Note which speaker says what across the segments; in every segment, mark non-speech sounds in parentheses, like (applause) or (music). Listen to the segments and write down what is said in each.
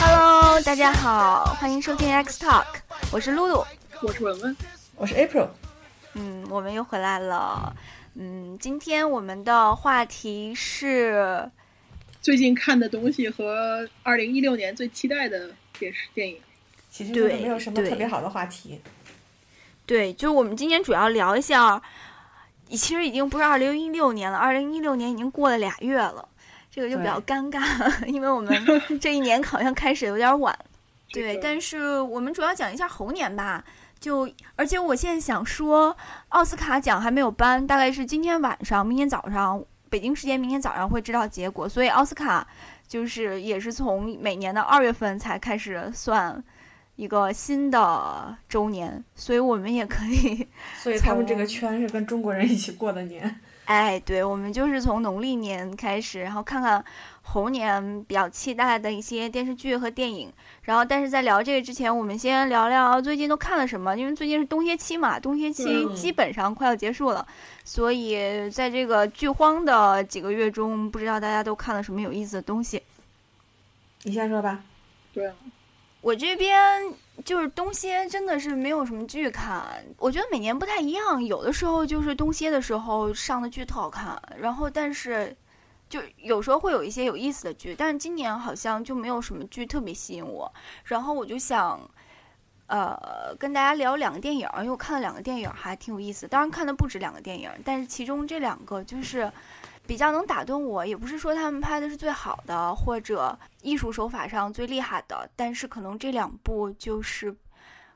Speaker 1: Hello，大家好，欢迎收听 X Talk，我是露露。
Speaker 2: 我是文文，
Speaker 3: 我是 April，
Speaker 1: 嗯，我们又回来了。嗯，今天我们的话题是，
Speaker 2: 最近看的东西和二零一六年最期待的电视电影。
Speaker 3: 其实就是
Speaker 1: 对
Speaker 3: 没有什么
Speaker 1: 对
Speaker 3: 特别好的话题。
Speaker 1: 对，就是我们今天主要聊一下，其实已经不是二零一六年了，二零一六年已经过了俩月了，这个就比较尴尬， (laughs) 因为我们这一年好像开始有点晚。对，
Speaker 2: 这个
Speaker 1: 但是我们主要讲一下猴年吧。就而且我现在想说，奥斯卡奖还没有颁，大概是今天晚上、明天早上，北京时间明天早上会知道结果。所以奥斯卡就是也是从每年的二月份才开始算一个新的周年，所以我们也可以，
Speaker 3: 所以他们这个圈是跟中国人一起过的年。
Speaker 1: 哎，对，我们就是从农历年开始，然后看看猴年比较期待的一些电视剧和电影。然后，但是在聊这个之前，我们先聊聊最近都看了什么，因为最近是冬歇期嘛，冬歇期
Speaker 3: 嗯
Speaker 1: 基本上快要结束了，所以在这个剧荒的几个月中，不知道大家都看了什么有意思的东西。
Speaker 3: 你先说吧。
Speaker 2: 对啊，
Speaker 1: 我这边就是冬歇，真的是没有什么剧看。我觉得每年不太一样，有的时候就是冬歇的时候上的剧特好看，然后但是就有时候会有一些有意思的剧，但是今年好像就没有什么剧特别吸引我。然后我就想，呃，跟大家聊两个电影，因为我看了两个电影还挺有意思。当然看的不止两个电影，但是其中这两个就是比较能打动我，也不是说他们拍的是最好的，或者艺术手法上最厉害的，但是可能这两部就是。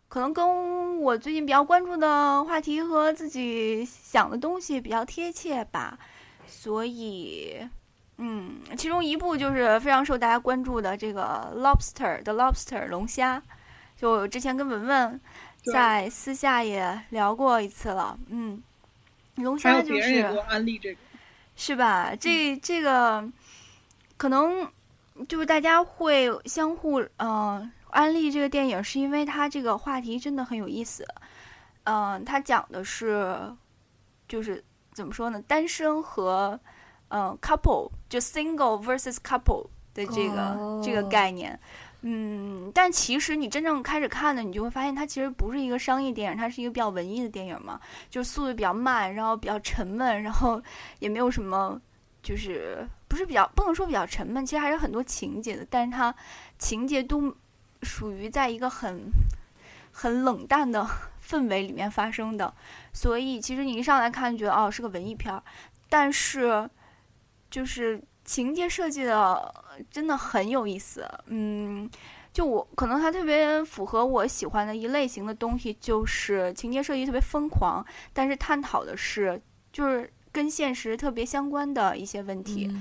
Speaker 1: 可能跟我最近比较关注的话题和自己想的东西比较贴切吧，所以，嗯，其中一部就是非常受大家关注的这个《Lobster》的《Lobster》龙虾，就之前跟文文
Speaker 2: 对啊
Speaker 1: 在私下也聊过一次了，嗯，龙
Speaker 2: 还
Speaker 1: 虾
Speaker 2: 有
Speaker 1: 就
Speaker 2: 别人也给
Speaker 1: 是
Speaker 2: 我安利这个，
Speaker 1: 是吧？这这个可能就是大家会相互嗯、呃安利这个电影，是因为它这个话题真的很有意思。嗯、它讲的是就是怎么说呢，单身和嗯、呃 couple 就 single versus couple 的这个、这个
Speaker 3: 哦
Speaker 1: 概念。嗯，但其实你真正开始看的，你就会发现它其实不是一个商业电影，它是一个比较文艺的电影嘛，就是速度比较慢，然后比较沉闷，然后也没有什么，就是不是比较不能说比较沉闷，其实还是很多情节的，但是它情节都属于在一个很很冷淡的氛围里面发生的，所以其实你一上来看就觉得哦是个文艺片儿，但是就是情节设计的真的很有意思，嗯。就我可能它特别符合我喜欢的一类型的东西，就是情节设计特别疯狂，但是探讨的是就是跟现实特别相关的一些问题。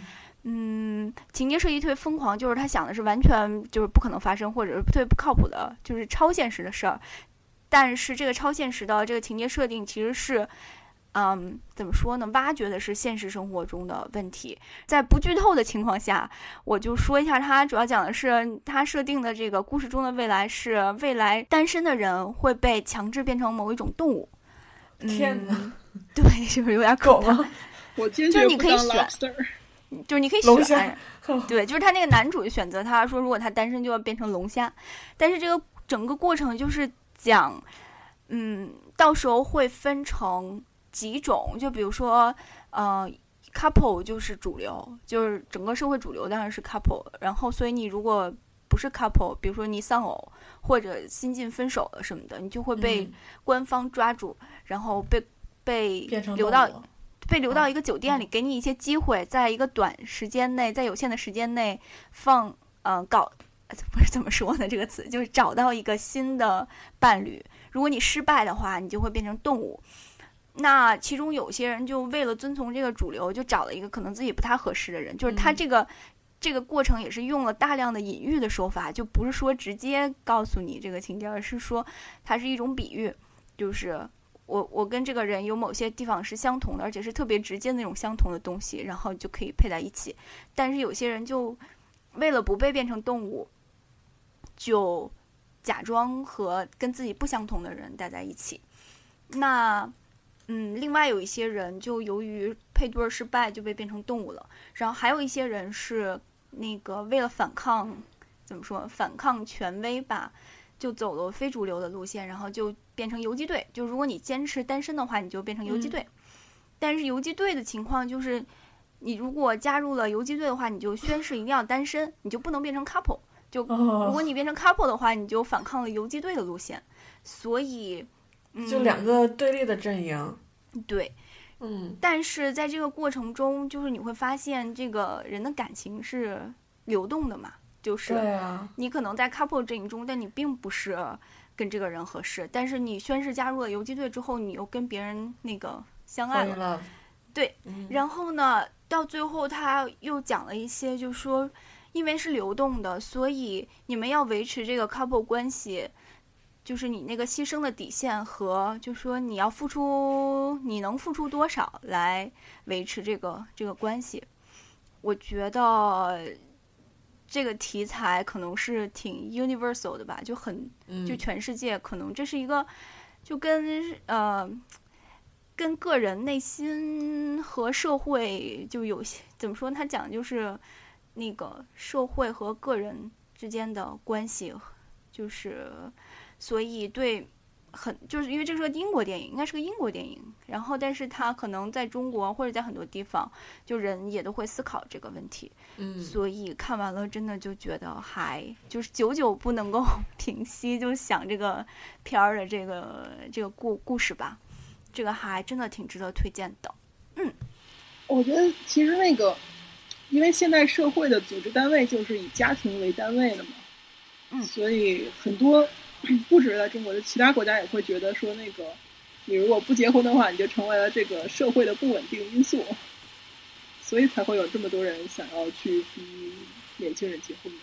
Speaker 1: 嗯，情节设计特别疯狂，就是他想的是完全就是不可能发生，或者是特别不靠谱的，就是超现实的事儿。但是这个超现实的这个情节设定其实是，嗯，怎么说呢？挖掘的是现实生活中的问题。在不剧透的情况下，我就说一下，它主要讲的是它设定的这个故事中的未来是未来单身的人会被强制变成某一种动物。
Speaker 3: 天哪
Speaker 1: 嗯，对， (laughs) 是不是有点可
Speaker 3: 狗啊
Speaker 1: 怕？
Speaker 3: 吗？
Speaker 2: 我坚
Speaker 1: 就是
Speaker 2: 决
Speaker 1: 你
Speaker 2: 不
Speaker 1: 可以
Speaker 2: 当
Speaker 1: 选
Speaker 2: lobster。
Speaker 1: 就是你可以
Speaker 3: 龙
Speaker 1: 选
Speaker 3: 虾，哼
Speaker 1: 对，就是他那个男主就选择他说，如果他单身就要变成龙虾，但是这个整个过程就是讲，嗯，到时候会分成几种，就比如说，呃。couple 就是主流，就是整个社会主流当然是 couple。然后，所以你如果不是 couple，比如说你丧偶或者新近分手了什么的，你就会被
Speaker 3: 嗯
Speaker 1: 官方抓住，然后被被
Speaker 3: 变成
Speaker 1: 留
Speaker 3: 动
Speaker 1: 到
Speaker 3: 物
Speaker 1: 被留到
Speaker 3: 嗯
Speaker 1: 一个酒店里，给你一些机会，在一个短时间内，在有限的时间内放，呃，搞， (laughs) 不是怎么说呢？这个词就是找到一个新的伴侣。如果你失败的话，你就会变成动物。那其中有些人就为了遵从这个主流，就找了一个可能自己不太合适的人，就是他
Speaker 3: 嗯
Speaker 1: 这个、这个过程也是用了大量的隐喻的手法，就不是说直接告诉你这个情节，而是说它是一种比喻，就是我我跟这个人有某些地方是相同的，而且是特别直接那种相同的东西，然后就可以配在一起。但是有些人就为了不被变成动物，就假装和跟自己不相同的人待在一起。那，嗯，另外有一些人就由于配对儿失败就被变成动物了，然后还有一些人是那个为了反抗，怎么说反抗权威吧，就走了非主流的路线，然后就变成游击队。就如果你坚持单身的话，你就变成游击队。但是游击队的情况就是，你如果加入了游击队的话，你就宣誓一定要单身，你就不能变成 couple。就如果
Speaker 3: 哦，
Speaker 1: 你变成 couple 的话，你就反抗了游击队的路线。所以，嗯，
Speaker 3: 就两个对立的阵营。
Speaker 1: 对，
Speaker 3: 嗯，
Speaker 1: 但是在这个过程中，就是你会发现这个人的感情是流动的嘛，就是
Speaker 3: 对啊，
Speaker 1: 你可能在 couple 阵营中，但你并不是跟这个人合适，但是你宣誓加入了游击队之后，你又跟别人那个相爱
Speaker 3: 欢
Speaker 1: 了
Speaker 3: 迎，了。
Speaker 1: 对
Speaker 3: 嗯，
Speaker 1: 然后呢，到最后他又讲了一些，就说因为是流动的，所以你们要维持这个 couple 关系，就是你那个牺牲的底线和，就说你要付出，你能付出多少来维持这个这个关系。我觉得这个题材可能是挺 universal 的吧，就很
Speaker 3: 嗯
Speaker 1: 就全世界可能这是一个，就跟呃，跟个人内心和社会就有些怎么说？他讲就是那个社会和个人之间的关系，就是所以对很就是因为这是个英国电影，应该是个英国电影，然后但是它可能在中国或者在很多地方，就人也都会思考这个问题。
Speaker 3: 嗯，
Speaker 1: 所以看完了真的就觉得还就是久久不能够 (laughs) 平息，就想这个片儿的这个这个故故事吧，这个还真的挺值得推荐的。
Speaker 2: 我觉得其实那个，因为现在社会的组织单位就是以家庭为单位的嘛，
Speaker 1: 嗯
Speaker 2: 所以很多不止在中国的其他国家也会觉得说，那个你如果不结婚的话，你就成为了这个社会的不稳定因素，所以才会有这么多人想要去逼年轻人结婚嘛。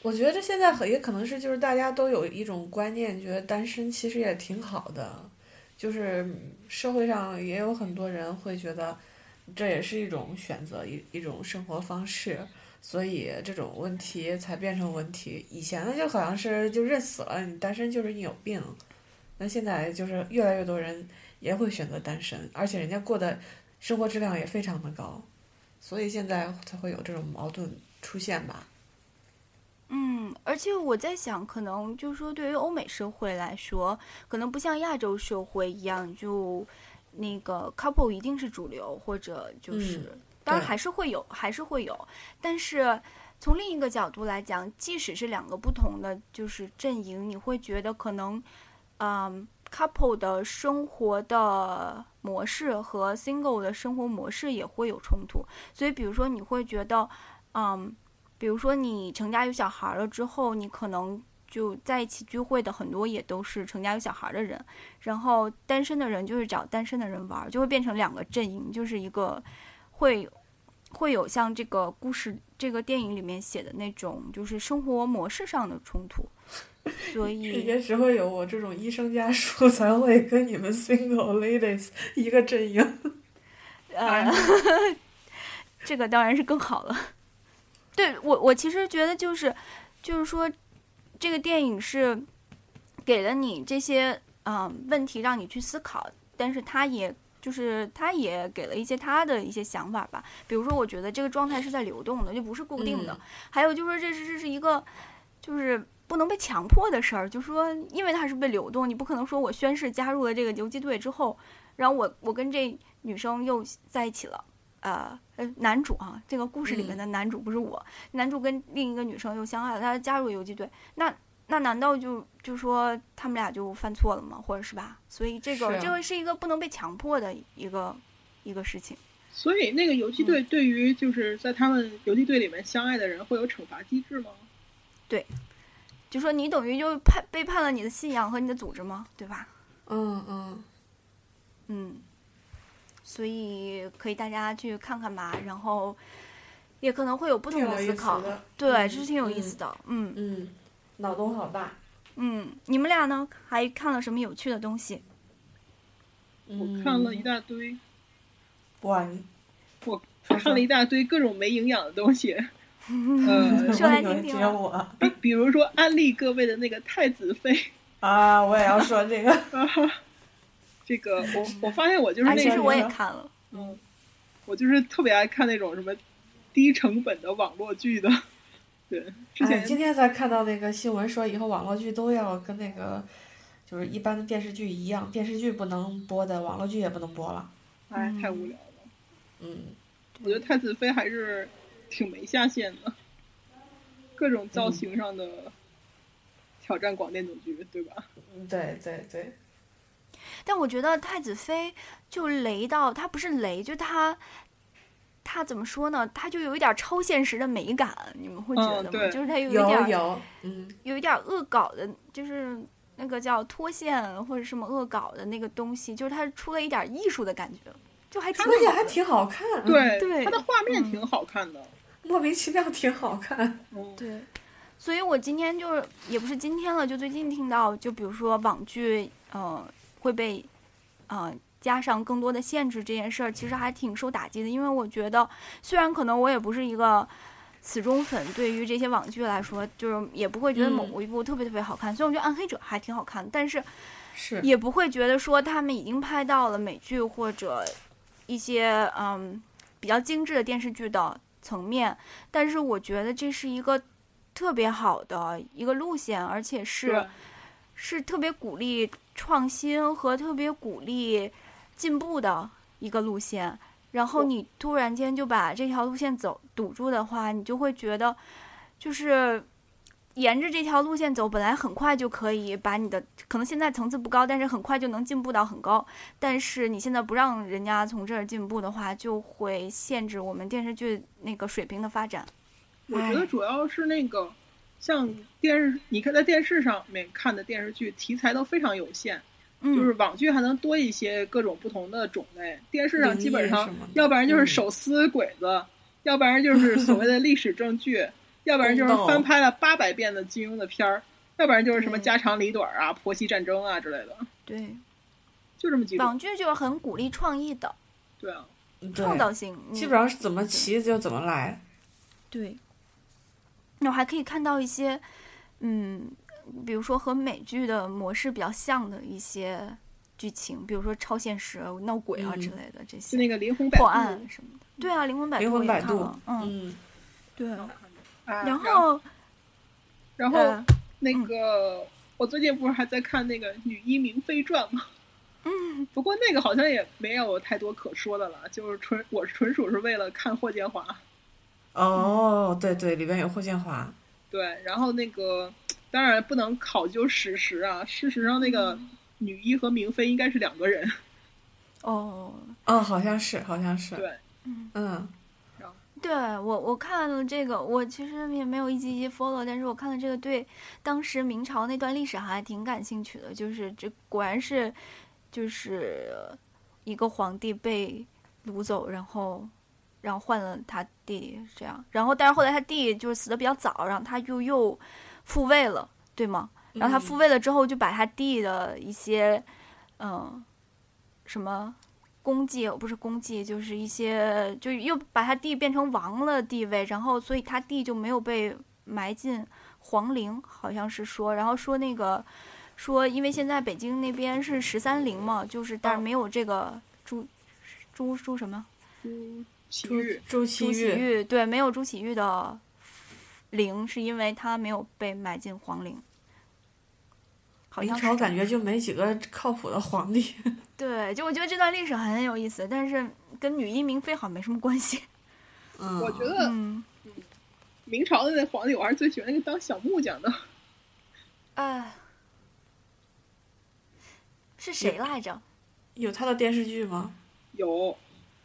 Speaker 3: 我觉得现在很也可能是就是大家都有一种观念，觉得单身其实也挺好的，就是社会上也有很多人会觉得这也是一种选择，一一种生活方式，所以这种问题才变成问题。以前呢就好像是就认死了，你单身就是你有病，那现在就是越来越多人也会选择单身，而且人家过的生活质量也非常的高，所以现在才会有这种矛盾出现吧。
Speaker 1: 嗯，而且我在想，可能就是说，对于欧美社会来说，可能不像亚洲社会一样，就那个 couple 一定是主流，或者就是，当然
Speaker 3: 对
Speaker 1: 还是会有，还是会有。但是从另一个角度来讲，即使是两个不同的就是阵营，你会觉得可能，嗯，couple 的生活的模式和 single 的生活模式也会有冲突。所以，比如说，你会觉得，嗯。比如说你成家有小孩了之后，你可能就在一起聚会的很多也都是成家有小孩的人，然后单身的人就是找单身的人玩儿，就会变成两个阵营，就是一个会会有像这个故事这个电影里面写的那种，就是生活模式上的冲突，所以
Speaker 3: 也只会有我这种医生家属 (laughs) 才会跟你们 single ladies 一个阵营。
Speaker 1: 呃， (laughs) 这个当然是更好了。对我，我其实觉得就是，就是说，这个电影是给了你这些嗯、呃问题让你去思考，但是它也就是它也给了一些他的一些想法吧。比如说，我觉得这个状态是在流动的，就不是固定的。
Speaker 3: 嗯
Speaker 1: 还有就是这是这是一个就是。不能被强迫的事儿，就说，因为它是被流动，你不可能说我宣誓加入了这个游击队之后，然后我我跟这女生又在一起了，呃呃，男主啊，这个故事里面的
Speaker 3: 嗯
Speaker 1: 男主不是我，男主跟另一个女生又相爱了，他加入游击队，那那难道就就说他们俩就犯错了吗？或者是吧？所以这个、
Speaker 3: 是啊
Speaker 1: 这个是一个不能被强迫的一个一个事情。
Speaker 2: 所以那个游击队
Speaker 1: 嗯
Speaker 2: 对于就是在他们游击队里面相爱的人会有惩罚机制吗？
Speaker 1: 就说你等于就叛背叛了你的信仰和你的组织吗？对吧？
Speaker 3: 嗯嗯，
Speaker 1: 嗯，所以可以大家去看看吧，然后也可能会有不同
Speaker 3: 挺有意
Speaker 1: 思
Speaker 3: 思
Speaker 1: 考，
Speaker 3: 的。
Speaker 1: 对，
Speaker 3: 嗯
Speaker 1: 这是挺有意思的。嗯
Speaker 3: 嗯，脑洞好大。
Speaker 1: 嗯，你们俩呢还看了什么有趣的东西？嗯
Speaker 2: 我看了一大堆。
Speaker 3: 哇，
Speaker 2: 我
Speaker 1: (laughs)
Speaker 3: 说 (laughs)
Speaker 2: 看了一大堆各种没营养的东西，呃，
Speaker 1: 嗯说来
Speaker 3: 有人
Speaker 1: 听听
Speaker 3: 接
Speaker 1: 吧
Speaker 3: 我
Speaker 2: 比如说安利各位的那个太子妃，
Speaker 3: 啊，我也要说这个。
Speaker 2: 这个
Speaker 1: (laughs)
Speaker 2: 我我发现我就是
Speaker 1: 啊，
Speaker 2: 那
Speaker 1: 其实
Speaker 2: 种，
Speaker 1: 我也看了，
Speaker 2: 嗯，我就是特别爱看那种什么低成本的网络剧的。 (laughs) 对， (laughs) 之
Speaker 3: 哎，
Speaker 2: 前
Speaker 3: 今天才看到那个新闻说，以后网络剧都要跟那个就是一般的电视剧一样，电视剧不能播的，网络剧也不能播了。
Speaker 2: 哎太无聊了，
Speaker 3: 嗯，
Speaker 2: 我觉得太子妃还是挺没下限的，各种造型上的挑战广电总局，对吧？
Speaker 3: 嗯对对对，
Speaker 1: 但我觉得太子妃就雷到，她不是雷，就她，她怎么说呢？她就有一点超现实的美感，你们会觉
Speaker 2: 嗯
Speaker 1: 得吗？
Speaker 2: 对
Speaker 1: 就是她有一点
Speaker 3: 有
Speaker 1: 儿
Speaker 3: 有，嗯，
Speaker 1: 有一点恶搞的，就是那个叫脱线或者什么恶搞的那个东西，就是它出了一点艺术的感觉，就还挺
Speaker 3: 而且
Speaker 1: 好
Speaker 3: 还
Speaker 1: 的
Speaker 3: 挺好看，嗯，
Speaker 2: 对，
Speaker 1: 对
Speaker 2: 它的画面挺好看的。
Speaker 3: 莫名其妙挺好看。
Speaker 2: 嗯，
Speaker 1: 对。所以我今天就是也不是今天了，就最近听到，就比如说网剧，呃，会被，呃。加上更多的限制这件事儿，其实还挺受打击的。因为我觉得，虽然可能我也不是一个死忠粉，对于这些网剧来说，就是也不会觉得
Speaker 3: 嗯
Speaker 1: 某一部特别特别好看。虽然我觉得《暗黑者》还挺好看的，但是
Speaker 3: 是，
Speaker 1: 也不会觉得说他们已经拍到了美剧或者一些嗯比较精致的电视剧的层面，但是我觉得这是一个特别好的一个路线，而且是
Speaker 2: 对
Speaker 1: 是特别鼓励创新和特别鼓励进步的一个路线。然后
Speaker 2: 我
Speaker 1: 你突然间就把这条路线走堵住的话，你就会觉得就是沿着这条路线走，本来很快就可以把你的可能现在层次不高，但是很快就能进步到很高。但是你现在不让人家从这儿进步的话，就会限制我们电视剧那个水平的发展。
Speaker 2: 我觉
Speaker 3: 哎
Speaker 2: 得主要是那个，像电视，你看在电视上面看的电视剧题材都非常有限，
Speaker 1: 嗯，
Speaker 2: 就是网剧还能多一些各种不同的种类，电视上基本
Speaker 3: 灵异
Speaker 2: 上
Speaker 3: 什么的，
Speaker 2: 要不然就是
Speaker 3: 嗯
Speaker 2: 手撕鬼子，要不
Speaker 1: (laughs)
Speaker 2: 然就是所谓的历史证据，要不然就是
Speaker 3: 宫斗
Speaker 2: 翻拍了八百遍的金庸的片儿，要不然就是什么
Speaker 1: 对
Speaker 2: 家长里短儿啊、婆媳战争啊之类的，
Speaker 1: 对，
Speaker 2: 就这么几种。
Speaker 1: 网剧就是很鼓励创意的
Speaker 2: 对啊，
Speaker 3: 对，
Speaker 1: 创造性，嗯
Speaker 3: 基本上是怎么骑就怎么来。
Speaker 1: 对。那我还可以看到一些，嗯，比如说和美剧的模式比较像的一些剧情，比如说超现实、闹鬼啊
Speaker 3: 嗯
Speaker 1: 之类的这
Speaker 2: 就
Speaker 1: 些
Speaker 2: 那个林红百
Speaker 1: 破
Speaker 2: 度
Speaker 1: 案什么的。对啊，灵魂摆渡
Speaker 3: 灵魂
Speaker 1: 也
Speaker 3: 摆
Speaker 1: 看
Speaker 3: 渡
Speaker 1: 了，嗯，
Speaker 3: 嗯，
Speaker 1: 对。
Speaker 2: 啊，
Speaker 1: 然
Speaker 2: 然
Speaker 1: 后，
Speaker 2: 然后
Speaker 1: 呃
Speaker 2: 那个、我最近不是还在看那个《女医明妃传》吗？嗯，不过那个好像也没有太多可说的了，就是纯我纯属是为了看霍建华。
Speaker 3: 哦，对对，里边有霍建华。
Speaker 2: 对，然后那个当然不能考究史实啊，事实上那个女医和明妃应该是两个人。
Speaker 1: 哦，
Speaker 3: 哦，好像是，好像是。
Speaker 2: 对，
Speaker 1: 嗯。
Speaker 3: 嗯，
Speaker 1: 对我，我看了这个，我其实也没有一集一集 follow，但是我看了这个，对当时明朝那段历史还挺感兴趣的。就是这果然是，就是一个皇帝被掳走，然后，然后换了他弟弟这样，然后但是后来他弟弟就是死的比较早，然后他又又复位了，对吗？然
Speaker 3: 嗯
Speaker 1: 后他复位了之后，就把他弟的一些，嗯、什么功绩，不是功绩，就是一些，就又把他弟变成王了地位，然后所以他弟就没有被埋进皇陵，好像是说，然后说那个，说因为现在北京那边是十三陵嘛，就是
Speaker 3: 哦
Speaker 1: 但是没有这个朱朱朱什么
Speaker 2: 朱祁
Speaker 3: 朱
Speaker 2: 钰，
Speaker 3: 朱祁
Speaker 1: 朱祁
Speaker 3: 钰，
Speaker 1: 钰，对，没有朱祁钰的陵，是因为他没有被埋进皇陵。好
Speaker 3: 明
Speaker 1: 像是
Speaker 3: 朝
Speaker 1: 这样
Speaker 3: 感觉就没几个靠谱的皇帝。
Speaker 1: 对，就我觉得这段历史很有意思，但是跟女医明妃好像没什么关系。
Speaker 3: 嗯，
Speaker 2: 我觉得
Speaker 1: 嗯，
Speaker 2: 明朝的那皇帝，我还是最喜欢那个当小木匠的，
Speaker 1: 哎，是谁来着？
Speaker 3: 有他的电视剧吗？
Speaker 2: 有，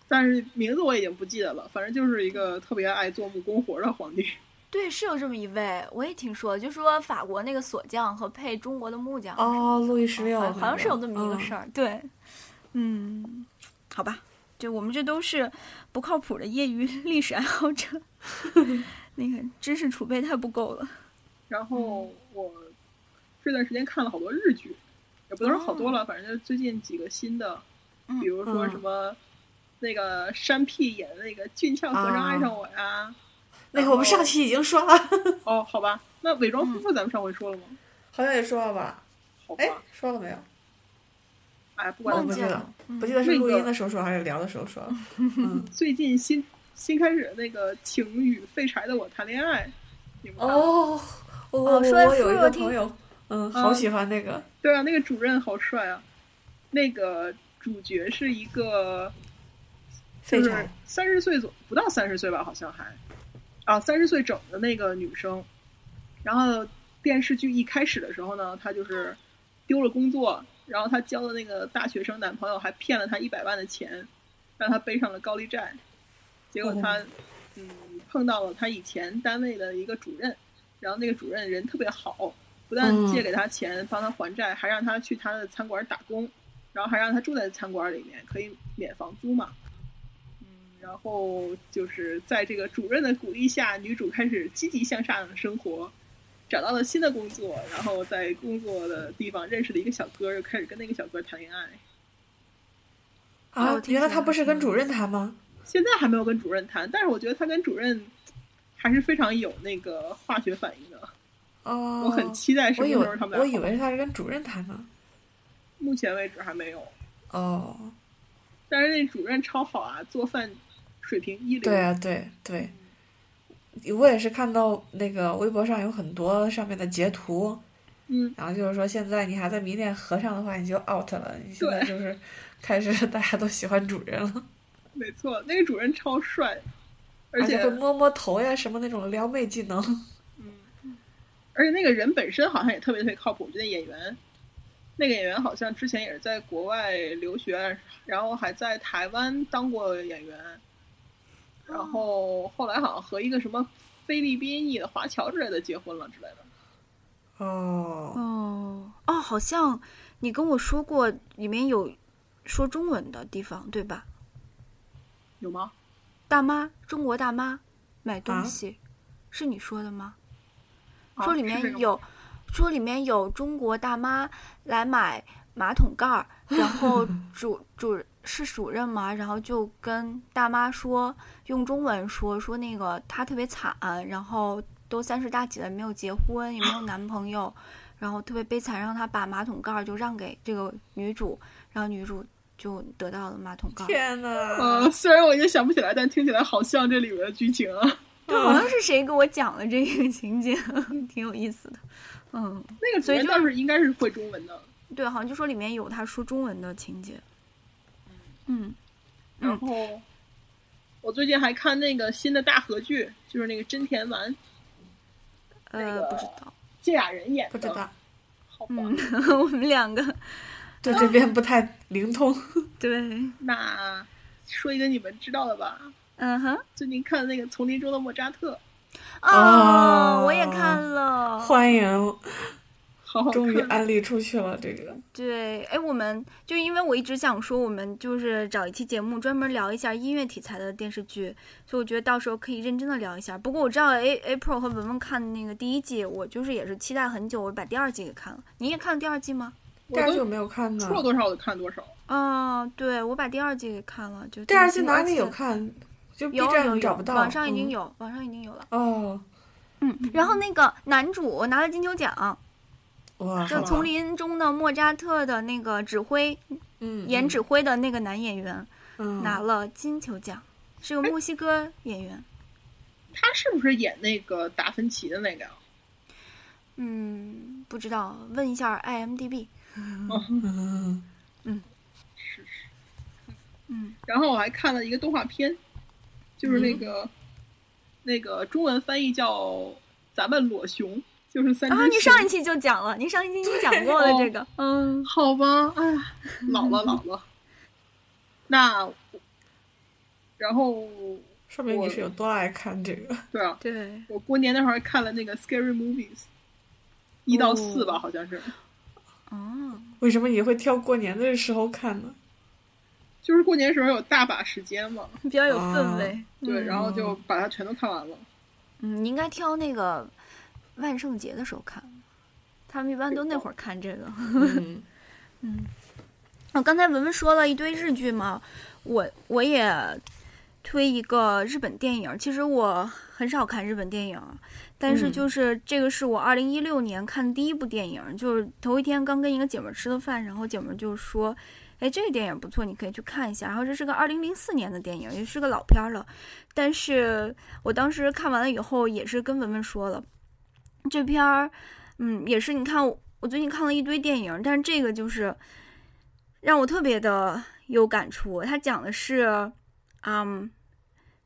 Speaker 2: 但是名字我已经不记得了，反正就是一个特别爱做木工活的皇帝。
Speaker 1: 对，是有这么一位，我也听说，就说法国那个锁匠和配中国的木匠。
Speaker 3: 哦，路易十六，
Speaker 1: 好像好像是有这么一个
Speaker 3: 嗯
Speaker 1: 事儿。对，嗯，好吧，就我们这都是不靠谱的业余 (laughs) 历史爱好者， (laughs) 那个知识储备太不够了。
Speaker 2: 然后我这段时间看了好多日剧，也不能说好多了，反正就是最近几个新的，
Speaker 1: 嗯
Speaker 2: 比如说
Speaker 3: 嗯
Speaker 2: 什么那个山屁演的那个俊俏和尚爱上我呀、
Speaker 3: 那个我们上期已经说了，
Speaker 2: 哦，好吧，那伪装夫妇咱们上回说了吗？
Speaker 3: 好像也说了吧？
Speaker 2: 好吧
Speaker 3: 哎，，说了没有？
Speaker 2: 哎，不管
Speaker 3: 我
Speaker 1: 忘
Speaker 2: 怎
Speaker 3: 不
Speaker 2: 么
Speaker 1: 记
Speaker 3: 记
Speaker 2: 样，
Speaker 1: 了
Speaker 3: 了，不记得是
Speaker 2: 那
Speaker 3: 录
Speaker 2: 个
Speaker 3: 音的时候说还是聊的时候说了。嗯，
Speaker 2: 最近新新开始那个《情与废柴的我谈恋爱》，你们看了吗
Speaker 3: 哦，我我
Speaker 1: 哦说
Speaker 3: 我有
Speaker 1: 说
Speaker 3: 一个
Speaker 1: 我听
Speaker 3: 朋友，嗯，好喜欢那个，
Speaker 2: 对啊，那个主任好帅啊！那个主角是一个就
Speaker 3: 非常
Speaker 2: 是三十岁左不到三十岁吧，好像还啊三十岁整的那个女生。然后电视剧一开始的时候呢，她就是丢了工作，然后她交的那个大学生男朋友还骗了她一百万的钱，让她背上了高利债。结
Speaker 3: 哦
Speaker 2: 果她嗯碰到了她以前单位的一个主任，然后那个主任人特别好，不但
Speaker 3: 嗯
Speaker 2: 借给她钱帮她还债，还让她去她的餐馆打工，然后还让她住在餐馆里面，可以免房租嘛。然后就是在这个主任的鼓励下，女主开始积极向上的生活，找到了新的工作，然后在工作的地方认识了一个小哥，又开始跟那个小哥谈恋爱。
Speaker 1: 哦
Speaker 3: 啊
Speaker 1: 我，听
Speaker 3: 原来
Speaker 1: 说
Speaker 3: 他
Speaker 1: 了
Speaker 3: 不是跟
Speaker 1: 嗯
Speaker 3: 主任谈吗？
Speaker 2: 现在还没有跟主任谈，但是我觉得他跟主任还是非常有那个化学反应的。
Speaker 3: 哦，
Speaker 2: 我很期待什
Speaker 3: 我
Speaker 2: 么
Speaker 3: 以
Speaker 2: 时
Speaker 3: 为
Speaker 2: 候他们
Speaker 3: 我
Speaker 2: 俩
Speaker 3: 以
Speaker 2: 好。
Speaker 3: 为他是跟主任谈呢。
Speaker 2: 目前为止还没有，
Speaker 3: 哦，
Speaker 2: 但是那主任超好啊，做饭水平一流。
Speaker 3: 对啊，对对，我也是看到那个微博上有很多上面的截图，
Speaker 2: 嗯，
Speaker 3: 然后就是说现在你还在迷恋和尚的话，你就 out 了，你现在就是开始大家都喜欢主人了，
Speaker 2: 没错，那个主任超帅，而且
Speaker 3: 会摸摸头呀什么那种撩妹技能。
Speaker 2: 嗯而且那个人本身好像也特别特别靠谱，我觉得演员，那个演员好像之前也是在国外留学，啊然后还在台湾当过演员，然后后来好像和一个什么菲律宾裔的华侨之类的结婚了之类的。
Speaker 3: 哦，
Speaker 1: 哦哦，好像你跟我说过里面有说中文的地方，对吧？
Speaker 2: 有吗？
Speaker 1: 大妈，中国大妈买东
Speaker 3: 啊
Speaker 1: 西，是你说的吗？
Speaker 2: 啊
Speaker 1: 说里
Speaker 2: 是这个
Speaker 1: 面
Speaker 2: 吗
Speaker 1: 有，说里面有中国大妈来买马桶盖儿，然后
Speaker 2: (laughs)
Speaker 1: 主主是主任嘛，然后就跟大妈说，用中文说说那个她特别惨，然后都三十大几了没有结婚，也没有男朋友，然后特别悲惨，让她把马桶盖儿就让给这个女主，然后女主就得到了马桶盖儿。
Speaker 3: 天哪！
Speaker 2: 呃，虽然我已经想不起来，但听起来好像这里面的剧情啊。
Speaker 1: 对，好像是谁给我讲了这个情节， (laughs) 挺有意思的。嗯，
Speaker 2: 那个主
Speaker 1: 所以
Speaker 2: 任
Speaker 1: 就
Speaker 2: 倒是应该是会中文的，
Speaker 1: 对，好像就说里面有他说中文的情节。嗯，嗯
Speaker 2: 然后我最近还看那个新的大合剧，就是那个真田丸
Speaker 1: 呃，
Speaker 2: 那个
Speaker 1: 不知道。 (laughs)
Speaker 2: 芥雅人演
Speaker 3: 不
Speaker 2: 的，
Speaker 3: 知道，
Speaker 2: 好吧。
Speaker 1: 嗯，我们两个
Speaker 3: 对这边不太灵通。
Speaker 1: 对，
Speaker 2: 那说一个你们知道的吧，
Speaker 1: 嗯哼，
Speaker 2: 最近看那个《丛林中的莫扎特》，
Speaker 1: 哦，我也
Speaker 3: 哦
Speaker 1: 看了。
Speaker 3: 欢迎，
Speaker 2: 好好看。
Speaker 3: 终于
Speaker 1: 啊
Speaker 3: 安利出去了这个。
Speaker 1: 对，哎，我们就因为我一直想说，我们就是找一期节目专门聊一下音乐题材的电视剧，所以我觉得到时候可以认真的聊一下。不过我知道 A April 和文文看的那个第一季，我就是也是期待很久，我把第二季给看了。你也看了第二季吗？
Speaker 3: 第二
Speaker 2: 我
Speaker 3: 季我
Speaker 2: 都
Speaker 3: 没有看呢
Speaker 2: 出，了多少我就看多少。
Speaker 1: 哦，对，我把第二季给看了，就
Speaker 3: 第二
Speaker 1: 就
Speaker 3: 季
Speaker 1: 是
Speaker 3: 哪
Speaker 1: 而
Speaker 3: 里有
Speaker 1: 且
Speaker 3: 看？就 B
Speaker 1: 有有
Speaker 3: 站
Speaker 1: 有
Speaker 3: 找不到，嗯
Speaker 1: 网上已经
Speaker 3: 有。
Speaker 1: 有，网上已经有了。
Speaker 3: 哦，
Speaker 1: 嗯，然后那个男主拿了金球
Speaker 3: 嗯
Speaker 1: 奖，
Speaker 3: 哇，
Speaker 1: 就《
Speaker 2: 好吧
Speaker 1: 丛林中的莫扎特》的那个指挥
Speaker 3: 嗯
Speaker 1: 演指挥的那个男演员
Speaker 3: 嗯
Speaker 1: 拿了金球奖，是个墨西哥演员。
Speaker 2: 他是不是演那个达芬奇的那个呀？啊
Speaker 1: 嗯，不知道，问一下 IMDB。
Speaker 3: 嗯
Speaker 2: 是是。
Speaker 1: 嗯，
Speaker 2: 然后我还看了一个动画片，就是那个、那个中文翻译叫《咱们裸熊》，就是三只
Speaker 1: 啊，你
Speaker 2: 熊
Speaker 1: 上一期就讲了，你上一期你讲过了这个，
Speaker 3: 哦
Speaker 1: 嗯，
Speaker 2: 好吧，哎呀，老了老了。那我然后
Speaker 3: 说明
Speaker 2: 我
Speaker 3: 你是有多爱看这个。
Speaker 2: 对啊，
Speaker 1: 对，
Speaker 2: 我过年那会儿还看了那个《Scary Movies》，一到四吧，好像是，
Speaker 1: 哦，
Speaker 3: 为什么你会挑过年的时候看呢？
Speaker 2: 就是过年时候有大把时间嘛，
Speaker 1: 比较有
Speaker 3: 啊
Speaker 1: 氛围。
Speaker 2: 对，
Speaker 1: 嗯
Speaker 2: 然后就把它全都看完了。
Speaker 1: 嗯，你应该挑那个万圣节的时候看，他们一般都那会儿看这个。
Speaker 3: 嗯，
Speaker 1: 哦，刚才文文说了一堆日剧嘛，我我也推一个日本电影，其实我很少看日本电影，但是就是这个是我二零一六年看的第一部电影，就是头一天刚跟一个姐们儿吃的饭，然后姐们儿就说。哎，这个电影不错，你可以去看一下。然后这是个二零零四年的电影，也是个老片儿了。但是我当时看完了以后，也是跟文文说了，这片儿，嗯，也是你看我我最近看了一堆电影，但是这个就是让我特别的有感触。它讲的是，嗯，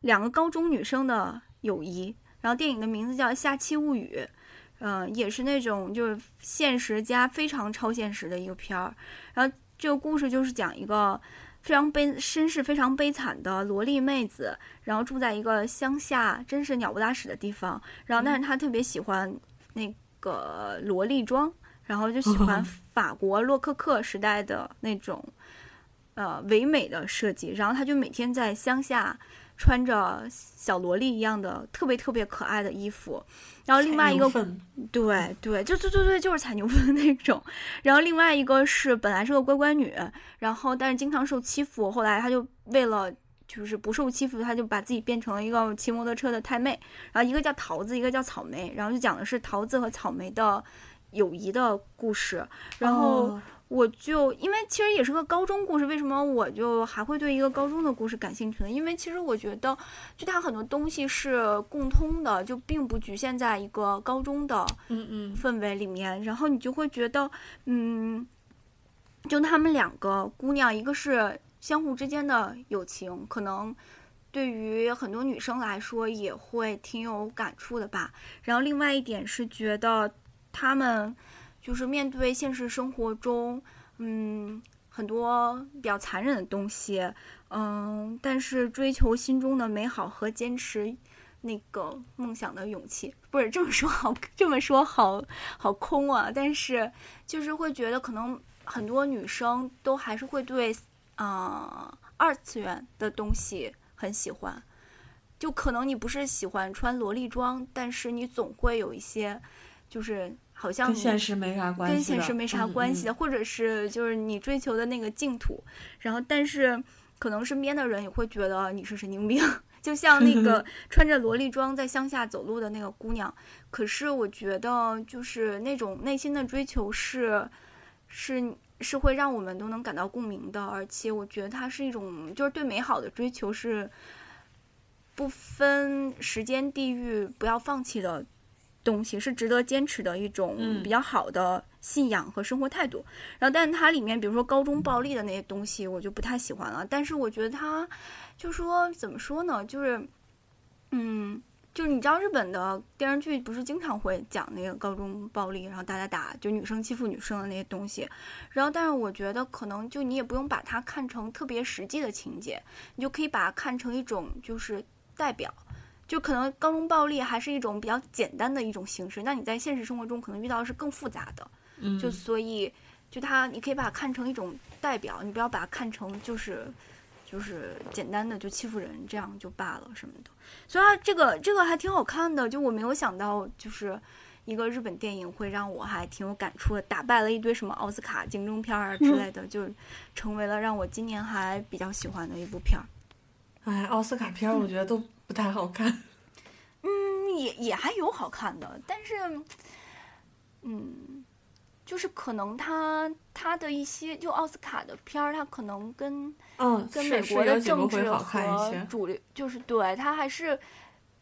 Speaker 1: 两个高中女生的友谊。然后电影的名字叫《下期物语》。嗯、也是那种就是现实加非常超现实的一个片儿，然后这个故事就是讲一个非常悲身世非常悲惨的萝莉妹子，然后住在一个乡下，真是鸟不拉屎的地方。然后，但是她特别喜欢那个萝莉装，然后就喜欢法国洛可可时代的那种呃唯美的设计。然后，她就每天在乡下穿着小萝莉一样的特别特别可爱的衣服。然后，另外一个
Speaker 3: 份
Speaker 1: 对对，就对对对，就是踩牛粪的那种。然后另外一个是本来是个乖乖女，然后但是经常受欺负，后来她就为了就是不受欺负，她就把自己变成了一个骑摩托车的太妹。然后一个叫桃子，一个叫草莓，然后就讲的是桃子和草莓的友谊的故事。然后
Speaker 3: 哦
Speaker 1: 我就因为其实也是个高中故事，为什么我就还会对一个高中的故事感兴趣呢？因为其实我觉得，就它很多东西是共通的，就并不局限在一个高中的
Speaker 3: 嗯嗯，
Speaker 1: 氛围里面，然后你就会觉得，嗯，就她们两个姑娘，一个是相互之间的友情，可能对于很多女生来说也会挺有感触的吧。然后另外一点是觉得她们就是面对现实生活中，嗯，很多比较残忍的东西，嗯，但是追求心中的美好和坚持那个梦想的勇气，不是这么说好，这么说好好空啊。但是就是会觉得，可能很多女生都还是会对啊、呃二次元的东西很喜欢。就可能你不是喜欢穿萝莉装，但是你总会有一些，就是好像
Speaker 3: 跟
Speaker 1: 你
Speaker 3: 现实没啥关系的，
Speaker 1: 跟现实没啥关系的，
Speaker 3: 嗯
Speaker 1: 或者是就是你追求的那个净土，然后但是可能身边的人也会觉得你是神经病， (laughs) 就像那
Speaker 3: (laughs)
Speaker 1: 个穿着萝莉装在乡下走路的那个姑娘。可是我觉得就是那种内心的追求是是。是会让我们都能感到共鸣的，而且我觉得它是一种，就是对美好的追求是不分时间、地域，不要放弃的东西，是值得坚持的一种
Speaker 3: 嗯
Speaker 1: 比较好的信仰和生活态度。然后，但是它里面，比如说高中暴力的那些东西，我就不太喜欢了。但是我觉得它，就说怎么说呢，就是，嗯。就是你知道日本的电视剧不是经常会讲那个高中暴力，然后打打打，就女生欺负女生的那些东西，然后但是我觉得可能就你也不用把它看成特别实际的情节，你就可以把它看成一种就是代表，就可能高中暴力还是一种比较简单的一种形式，那你在现实生活中可能遇到的是更复杂的，
Speaker 3: 嗯
Speaker 1: 就所以就它你可以把它看成一种代表，你不要把它看成就是就是简单的就欺负人这样就罢了什么的。所以它这个这个还挺好看的，就我没有想到就是。一个日本电影会让我还挺有感触的，打败了一堆什么奥斯卡竞争片儿啊之类的，就成为了让我今年还比较喜欢的一部片儿。
Speaker 3: 哎，奥斯卡片儿我觉得都不太好看。
Speaker 1: 嗯，也也还有好看的，但是，嗯，就是可能它它的一些就奥斯卡的片儿，它可能跟
Speaker 3: 嗯，
Speaker 1: 跟
Speaker 3: 是
Speaker 1: 美
Speaker 3: 是
Speaker 1: 国
Speaker 3: 有
Speaker 1: 的
Speaker 3: 几个
Speaker 1: 政
Speaker 3: 会
Speaker 1: 治
Speaker 3: 好看一
Speaker 1: 和
Speaker 3: 些。
Speaker 1: 主流就是对它还是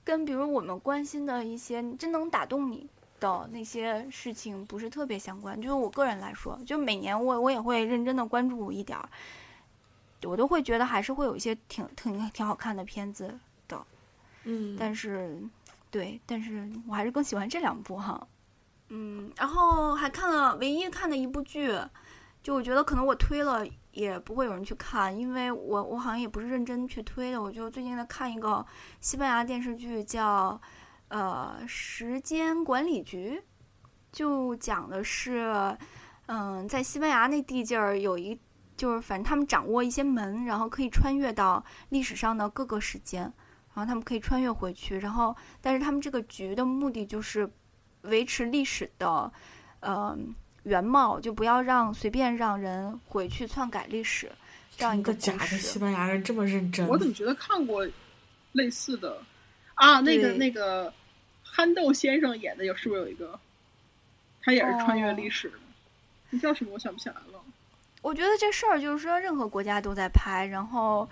Speaker 1: 跟比如我们关心的一些真能打动你的那些事情不是特别相关。就是我个人来说，就每年我我也会认真的关注一点儿，我都会觉得还是会有一些挺挺挺好看的片子，
Speaker 3: 嗯，
Speaker 1: 但是，对，但是我还是更喜欢这两部哈。嗯，然后还看了唯一看的一部剧，就我觉得可能我推了也不会有人去看，因为我我好像也不是认真去推的。我就最近在看一个西班牙电视剧叫呃《时间管理局》，就讲的是嗯在西班牙那地界儿有一就是反正他们掌握一些门，然后可以穿越到历史上的各个时间。然后他们可以穿越回去，然后但是他们这个局的目的就是维持历史的呃原貌，就不要让随便让人回去篡改历史这样一
Speaker 3: 真
Speaker 1: 个
Speaker 3: 的
Speaker 1: 故
Speaker 3: 假的？
Speaker 1: 事
Speaker 3: 西班牙人这么认真？
Speaker 2: 我怎么觉得看过类似的啊，那个
Speaker 1: 对
Speaker 2: 那个憨豆先生演的有是不是有一个？他也是穿越
Speaker 1: 哦
Speaker 2: 历史的，那、叫什么？我想不起来了。
Speaker 1: 我觉得这事儿就是说，任何国家都在拍，然后，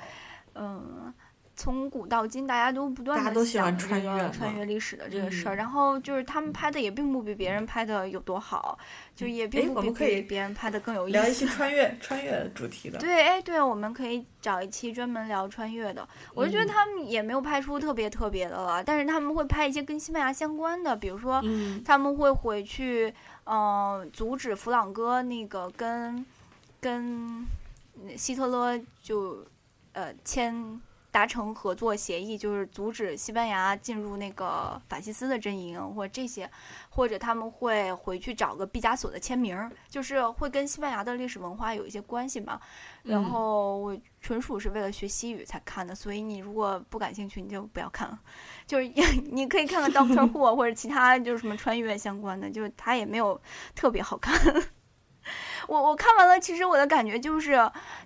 Speaker 1: 嗯，从古到今，大家都不断
Speaker 3: 大家
Speaker 1: 的
Speaker 3: 都喜欢
Speaker 1: 想这
Speaker 3: 穿越
Speaker 1: 个
Speaker 3: 嘛
Speaker 1: 穿越历史的这个事儿，
Speaker 3: 嗯
Speaker 1: 然后就是他们拍的也并不比别人拍的有多好，就也并不
Speaker 3: 嗯我
Speaker 1: 比
Speaker 3: 们可以
Speaker 1: 比别人拍的更有意
Speaker 3: 聊一
Speaker 1: 思
Speaker 3: 期。穿越穿越主题的。
Speaker 1: 对，哎，对，我们可以找一期专门聊穿越的。我就觉得
Speaker 3: 嗯
Speaker 1: 他们也没有拍出特别特别的了，但是他们会拍一些跟西班牙相关的，比如说
Speaker 3: 嗯，
Speaker 1: 他们会回去，呃，阻止弗朗哥那个跟跟希特勒就呃签达成合作协议，就是阻止西班牙进入那个法西斯的阵营，或者这些，或者他们会回去找个毕加索的签名儿，就是会跟西班牙的历史文化有一些关系嘛。然
Speaker 3: 嗯
Speaker 1: 后我纯属是为了学西语才看的，所以你如果不感兴趣，你就不要看了。 (laughs) 就是你可以看看 Doctor Who 啊或者其他就是什么穿越相关的，就是它也没有特别好看。 (laughs) 我我看完了，其实我的感觉就是，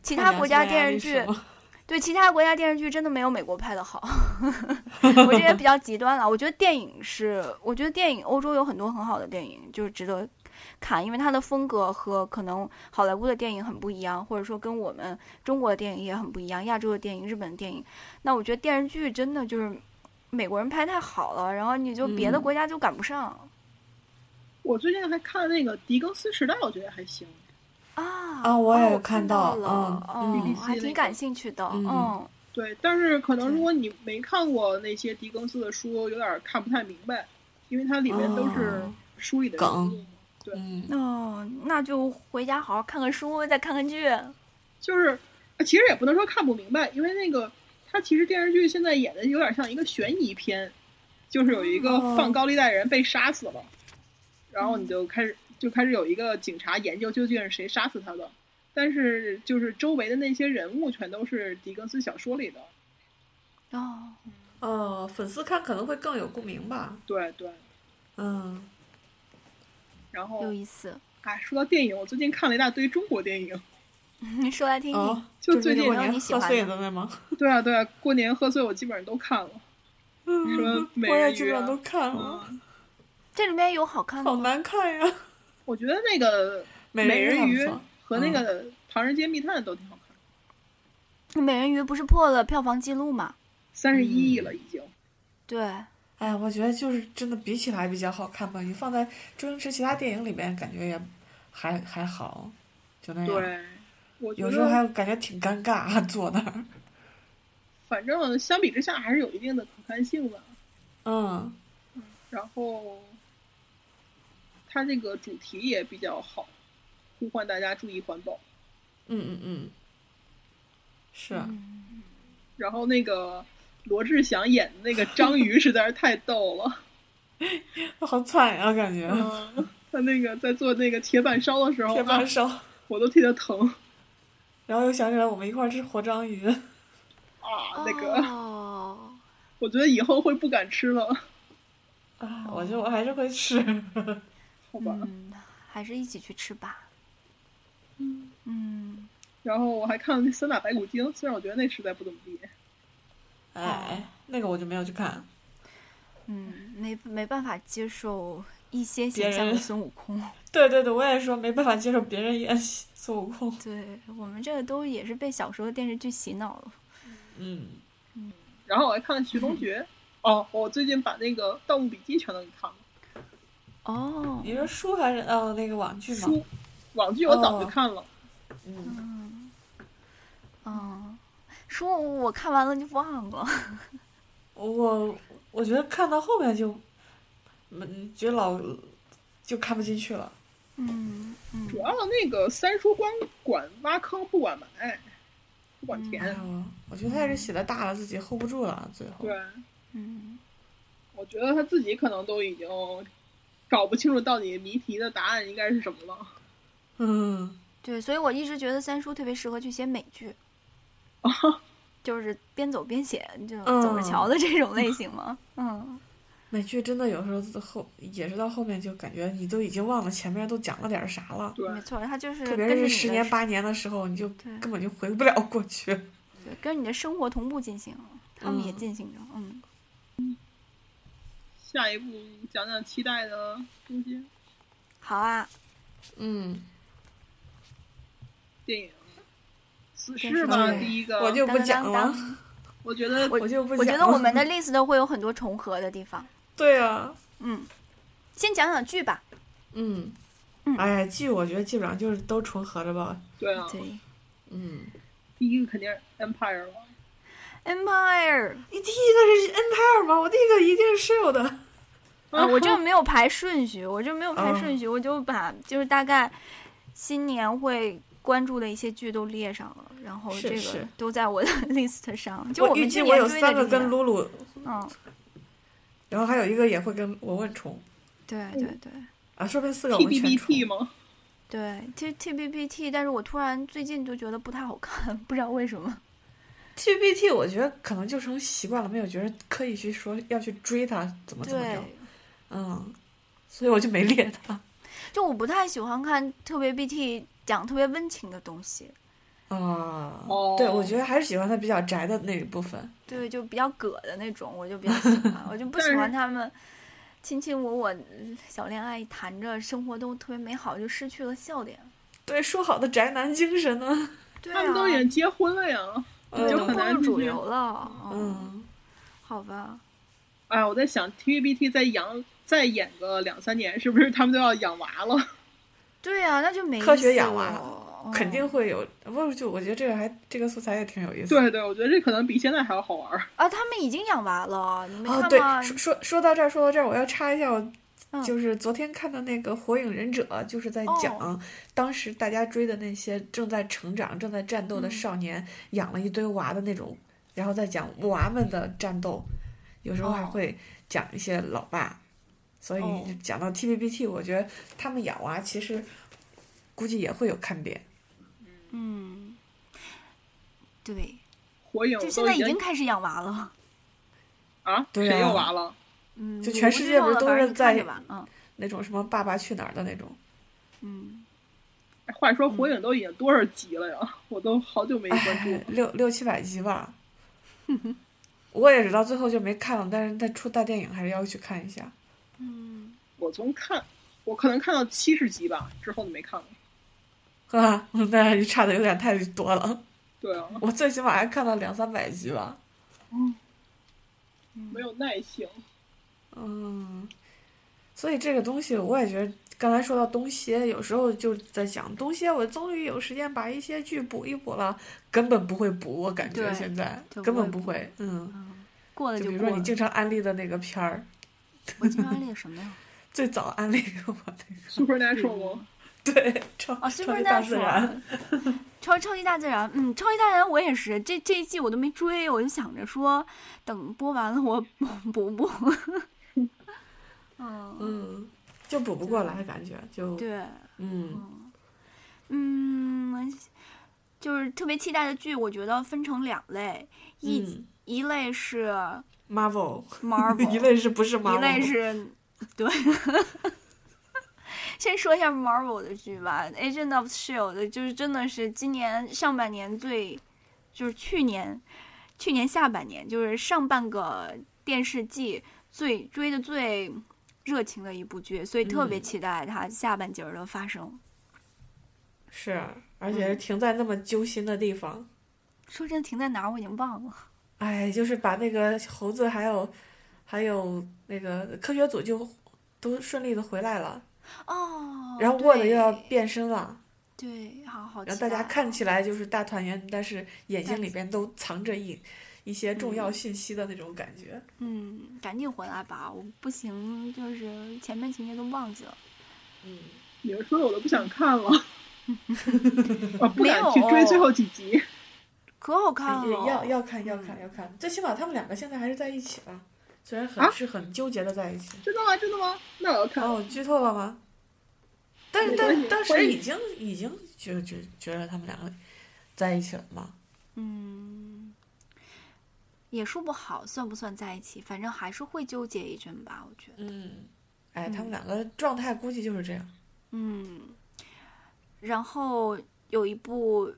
Speaker 1: 其他国家电视剧
Speaker 3: (laughs)
Speaker 1: 对其他国家电视剧真的没有美国拍的好， (laughs) 我这也比较极端了。我觉得电影是，我觉得电影欧洲有很多很好的电影，就是值得看，因为它的风格和可能好莱坞的电影很不一样，或者说跟我们中国的电影也很不一样，亚洲的电影、日本的电影。那我觉得电视剧真的就是美国人拍太好了，然后你就别的
Speaker 3: 嗯
Speaker 1: 国家就赶不上、
Speaker 2: 我最近还看那个《狄更斯时代》，我觉得还行。
Speaker 1: 啊。
Speaker 3: 啊我也
Speaker 1: 哦
Speaker 3: 有
Speaker 1: 看
Speaker 3: 看
Speaker 1: 到
Speaker 3: 到
Speaker 1: 了，
Speaker 3: 嗯
Speaker 1: 嗯，
Speaker 2: 嗯
Speaker 1: 我还
Speaker 2: BBC 那
Speaker 1: 挺
Speaker 2: 个
Speaker 1: 感兴趣的，
Speaker 3: 嗯
Speaker 1: 嗯
Speaker 2: 对，但是可能
Speaker 1: 对
Speaker 2: 如果你没看过那些狄更斯的书，有点看不太明白，因为它里面都是
Speaker 3: 哦
Speaker 2: 书里的人物
Speaker 3: 梗
Speaker 2: 嘛。对
Speaker 3: 嗯，
Speaker 1: 哦，那就回家好好看看书，再看看剧。
Speaker 2: 就是呃其实也不能说看不明白，因为那个它其实电视剧现在演的有点像一个悬疑片，就是有一个
Speaker 3: 哦嗯
Speaker 2: 放高利贷人被杀死了，然后你就开始就开始有一个警察研究究竟是谁杀死他的，但是就是周围的那些人物全都是狄更斯小说里的，
Speaker 1: 哦，
Speaker 3: 哦，粉丝看可能会更有共鸣吧。
Speaker 2: 对对，
Speaker 1: 哦
Speaker 3: 嗯，
Speaker 2: 然后
Speaker 1: 有意思， (laughs)
Speaker 2: 哎，说到电影，我最近看了一大堆中国电影，
Speaker 1: 你说来听听。
Speaker 3: 哦，
Speaker 2: 就
Speaker 3: 就是
Speaker 2: 最近
Speaker 3: 过
Speaker 1: 有
Speaker 3: 年
Speaker 1: 你喜
Speaker 3: 贺
Speaker 1: 欢
Speaker 3: 岁
Speaker 1: 的
Speaker 3: 的那 (laughs) 吗？
Speaker 2: 对啊对啊，过年贺岁我基本上都看了，什么美
Speaker 3: 我也
Speaker 2: 人
Speaker 3: 基
Speaker 2: 鱼
Speaker 3: 本
Speaker 2: 啊、
Speaker 3: 上都看了，
Speaker 2: 嗯
Speaker 1: 这里面有好看的
Speaker 3: 好
Speaker 1: 吗？
Speaker 3: 难看
Speaker 2: (laughs)
Speaker 3: 呀。
Speaker 2: 我觉得那个
Speaker 3: 美
Speaker 2: 美
Speaker 3: 人
Speaker 2: 人
Speaker 3: 鱼
Speaker 2: 鱼
Speaker 3: 还不错嗯
Speaker 2: 和那个《唐人街密探》都挺好看，
Speaker 1: 美人鱼不是破了票房记录嘛？
Speaker 2: 三十一亿了已经。
Speaker 1: 对，
Speaker 3: 哎，我觉得就是真的比起来比较好看吧。你放在周星驰其他电影里面，感觉也还还好，就那样。
Speaker 2: 对，我觉
Speaker 3: 嗯有时候还
Speaker 2: 得
Speaker 3: 感觉挺尴尬， (laughs) 坐那儿。
Speaker 2: 反正相比之下还是有一定的可看性吧。
Speaker 3: 嗯，
Speaker 2: 然后，它这个主题也比较好，呼唤大家注意环保。
Speaker 3: 嗯嗯嗯，是，
Speaker 1: 嗯
Speaker 2: 然后那个罗志祥演的那个章鱼实在是太逗
Speaker 3: (laughs)
Speaker 2: 了，
Speaker 3: 好惨呀、感觉。
Speaker 2: 嗯，他那个在做那个铁板烧的时候，
Speaker 3: 铁板烧，
Speaker 2: 啊我都替他疼
Speaker 3: 然后又想起来我们一块儿吃活章鱼。
Speaker 2: 啊！那个，
Speaker 1: 哦，
Speaker 2: 我觉得以后会不敢吃了，
Speaker 3: 啊，我觉得我还是会吃。
Speaker 2: 好吧。
Speaker 1: 嗯，还是一起去吃吧。嗯，
Speaker 2: 然后我还看了那《三打白骨精》，虽然我觉得那实在不怎么地。
Speaker 3: 哎，那个我就没有去看。
Speaker 1: 嗯，没没办法接受一些
Speaker 3: 别
Speaker 1: 形
Speaker 3: 人
Speaker 1: 象的孙悟空。 (laughs)
Speaker 3: 对对对，我也说没办法接受别人演孙悟空。
Speaker 1: 对我们这个都也是被小时候的电视剧洗脑了。
Speaker 3: 嗯，
Speaker 2: 然后我还看了《徐同学》哦，我最近把那个《盗墓笔记》全都给看了。
Speaker 1: 哦，
Speaker 3: 你说书还是呃那个网剧吗？哦
Speaker 2: 书、网剧我早就看了，
Speaker 3: 嗯，
Speaker 1: 嗯，嗯，书我看完了就忘了。 (laughs)
Speaker 3: 我我觉得看到后面就，嗯，觉得老就看不进去了。
Speaker 1: 嗯嗯
Speaker 2: 主要那个三叔光管挖坑不管埋，不管填
Speaker 3: 哎。呦，我觉得他也是写的大了，自己 hold 不住了，最后。
Speaker 2: 对，
Speaker 1: 嗯，
Speaker 2: 我觉得他自己可能都已经搞不清楚到底谜题的答案应该是什么了。
Speaker 3: 嗯，
Speaker 1: 对，所以我一直觉得三叔特别适合去写美剧，
Speaker 3: 哦
Speaker 1: 就是边走边写，就走着
Speaker 3: 嗯
Speaker 1: 瞧的这种类型嘛。嗯，
Speaker 3: (laughs) 美剧真的有时候后也是到后面就感觉你都已经忘了前面都讲了点啥了，
Speaker 2: 对，
Speaker 1: 没错，他就是
Speaker 3: 特
Speaker 1: 嗯跟
Speaker 3: 别
Speaker 1: 着你
Speaker 3: 是
Speaker 1: 的
Speaker 3: 十年八年的时候，你就
Speaker 1: 对 (laughs)
Speaker 3: 根本就回不了过去。
Speaker 1: 对跟你的生活同步进行。他们也
Speaker 3: 嗯
Speaker 1: 进行着，嗯，
Speaker 2: 下一步讲讲期待的东西，
Speaker 1: 好啊，
Speaker 3: 嗯，
Speaker 2: 电影。死
Speaker 1: 电视
Speaker 2: 侍吧，
Speaker 3: 剧
Speaker 2: 第一个，
Speaker 3: 我 (laughs) 就不讲
Speaker 1: 当
Speaker 3: 了
Speaker 1: 当，当
Speaker 2: 我觉得
Speaker 3: 我就不讲了。
Speaker 1: 我觉得我们的 list 都会有很多重合的地方，
Speaker 3: 对啊，
Speaker 1: 嗯，先讲讲剧吧，
Speaker 3: 嗯
Speaker 1: 嗯，
Speaker 3: 哎呀，剧我觉得基本上就是都重合着吧。
Speaker 2: 对啊，
Speaker 1: 对
Speaker 3: 嗯，
Speaker 2: 第一个肯定是 Empire 了，
Speaker 1: ，Empire，
Speaker 3: 你第一个是 Empire 吗？我第一个一定是 Shield 的。
Speaker 1: 啊，我
Speaker 3: 嗯
Speaker 1: 就没有排顺序，我就没有排
Speaker 3: 哦
Speaker 1: 顺序，我就把就是大概新年会关注的一些剧都列上了，然后
Speaker 3: 是
Speaker 1: 这个
Speaker 3: 是
Speaker 1: 都在我的 (laughs) list 上。就
Speaker 3: 预
Speaker 1: 们
Speaker 3: 计
Speaker 1: 今
Speaker 3: 我
Speaker 1: 年
Speaker 3: 有
Speaker 1: 追
Speaker 3: 三
Speaker 1: 的
Speaker 3: 个
Speaker 1: 这
Speaker 3: 跟
Speaker 1: 些，
Speaker 3: 露露，
Speaker 1: 嗯，
Speaker 3: 然后还有一个也会跟文文重
Speaker 1: 对对对
Speaker 3: 啊，说不定四个我
Speaker 2: T
Speaker 3: 们
Speaker 2: B
Speaker 3: 全
Speaker 2: B
Speaker 3: 重
Speaker 2: T。吗？
Speaker 1: 对，T T B B T，但是我突然最近就觉得不太好看，不知道为什么。
Speaker 3: T B T 我觉得可能就成习惯了，没有觉得刻意去说要去追它怎么怎么
Speaker 1: 对
Speaker 3: 着，，嗯，所以我就没列它。
Speaker 1: 就我不太喜欢看特别 B T 讲特别温情的东西，
Speaker 3: 啊，
Speaker 2: 哦
Speaker 3: 对，我觉得还是喜欢他比较宅的那一部分。
Speaker 1: 对，就比较葛的那种，我就比较喜欢，我就不喜
Speaker 2: 但
Speaker 1: 欢
Speaker 2: 是
Speaker 1: 他们亲亲我我嗯小恋爱谈着，生活都特别美好，就失去了笑点。
Speaker 3: 对，说好的宅男精神呢？
Speaker 1: 对
Speaker 2: 他
Speaker 1: 啊，
Speaker 2: 们都已经结婚了呀。
Speaker 1: 对
Speaker 2: 就
Speaker 1: 都
Speaker 2: 很
Speaker 1: 步
Speaker 2: 难
Speaker 1: 入
Speaker 2: 去
Speaker 1: 主
Speaker 2: 这
Speaker 1: 流了。嗯，
Speaker 3: 嗯，
Speaker 1: 好吧，
Speaker 2: 哎，我在想 T B B T 再养再演个两三年，是不是他们都要养娃了？
Speaker 1: 对啊，那就没
Speaker 3: 科
Speaker 1: 意
Speaker 3: 学
Speaker 1: 思
Speaker 3: 养娃
Speaker 1: 了
Speaker 3: 肯定
Speaker 1: 嗯
Speaker 3: 会有。不就我觉得这个还这个素材也挺有意思。
Speaker 2: 对对，我觉得这可能比现在还要好玩儿。
Speaker 1: 啊，他们已经养娃了，你没
Speaker 3: 哦，
Speaker 1: 看
Speaker 3: 对，
Speaker 1: 吗？
Speaker 3: 说说说到这儿，说到这儿，我要插一下，
Speaker 1: 嗯
Speaker 3: 我就是昨天看的那个《火影忍者》，就是在
Speaker 1: 哦
Speaker 3: 讲当时大家追的那些正在成长、正在战斗的
Speaker 1: 嗯
Speaker 3: 少年，养了一堆娃的那种，然后再讲娃们的战斗，有时候还
Speaker 1: 哦
Speaker 3: 会讲一些老爸。所以
Speaker 1: 哦
Speaker 3: 讲到 T B B T，我觉得他们养娃其实估计也会有看点。
Speaker 1: 嗯，对，
Speaker 2: 火影
Speaker 1: 就
Speaker 2: 都
Speaker 1: 现在已
Speaker 2: 经
Speaker 1: 经开始养娃了。
Speaker 2: 啊，
Speaker 3: 对
Speaker 2: 谁
Speaker 3: 啊
Speaker 2: 有娃了？
Speaker 1: 嗯，
Speaker 3: 就
Speaker 1: 我
Speaker 3: 全
Speaker 1: 不
Speaker 3: 世
Speaker 1: 知
Speaker 3: 界
Speaker 1: 道
Speaker 3: 不是
Speaker 1: 了
Speaker 3: 都
Speaker 1: 反正
Speaker 3: 是
Speaker 1: 你看
Speaker 3: 在
Speaker 1: 着吧？嗯
Speaker 3: 那种什么《爸爸去哪儿》的那种，
Speaker 1: 嗯，
Speaker 2: 哎话说火影都已经多少集了呀？我都好久没关注
Speaker 3: 哎。六六七百集吧。 (laughs) 我也是到最后就没看了，但是它出大电影还是要去看一下。
Speaker 1: 嗯，
Speaker 2: 我从看，我可能看到七十集吧，之后就没看了。
Speaker 3: (laughs) 啊，那差的有点太多了。
Speaker 2: 对啊，
Speaker 3: 我最起码还看到两三百集吧。
Speaker 2: 没有耐性。
Speaker 3: 嗯，所以这个东西我也觉得，刚才说到东歇，有时候就在想，东歇我终于有时间把一些剧补一补了，根本不会补，我感觉
Speaker 1: 对
Speaker 3: 现在
Speaker 1: 就不
Speaker 3: 根本
Speaker 1: 会
Speaker 3: 不
Speaker 1: 补
Speaker 3: 会。嗯，
Speaker 1: 过了
Speaker 3: 就
Speaker 1: 就
Speaker 3: 比如
Speaker 1: 过
Speaker 3: 说你
Speaker 1: 了。
Speaker 3: 经常安利的那个片儿，
Speaker 1: 我经常列什么呀？
Speaker 3: 最早安利给我那
Speaker 2: Supernatural 吗？
Speaker 3: 个，对，超
Speaker 1: 啊
Speaker 3: 超级大自然。
Speaker 1: ，Supernatural，超超级大自然，嗯，超级大自然我也是，这这一季我都没追，我就想着说，等播完了我补补。 (laughs) 嗯，
Speaker 3: 嗯，就补不过来，感觉就
Speaker 1: 对，
Speaker 3: 嗯
Speaker 1: 嗯，就是特别期待的剧，我觉得分成两类，一、
Speaker 3: 嗯
Speaker 1: 一类是
Speaker 3: Marvel，
Speaker 1: Marvel，
Speaker 3: (laughs) 一类是不是
Speaker 1: 一
Speaker 3: Marvel？
Speaker 1: 类是，对。 (laughs) 先说一下 Marvel 的剧吧，《Agent of Shield》就是真 E 的是今年上半年最，就是去年，去年下半年就是上半个电视季最追的最热情的一部剧，所以特别
Speaker 3: 嗯
Speaker 1: 期待它下半截儿的发生。
Speaker 3: 是，
Speaker 1: 嗯
Speaker 3: 而且是停在那么揪心的地方。
Speaker 1: 说真的，停在哪儿我已经忘了。
Speaker 3: 哎，就是把那个猴子还有还有那个科学组就都顺利的回来了，
Speaker 1: 哦，
Speaker 3: 然后 Word 又
Speaker 1: 对
Speaker 3: 要变身了，
Speaker 1: 对，好好期待哦，
Speaker 3: 然后大家看起来就是大团圆，但是眼睛里边都藏着一一些重要信息的那种感觉。
Speaker 1: 嗯，赶紧回来吧，我不行，就是前面情节都忘记了。
Speaker 3: 嗯，
Speaker 2: 你们说的我都不想
Speaker 1: (laughs)
Speaker 2: 看了，我不敢
Speaker 1: 没有
Speaker 2: 去追最后几集。
Speaker 1: 可好看
Speaker 3: 也
Speaker 1: 了，
Speaker 3: 哎要要看要看
Speaker 1: 嗯
Speaker 3: 要看，最起码他们两个现在还是在一起了，虽然很、
Speaker 2: 啊
Speaker 3: 是很纠结的在一起。
Speaker 2: 真的吗？真的吗？那我要看。
Speaker 3: 哦，剧透了吗？但是
Speaker 2: 没关
Speaker 3: 但
Speaker 2: 系
Speaker 3: 当
Speaker 2: 欢
Speaker 3: 时
Speaker 2: 迎
Speaker 3: 已经已经觉得觉觉得他们两个在一起了嘛？
Speaker 1: 嗯，也说不好算不算在一起，反正还是会纠结一阵吧，我觉得，
Speaker 3: 嗯，哎，他
Speaker 1: 嗯
Speaker 3: 们两个状态估计就是这样。
Speaker 1: 嗯，然后有一部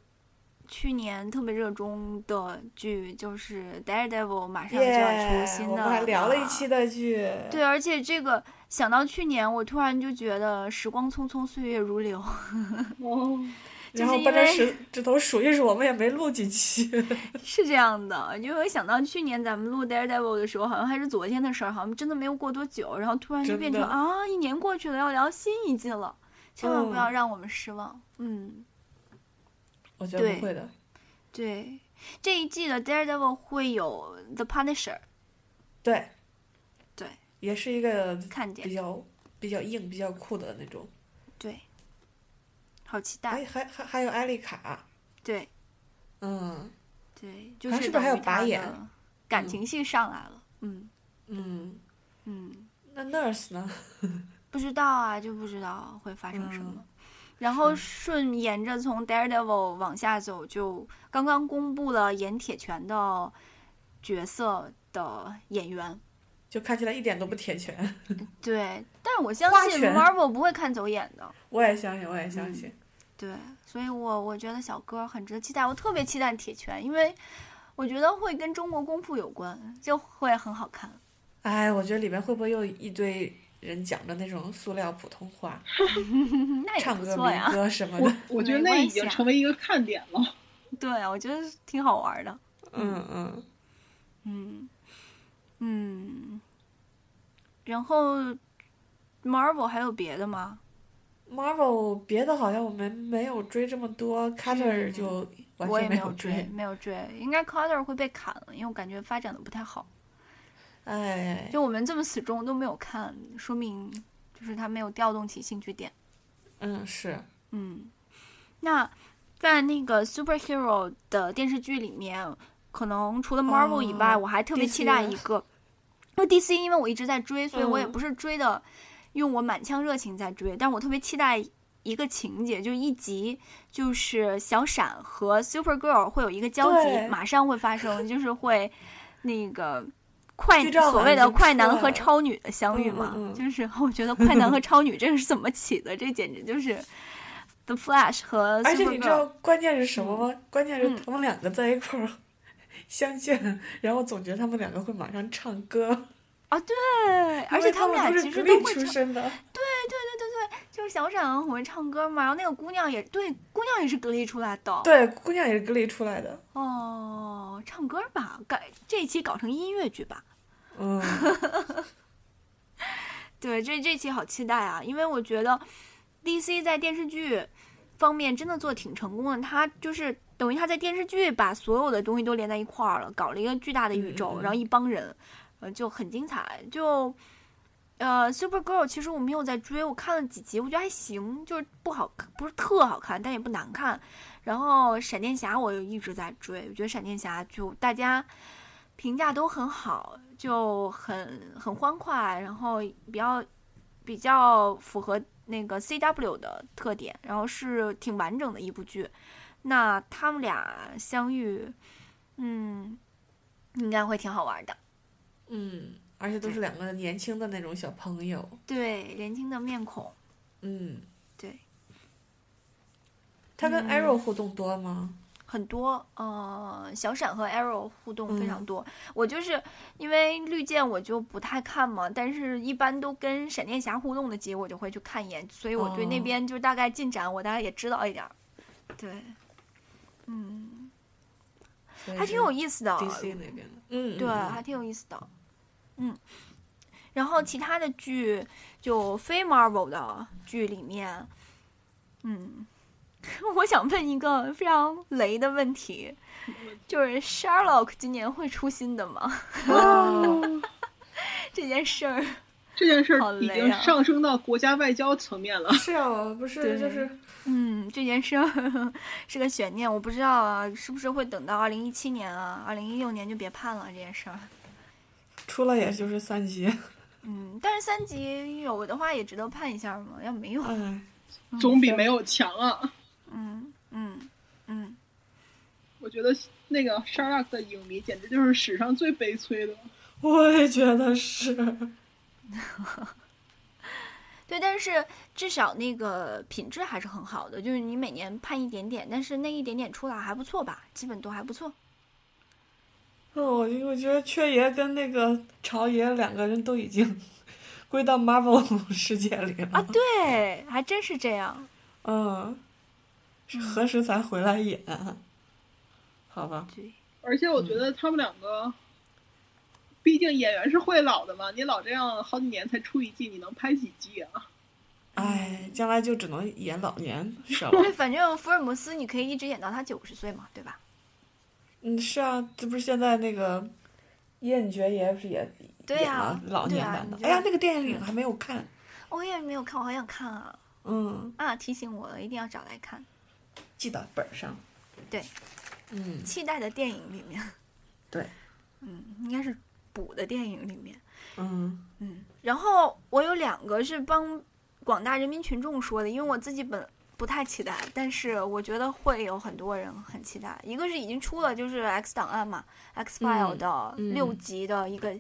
Speaker 1: 去年特别热衷的剧就是《Daredevil》，马
Speaker 2: 哎
Speaker 1: 上就要出
Speaker 3: 耶！
Speaker 1: 新
Speaker 3: 我
Speaker 1: 的
Speaker 3: 们还聊
Speaker 2: 啊
Speaker 3: 了一期的剧，
Speaker 1: 对，而且这个想到去年，我突然就觉得时光匆匆，岁月如流。
Speaker 2: 哦，
Speaker 1: 就是
Speaker 3: 然后
Speaker 1: 因
Speaker 3: 掰着
Speaker 1: 为
Speaker 3: 指指头数一数，我们也没录几期。
Speaker 1: 是这样的，因为我想到去年咱们录《Daredevil》的时候，好像还是昨天的事儿，好像真的没有过多久，然后突然就
Speaker 3: 真
Speaker 1: 变成
Speaker 3: 的
Speaker 1: 啊，一年过去了，要聊新一季了，千万不要让我们失望。嗯，
Speaker 3: 我觉得
Speaker 1: 对
Speaker 3: 不会的，
Speaker 1: 对，这一季的《Daredevil》会有 The Punisher
Speaker 3: 对，
Speaker 1: 对，
Speaker 3: 也是一个
Speaker 1: 看见
Speaker 3: 比，较比较硬、比较酷的那种。
Speaker 1: 对，好期待，
Speaker 3: 哎，还还还有艾丽卡，
Speaker 1: 对
Speaker 3: 嗯
Speaker 1: 对，就
Speaker 3: 好像哎是不是
Speaker 1: 等
Speaker 3: 还有
Speaker 1: 于
Speaker 3: 拔
Speaker 1: 他的
Speaker 3: 眼
Speaker 1: 感
Speaker 3: 嗯
Speaker 1: 情戏上来了，嗯
Speaker 3: 嗯，
Speaker 1: 嗯。
Speaker 3: 那 Nurse 呢？
Speaker 1: 不知道啊，就不知道会发生什么。
Speaker 3: 嗯
Speaker 1: 然后
Speaker 3: 是
Speaker 1: 顺沿着从 Daredevil 往下走，就刚刚公布了演铁拳的角色的演员。
Speaker 3: 就看起来一点都不铁拳。
Speaker 1: 对，但是我相
Speaker 3: 花
Speaker 1: 信
Speaker 3: 拳
Speaker 1: Marvel 不会看走眼的。
Speaker 3: 我也相信，我也相信。
Speaker 1: 对，所以我我觉得小哥很值得期待，我特别期待铁拳，因为我觉得会跟中国功夫有关，就会很好看。
Speaker 3: 哎，我觉得里面会不会又一堆人讲着那种塑料普通话，
Speaker 1: 那也
Speaker 3: 唱
Speaker 1: 不
Speaker 3: 歌、
Speaker 1: 错
Speaker 3: 民
Speaker 1: 呀，
Speaker 3: 歌什么 (laughs)
Speaker 2: 我
Speaker 3: 的？
Speaker 2: 我觉得
Speaker 1: 没
Speaker 2: 那
Speaker 1: 关
Speaker 2: 已经
Speaker 1: 系啊
Speaker 2: 成为一个看点了。
Speaker 1: (laughs) 对，我觉得挺好玩的。
Speaker 3: 嗯嗯，
Speaker 1: 嗯，嗯，然后 Marvel 还有别的吗？
Speaker 3: Marvel 别的好像我们没有追这么多，Carter 就完
Speaker 1: 我也
Speaker 3: 全
Speaker 1: 没
Speaker 3: 有
Speaker 1: 追，。没有追，应该 Carter 会被砍了，因为我感觉发展的不太好。
Speaker 3: 哎，
Speaker 1: 就我们这么死忠都没有看，说明就是他没有调动起兴趣点。
Speaker 3: 嗯是，
Speaker 1: 嗯，那在那个 superhero 的电视剧里面，可能除了 Marvel 以外，
Speaker 3: 哦
Speaker 1: 我还特别
Speaker 3: DC
Speaker 1: 期待一个，因为 DC 因为我一直在追，所以我也
Speaker 3: 嗯
Speaker 1: 不是追的，用我满腔热情在追，但我特别期待一个情节，就一集就是小闪和 Super Girl 会有一个交集，
Speaker 3: 对
Speaker 1: 马上会发生，就是会那个。快
Speaker 3: 剧照
Speaker 1: 所
Speaker 3: 好
Speaker 1: 谓
Speaker 3: 像已
Speaker 1: 的
Speaker 3: 经
Speaker 1: 快
Speaker 3: 出
Speaker 1: 男
Speaker 3: 来
Speaker 1: 和
Speaker 3: 了
Speaker 1: 超女的相遇
Speaker 3: 嗯
Speaker 1: 嘛，
Speaker 3: 嗯嗯
Speaker 1: 就是我觉得快男和超女这个是怎么起的？这简直就是 The Flash 和
Speaker 3: 而且你知道
Speaker 1: Supergirl，
Speaker 3: 关键是什么吗？关键
Speaker 1: 嗯
Speaker 3: 是他们两个在一块儿 (laughs) 相见，然后总觉得他们两个会马上唱歌，
Speaker 1: 对，而且
Speaker 3: 因为他
Speaker 1: 们俩
Speaker 3: 都
Speaker 1: 其
Speaker 3: 是
Speaker 1: 实
Speaker 3: Glee
Speaker 1: 都会
Speaker 3: 出
Speaker 1: 唱，哦
Speaker 3: 身的。
Speaker 1: 就是小闪很会唱歌嘛，然后那个姑娘也对，姑娘也是格力出来的，
Speaker 3: 对，姑娘也是 Glee 出来的。
Speaker 1: 哦，唱歌吧，改这一期搞成音乐剧吧，
Speaker 3: 嗯，
Speaker 1: (laughs) 对，这这期好期待啊！因为我觉得 DC 在电视剧方面真的做得挺成功的，它就是等于它在电视剧把所有的东西都连在一块儿了，搞了一个巨大的宇宙，
Speaker 3: 嗯嗯嗯
Speaker 1: 然后一帮人，呃，就很精彩。就呃，Super Girl 其实我没有在追，我看了几集，我觉得还行，就是不好看，不是特好看，但也不难看。然后闪电侠我一直在追，我觉得闪电侠就大家评价都很好，就很很欢快，然后比较比较符合那个 CW 的特点，然后是挺完整的一部剧。那他们俩相遇，嗯，应该会挺好玩的。
Speaker 3: 嗯，而且都是两个年轻的那种小朋友。
Speaker 1: 对，年轻的面孔，
Speaker 3: 嗯，
Speaker 1: 对，
Speaker 3: 他跟
Speaker 1: 嗯
Speaker 3: Arrow 互动多吗？
Speaker 1: 很多，呃，小闪和 Arrow 互动非常多。我就是因为绿箭我就不太看嘛，但是一般都跟闪电侠互动的集我就会去看一眼，所以我对那
Speaker 3: 哦
Speaker 1: 边就大概进展我大概也知道一点儿。对，嗯，
Speaker 3: 所以
Speaker 1: 还挺
Speaker 3: 是
Speaker 1: 有意思的。
Speaker 3: DC 那边的。嗯，
Speaker 1: 对，啊
Speaker 3: 嗯
Speaker 1: 还挺有意思的。嗯，然后其他的剧就非 Marvel 的剧里面，嗯， (laughs) 我想问一个非常雷的问题，就是 Sherlock 今年会出新的吗？ (laughs)
Speaker 2: 哦，
Speaker 1: 这件事儿，
Speaker 2: 这件事
Speaker 1: 好
Speaker 2: 儿
Speaker 1: 雷
Speaker 2: 已
Speaker 1: 啊嗯
Speaker 2: 经上升到国家外交层面了。
Speaker 3: 是啊，不
Speaker 1: 对
Speaker 3: 是就是
Speaker 1: 嗯，这件事儿 (laughs) 是个悬念，我不知道啊，是不是会等到二零一七年啊，二零一六年就别盼了这件事儿。
Speaker 3: 出了也就是三集。
Speaker 1: 嗯，但是三集有的话也值得盼一下嘛，要没有
Speaker 3: (laughs) 哎，
Speaker 2: 总比没有强啊！
Speaker 1: 嗯嗯嗯，
Speaker 2: 我觉得那个 Sherlock 的影迷简直就是史上最悲催的。
Speaker 3: 我也觉得是。
Speaker 1: 对，但是至少那个品质还是很好的，就是你每年判一点点，但是那一点点出来还不错吧，基本都还不错。
Speaker 3: 嗯，我我觉得缺爷跟那个朝爷两个人都已经 (laughs) 归到 Marvel 世界里了。
Speaker 1: 啊，对，还真是这样。
Speaker 3: 嗯，是何时才回来演啊？好吧，
Speaker 1: 对，
Speaker 2: 而且我
Speaker 1: 嗯
Speaker 2: 觉得他们两个，毕竟演员是会老的嘛，你老这样好几年才出一季，你能拍几季啊？
Speaker 3: 哎，将来就只能演老年少。
Speaker 1: 对，反正福尔摩斯你可以一直演到他九十岁嘛，对吧？
Speaker 3: 嗯，是啊，这不是现在那个燕爵爷不是也
Speaker 1: 对
Speaker 3: 演
Speaker 1: 呀
Speaker 3: 了老
Speaker 1: 对
Speaker 3: 年
Speaker 1: 呀
Speaker 3: 版的？
Speaker 1: 你就
Speaker 3: 哎呀，那个电影还没有看。
Speaker 1: 哦我也没有看，我好想看啊！
Speaker 3: 嗯，
Speaker 1: 啊，提醒我了，一定要找来看。
Speaker 3: 记到本儿上。
Speaker 1: 对，
Speaker 3: 嗯，
Speaker 1: 期待的电影里面，
Speaker 3: 对，
Speaker 1: 嗯，应该是补的电影里面。
Speaker 3: 嗯
Speaker 1: 嗯，然后我有两个是帮广大人民群众说的，因为我自己本不太期待，但是我觉得会有很多人很期待。一个是已经出了，就是《X 档案》嘛，《X File》
Speaker 3: 嗯
Speaker 1: 的
Speaker 3: 嗯
Speaker 1: 六集的一个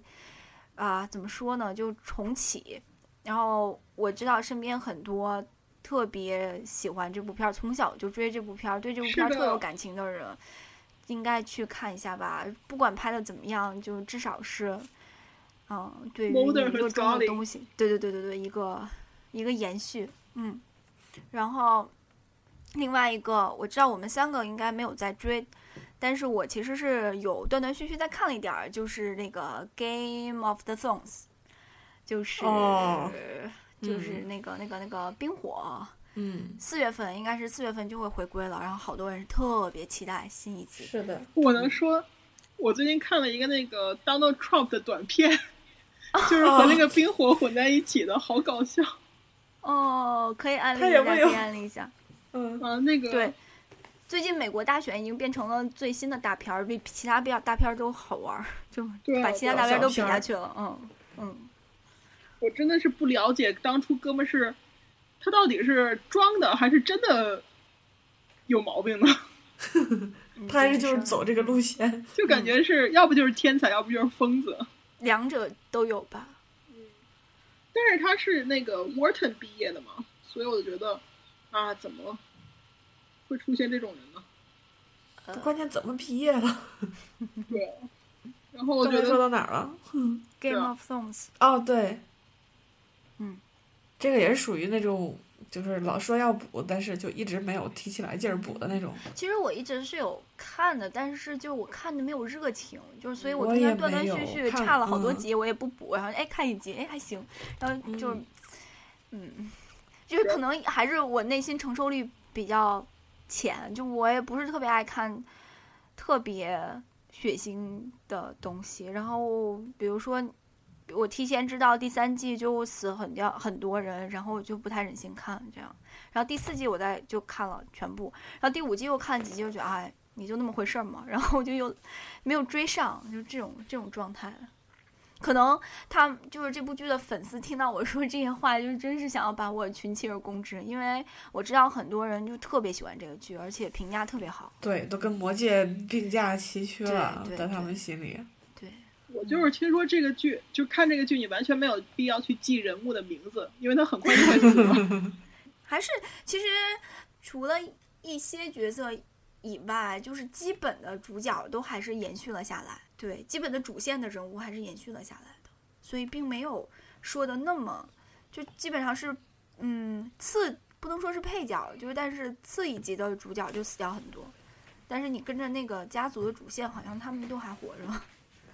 Speaker 1: 啊、怎么说呢，就重启。然后我知道身边很多特别喜欢这部片儿，从小就追这部片儿，对这部
Speaker 2: 是
Speaker 1: 片儿
Speaker 2: 的
Speaker 1: 特有感情的人，应该去看一下吧。不管拍的怎么样，就至少是，嗯，对于
Speaker 2: Mulder
Speaker 1: 一个中国
Speaker 2: 和 Scully
Speaker 1: 东西，对对对对对，一个一个延续，嗯。然后另外一个，我知道我们三个应该没有在追，但是我其实是有断断续续在看了一点儿，就是那个《Game of the Thrones》，就是、
Speaker 3: 哦
Speaker 1: 就是那个、那个那个冰火，
Speaker 3: 嗯，
Speaker 1: 四月份应该是四月份就会回归了，然后好多人特别期待新一季。
Speaker 3: 是的，
Speaker 2: 我能说，我最近看了一个那个 Donald Trump 的短
Speaker 3: (laughs)
Speaker 2: 片，就是和
Speaker 3: 哦
Speaker 2: 那个冰火混在一起的，好搞笑
Speaker 1: 哦，可以安利
Speaker 3: 他
Speaker 1: 一
Speaker 3: 也
Speaker 1: 下，
Speaker 3: 不
Speaker 1: 可
Speaker 3: 有
Speaker 1: 以安利一下。
Speaker 3: 嗯
Speaker 2: 啊！那个
Speaker 1: 对，最近美国大选已经变成了最新的大片儿，比其他比较大片儿都好玩儿，就
Speaker 2: 对啊
Speaker 1: 把其他
Speaker 2: 对啊
Speaker 1: 大片儿都比
Speaker 3: 小片
Speaker 1: 下
Speaker 3: 儿
Speaker 1: 去了。嗯嗯，
Speaker 2: 我真的是不了解当初哥们是，他到底是装的还是真的有毛病呢？ (laughs)
Speaker 1: 嗯
Speaker 3: 他还是
Speaker 1: 真
Speaker 3: 就是走这个路线。 (laughs)
Speaker 2: 就感觉是、要不就是天才，要不就是疯子。
Speaker 1: 两者都有吧。
Speaker 2: 但是他是那个 Wharton 毕业的嘛，所以我就觉得啊，怎么会出现这种人呢？
Speaker 3: 关键怎么毕业了？
Speaker 2: 对。然后我
Speaker 3: 刚
Speaker 2: 觉
Speaker 3: 才说
Speaker 2: 得
Speaker 3: 到哪儿了？
Speaker 2: 是
Speaker 1: Game
Speaker 2: 啊
Speaker 1: of Thrones，
Speaker 3: 哦，对，
Speaker 1: 嗯，
Speaker 3: 这个也是属于那种，就是老说要补，但是就一直没有提起来劲儿补的那种。
Speaker 1: 其实我一直是有看的，但是就我看的没有热情，就是所以我
Speaker 3: 我
Speaker 1: 中间
Speaker 3: 也
Speaker 1: 断断
Speaker 3: 没
Speaker 1: 续
Speaker 3: 有
Speaker 1: 续
Speaker 3: 看
Speaker 1: 差了好多
Speaker 3: 嗯
Speaker 1: 集，我也不补，然后哎看一集，哎还行，然后就
Speaker 3: 嗯
Speaker 1: 嗯就是可能还是我内心承受力比较浅，就我也不是特别爱看特别血腥的东西，然后比如说。我提前知道第三季就死很掉很多人，然后我就不太忍心看这样。然后第四季我再就看了全部，然后第五季又看了几集，我觉得哎，你就那么回事儿嘛。然后我就又没有追上，就这种这种状态。可能他们就是这部剧的粉丝听到我说这些话，就真是想要把我群起而攻之，因为我知道很多人就特别喜欢这个剧，而且评价特别好。
Speaker 3: 对，都跟魔戒并驾齐驱了
Speaker 1: 对，对
Speaker 3: 在他
Speaker 1: 对
Speaker 3: 们心里。
Speaker 1: 对，
Speaker 2: 我就是听说这个剧，就看这个剧，你完全没有必要去记人物的名字，因为他很快就会死了。
Speaker 1: 还是其实除了一些角色以外，就是基本的主角都还是延续了下来，对，基本的主线的人物还是延续了下来的，所以并没有说的那么，就基本上是，嗯，次不能说是配角，就是但是次一级的主角就死掉很多，但是你跟着那个家族的主线，好像他们都还活着。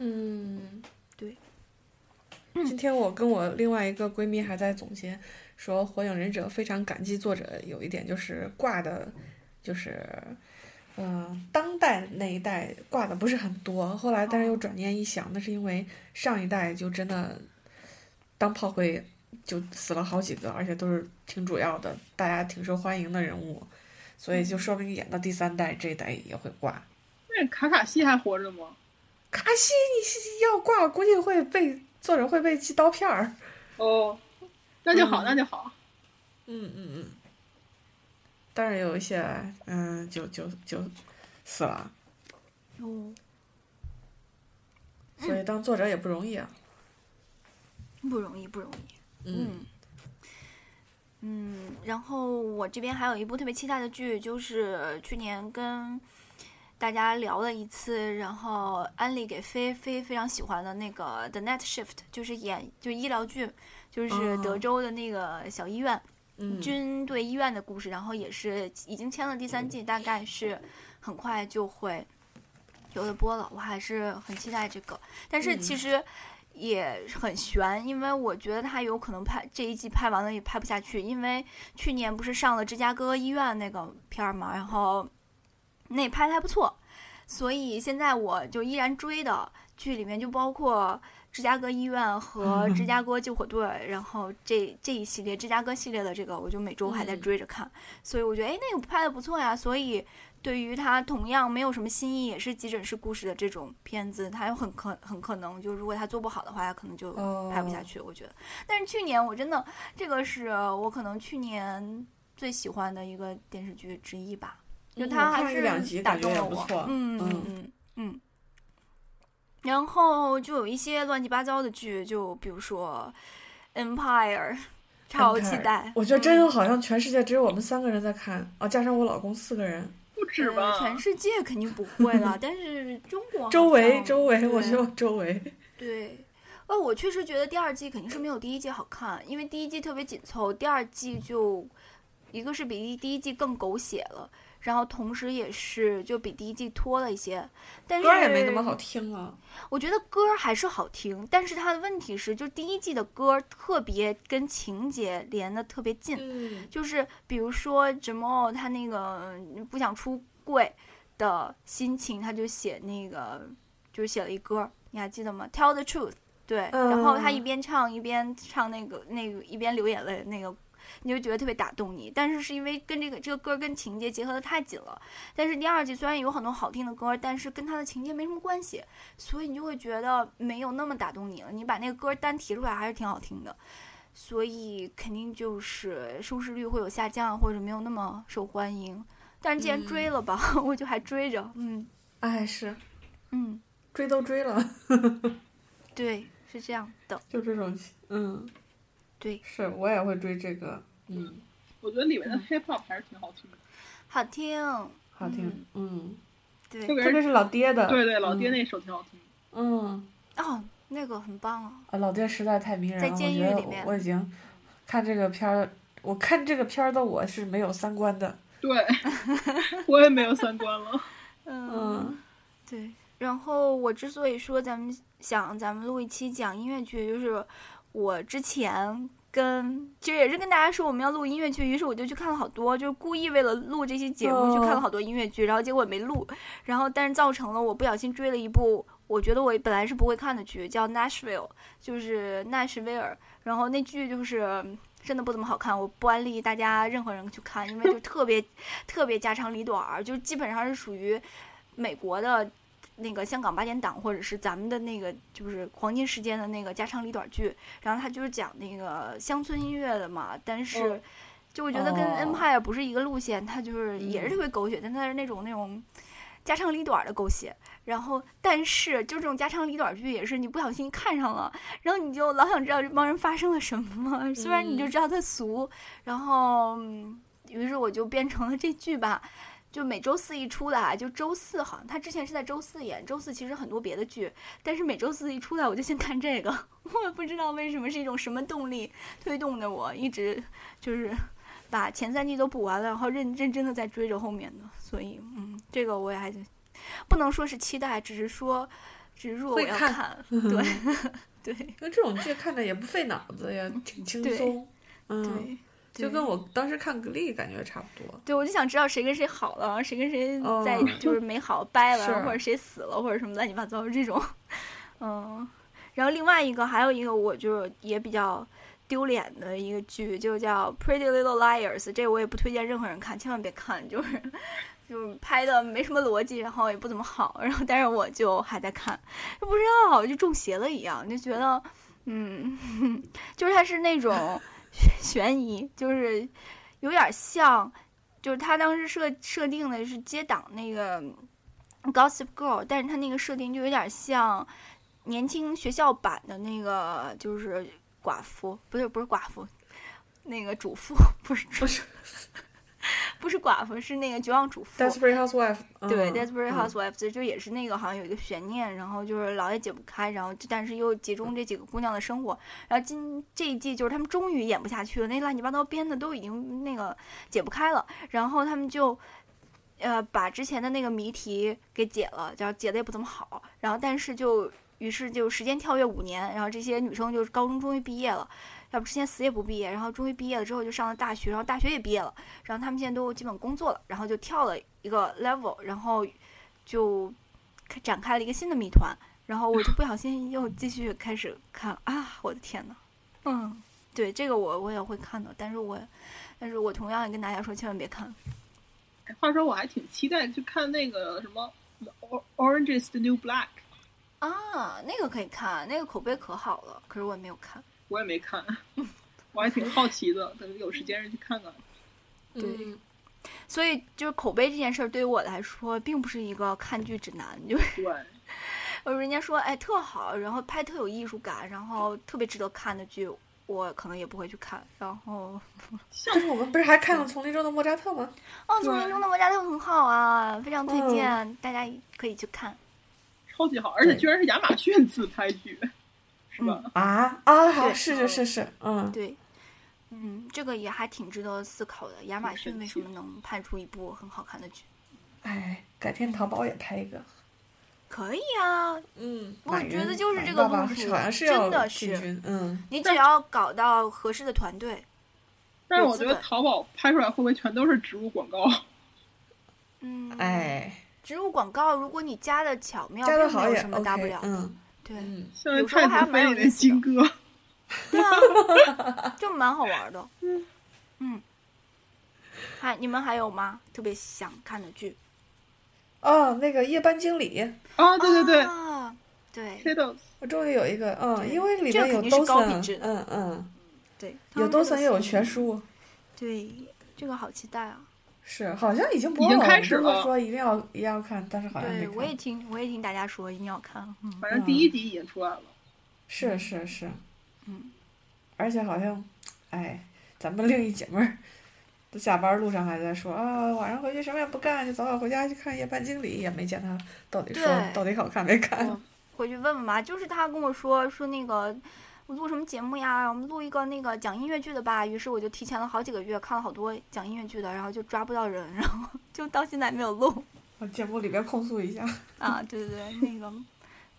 Speaker 3: 嗯，
Speaker 1: 对。
Speaker 3: 今天我跟我另外一个闺蜜还在总结，说《火影忍者》非常感激作者，有一点就是挂的，就是，嗯、当代那一代挂的不是很多。后来，但是又转念一想，那是因为上一代就真的当炮灰就死了好几个，而且都是挺主要的，大家挺受欢迎的人物，所以就说明演到第三代这一代也会挂。
Speaker 2: 那卡卡西还活着吗？
Speaker 3: 卡西，你是要挂，估计会被作者会被寄刀片儿。
Speaker 2: 哦，那就好，
Speaker 3: 嗯
Speaker 2: 那就好。
Speaker 3: 嗯嗯嗯。但是有一些，嗯，就就就死了，
Speaker 1: 哦，
Speaker 3: 所以当作者也不容易啊。
Speaker 1: 不容易，不容易。
Speaker 3: 嗯，
Speaker 1: 嗯，嗯，然后我这边还有一部特别期待的剧，就是去年跟大家聊了一次，然后安利给菲菲非常喜欢的那个《The Night Shift》，就是演就医疗剧，就是
Speaker 3: 哦
Speaker 1: 德州的那个小医院。
Speaker 3: 嗯，
Speaker 1: 军队医院的故事，然后也是已经签了第三
Speaker 3: 嗯
Speaker 1: 季，大概是很快就会有的播了。我还是很期待这个，但是
Speaker 3: 嗯
Speaker 1: 其实也很悬，因为我觉得它有可能拍这一季拍完了也拍不下去，因为去年不是上了芝加哥医院那个片儿嘛，然后那拍的还不错，所以现在我就依然追的剧里面就包括芝加哥医院
Speaker 3: (laughs)
Speaker 1: 和芝加哥救火队，然后这这一系列芝加哥系列的这个，我就每周还在
Speaker 3: 嗯
Speaker 1: 追着看，所以我觉得哎那个拍的不错呀，所以对于它同样没有什么新意，也是急诊室故事的这种片子，它有很可很可能就如果它做不好的话，它可能就
Speaker 3: 哦
Speaker 1: 拍不下。去，我觉得。但是去年我真的，这个是我可能去年最喜欢的一个电视剧之一吧，就
Speaker 3: 嗯
Speaker 1: 它
Speaker 3: 我
Speaker 1: 还
Speaker 3: 看了
Speaker 1: 是
Speaker 3: 两集
Speaker 1: 打
Speaker 3: 感觉
Speaker 1: 动
Speaker 3: 也
Speaker 1: 了
Speaker 3: 不
Speaker 1: 我
Speaker 3: 错。
Speaker 1: 嗯嗯
Speaker 3: 嗯
Speaker 1: 嗯嗯。然后就有一些乱七八糟的剧，就比如说《Empire》，超期
Speaker 3: Empire
Speaker 1: 待。
Speaker 3: 我觉得真
Speaker 1: 嗯
Speaker 3: 有好像全世界只有我们三个人在看啊，加上我老公四个人，
Speaker 2: 不止
Speaker 1: 呃
Speaker 2: 吧？
Speaker 1: 全世界肯定不会了，但是中国哦好
Speaker 3: 周围
Speaker 1: 像
Speaker 3: 周围，我
Speaker 1: 对
Speaker 3: 就周围。
Speaker 1: 对，呃，我确实觉得第二季肯定是没有第一季好看，因为第一季特别紧凑，第二季就一个是比第一季更狗血了，然后同时也是就比第一季拖了一些，但是
Speaker 3: 歌儿也没那么好听啊。
Speaker 1: 我觉得歌儿还是好听，但是它的问题是，就第一季的歌儿特别跟情节连的特别近，
Speaker 3: 嗯，
Speaker 1: 就是比如说 Jamal 他那个嗯不想出柜的心情，他就写那个就是写了一歌儿，你还记得吗？Tell the truth。对，
Speaker 3: 嗯
Speaker 1: 然后他一边唱一边唱那个那个一边流眼泪那个。你就觉得特别打动你，但是是因为跟这个这个歌儿跟情节结合的太紧了。但是第二季虽然有很多好听的歌儿，但是跟它的情节没什么关系，所以你就会觉得没有那么打动你了。你把那个歌儿单提出来还是挺好听的，所以肯定就是收视率会有下降，或者没有那么受欢迎。但是既然
Speaker 3: 嗯
Speaker 1: 追了吧， (laughs) 我就还追着，嗯
Speaker 3: 哎，是
Speaker 1: 嗯，
Speaker 3: 追都追了， (laughs)
Speaker 1: 对，是这样的，
Speaker 3: 就这种，嗯，
Speaker 1: 对，
Speaker 3: 是我也会追这个，嗯，
Speaker 2: 我觉得里面的 hip hop 还是挺好听的，
Speaker 1: 好听，
Speaker 3: 好听，嗯，
Speaker 1: 对
Speaker 2: 特，别
Speaker 3: 特别
Speaker 2: 是
Speaker 3: 是老爹的，
Speaker 2: 对对，老爹那首挺好听的。
Speaker 3: 嗯，
Speaker 1: 哦，那个很棒啊，
Speaker 3: 啊，老爹实在太迷人
Speaker 1: 在
Speaker 3: 了，
Speaker 1: 监狱
Speaker 3: 我
Speaker 1: 里
Speaker 3: 觉
Speaker 1: 面
Speaker 3: 得我已经看这个片儿，我看这个片儿的我是没有三观的，
Speaker 2: 对，我也没有三观了。
Speaker 3: 嗯，
Speaker 1: 对，然后我之所以说咱们想咱们录一期讲音乐剧，就是我之前跟其实也是跟大家说我们要录音乐剧，于是我就去看了好多，就是故意为了录这期节目去看了
Speaker 3: 哦
Speaker 1: 好多音乐剧，然后结果没录，然后但是造成了我不小心追了一部我觉得我本来是不会看的剧，叫《Nashville》，就是纳什维尔，然后那剧就是。真的不怎么好看，我不安利大家任何人去看，因为就特
Speaker 3: (laughs)
Speaker 1: 别特别家长里短儿，就基本上是属于美国的那个香港八点档，或者是咱们的那个就是黄金时间的那个家长里短剧。然后它就是讲那个乡村音乐的嘛，但是
Speaker 2: 嗯
Speaker 1: 就我觉得跟
Speaker 3: 哦
Speaker 1: Empire 不是一个路线，它就是也是
Speaker 3: 嗯
Speaker 1: 特别狗血，但它是那种那种家长里短儿的狗血。然后，但是就这种家长里短剧也是，你不小心看上了，然后你就老想知道这帮人发生了什么。虽然你就知道它俗，然后，嗯于是我就变成了这剧吧，就每周四一出来，就周四好像他之前是在周四演，周四其实很多别的剧，但是每周四一出来我就先看这个，我 (laughs) 也不知道为什么是一种什么动力推动的我一直就是把前三季都补完了，然后认认真的在追着后面的，所以嗯，这个我也还不能说是期待，只是说只是说我
Speaker 3: 会
Speaker 1: 要
Speaker 3: 看 (laughs)
Speaker 1: 看对对
Speaker 3: 因为这种剧看着也不费脑子，也挺轻
Speaker 1: 对
Speaker 3: 松，嗯，
Speaker 1: 对，
Speaker 3: 就
Speaker 1: 对
Speaker 3: 跟我当时看《格力》感觉差不多，
Speaker 1: 对，我就想知道谁跟谁好了，谁跟谁在
Speaker 3: 哦
Speaker 1: 就是没好掰了，
Speaker 3: 是
Speaker 1: 或者谁死了，或者什么乱七八糟这种。嗯，然后另外一个还有一个，我就也比较丢脸的一个剧，就叫《Pretty Little Liars》，这我也不推荐任何人看，千万别看，就是就是拍的没什么逻辑，然后也不怎么好，然后但是我就还在看，就不知道就中邪了一样，就觉得嗯， (laughs) 就是它是那种悬疑，就是有点像，就是它当时设设定的是接档那个嗯 Gossip Girl，但是它那个设定就有点像年轻学校版的那个，就是寡妇，不是不是寡妇。那个主妇， (laughs) 不是主妇，不是寡妇，是那个绝望主妇。
Speaker 3: Desperate Housewife，嗯
Speaker 1: 对，Desperate
Speaker 3: 嗯
Speaker 1: Housewives 就也是那个好像有一个悬念，然后就是老也解不开，然后就但是又集中这几个姑娘的生活，然后今这一季就是他们终于演不下去了，那乱七八糟编的都已经那个解不开了，然后他们就。呃，把之前的那个谜题给解了，然后解的也不怎么好，然后但是就于是就时间跳跃五年，然后这些女生就是高中终于毕业了，要不之前死也不毕业，然后终于毕业了之后就上了大学，然后大学也毕业了，然后他们现在都基本工作了，然后就跳了一个 level，然后就开展开了一个新的谜团，然后我就不小心又继续开始看了啊，我的天呐，嗯，对这个我我也会看的，但是我但是我同样也跟大家说千万别看，
Speaker 2: 哎话说我还挺期待去看那个什么《Orange is the New Black》，
Speaker 1: 啊，那个可以看，那个口碑可好了，可是我也没有看。
Speaker 2: 我也没看，我还挺好奇的，等有时间去看看。
Speaker 1: 对
Speaker 3: 嗯
Speaker 1: 所以就是口碑这件事儿，对于我来说，并不是一个看剧指南。就是
Speaker 2: 对，
Speaker 1: 呃人家说哎特好，然后拍特有艺术感，然后特别值得看的剧，我可能也不会去看。然后，
Speaker 3: 就是我们不是还看了《丛林中的莫扎特》吗？
Speaker 1: 哦，《
Speaker 2: 对
Speaker 1: 丛林中的莫扎特》很好啊，非常推荐，大家可以去看。
Speaker 2: 超级好，而且
Speaker 3: 对
Speaker 2: 居然是亚马逊自拍剧，是吧？
Speaker 1: 嗯
Speaker 3: 啊啊，好
Speaker 1: 对
Speaker 3: 是是是是，嗯，
Speaker 1: 对，嗯，这个也还挺值得思考的。亚马逊
Speaker 2: 神
Speaker 1: 为
Speaker 2: 奇
Speaker 1: 什么能拍出一部很好看的剧？
Speaker 3: 哎，改天淘宝也拍一个。
Speaker 1: 可以啊，
Speaker 3: 嗯，
Speaker 1: 我
Speaker 3: 马云
Speaker 1: 觉得就是
Speaker 3: 马
Speaker 1: 这
Speaker 3: 云
Speaker 1: 个
Speaker 3: 爸爸
Speaker 1: 路数
Speaker 3: 好像是
Speaker 1: 真
Speaker 3: 要
Speaker 1: 的
Speaker 3: 进
Speaker 1: 是
Speaker 3: 军，嗯，
Speaker 1: 你只要搞到合适的团队，
Speaker 2: 但是
Speaker 1: 有
Speaker 2: 我
Speaker 1: 资
Speaker 2: 觉得
Speaker 1: 本
Speaker 2: 淘宝拍出来会不会全都是植入广告？
Speaker 1: 嗯，，
Speaker 3: 哎，
Speaker 1: 植入广告，如果你加的巧妙，
Speaker 3: 加的
Speaker 1: 并没
Speaker 3: 好
Speaker 1: 有
Speaker 3: 也
Speaker 1: 什么大不
Speaker 3: OK，
Speaker 1: 了的。
Speaker 3: 嗯
Speaker 1: 对，
Speaker 3: 嗯，
Speaker 2: 像
Speaker 1: 有时候
Speaker 2: 蔡
Speaker 1: 还
Speaker 2: 徐
Speaker 1: 蛮
Speaker 2: 飞
Speaker 1: 有
Speaker 2: 里
Speaker 1: 意
Speaker 2: 面
Speaker 1: 思的
Speaker 2: 金哥，
Speaker 1: 对啊， (laughs) 就蛮好玩的。嗯嗯，还你们还有吗？特别想看的剧？
Speaker 3: 哦，那个夜班经理，
Speaker 2: 啊，对对对
Speaker 1: 啊、对
Speaker 2: k i d o
Speaker 3: 我终于有一个，嗯，
Speaker 1: 对
Speaker 3: 因为里
Speaker 1: 这个
Speaker 3: 面有
Speaker 1: 肯定是
Speaker 3: 兜
Speaker 1: 高
Speaker 3: 森
Speaker 1: 品质，的
Speaker 3: 嗯嗯，
Speaker 1: 对，
Speaker 3: 有
Speaker 1: 多
Speaker 3: 兜森也有全。书，
Speaker 1: 对，这个好期待啊！
Speaker 3: 是好像已经
Speaker 2: 已
Speaker 3: 播
Speaker 2: 经
Speaker 3: 了，
Speaker 2: 开始
Speaker 3: 我们
Speaker 2: 了
Speaker 3: 都说一定要一定要看，但是好像没
Speaker 1: 对，我也
Speaker 3: 看，
Speaker 1: 听，我也听大家说一定要看。嗯，
Speaker 2: 反正第一集已经出来了。
Speaker 3: 是是是，
Speaker 1: 嗯，
Speaker 3: 而且好像，哎，咱们另一姐妹儿。都下班路上还在说啊，晚上回去什么也不干，就早点回家去看《夜班经理》，也没见她到底说
Speaker 1: 对嗯
Speaker 3: 到底好看没看。
Speaker 1: 我回去问问吧。就是他跟我说说那个。我录什么节目呀？我们录一个那个讲音乐剧的吧。于是我就提前了好几个月看了好多讲音乐剧的，然后就抓不到人，然后就到现在没有录。
Speaker 3: 我节目里边控诉一下，
Speaker 1: 啊，对对对，那个，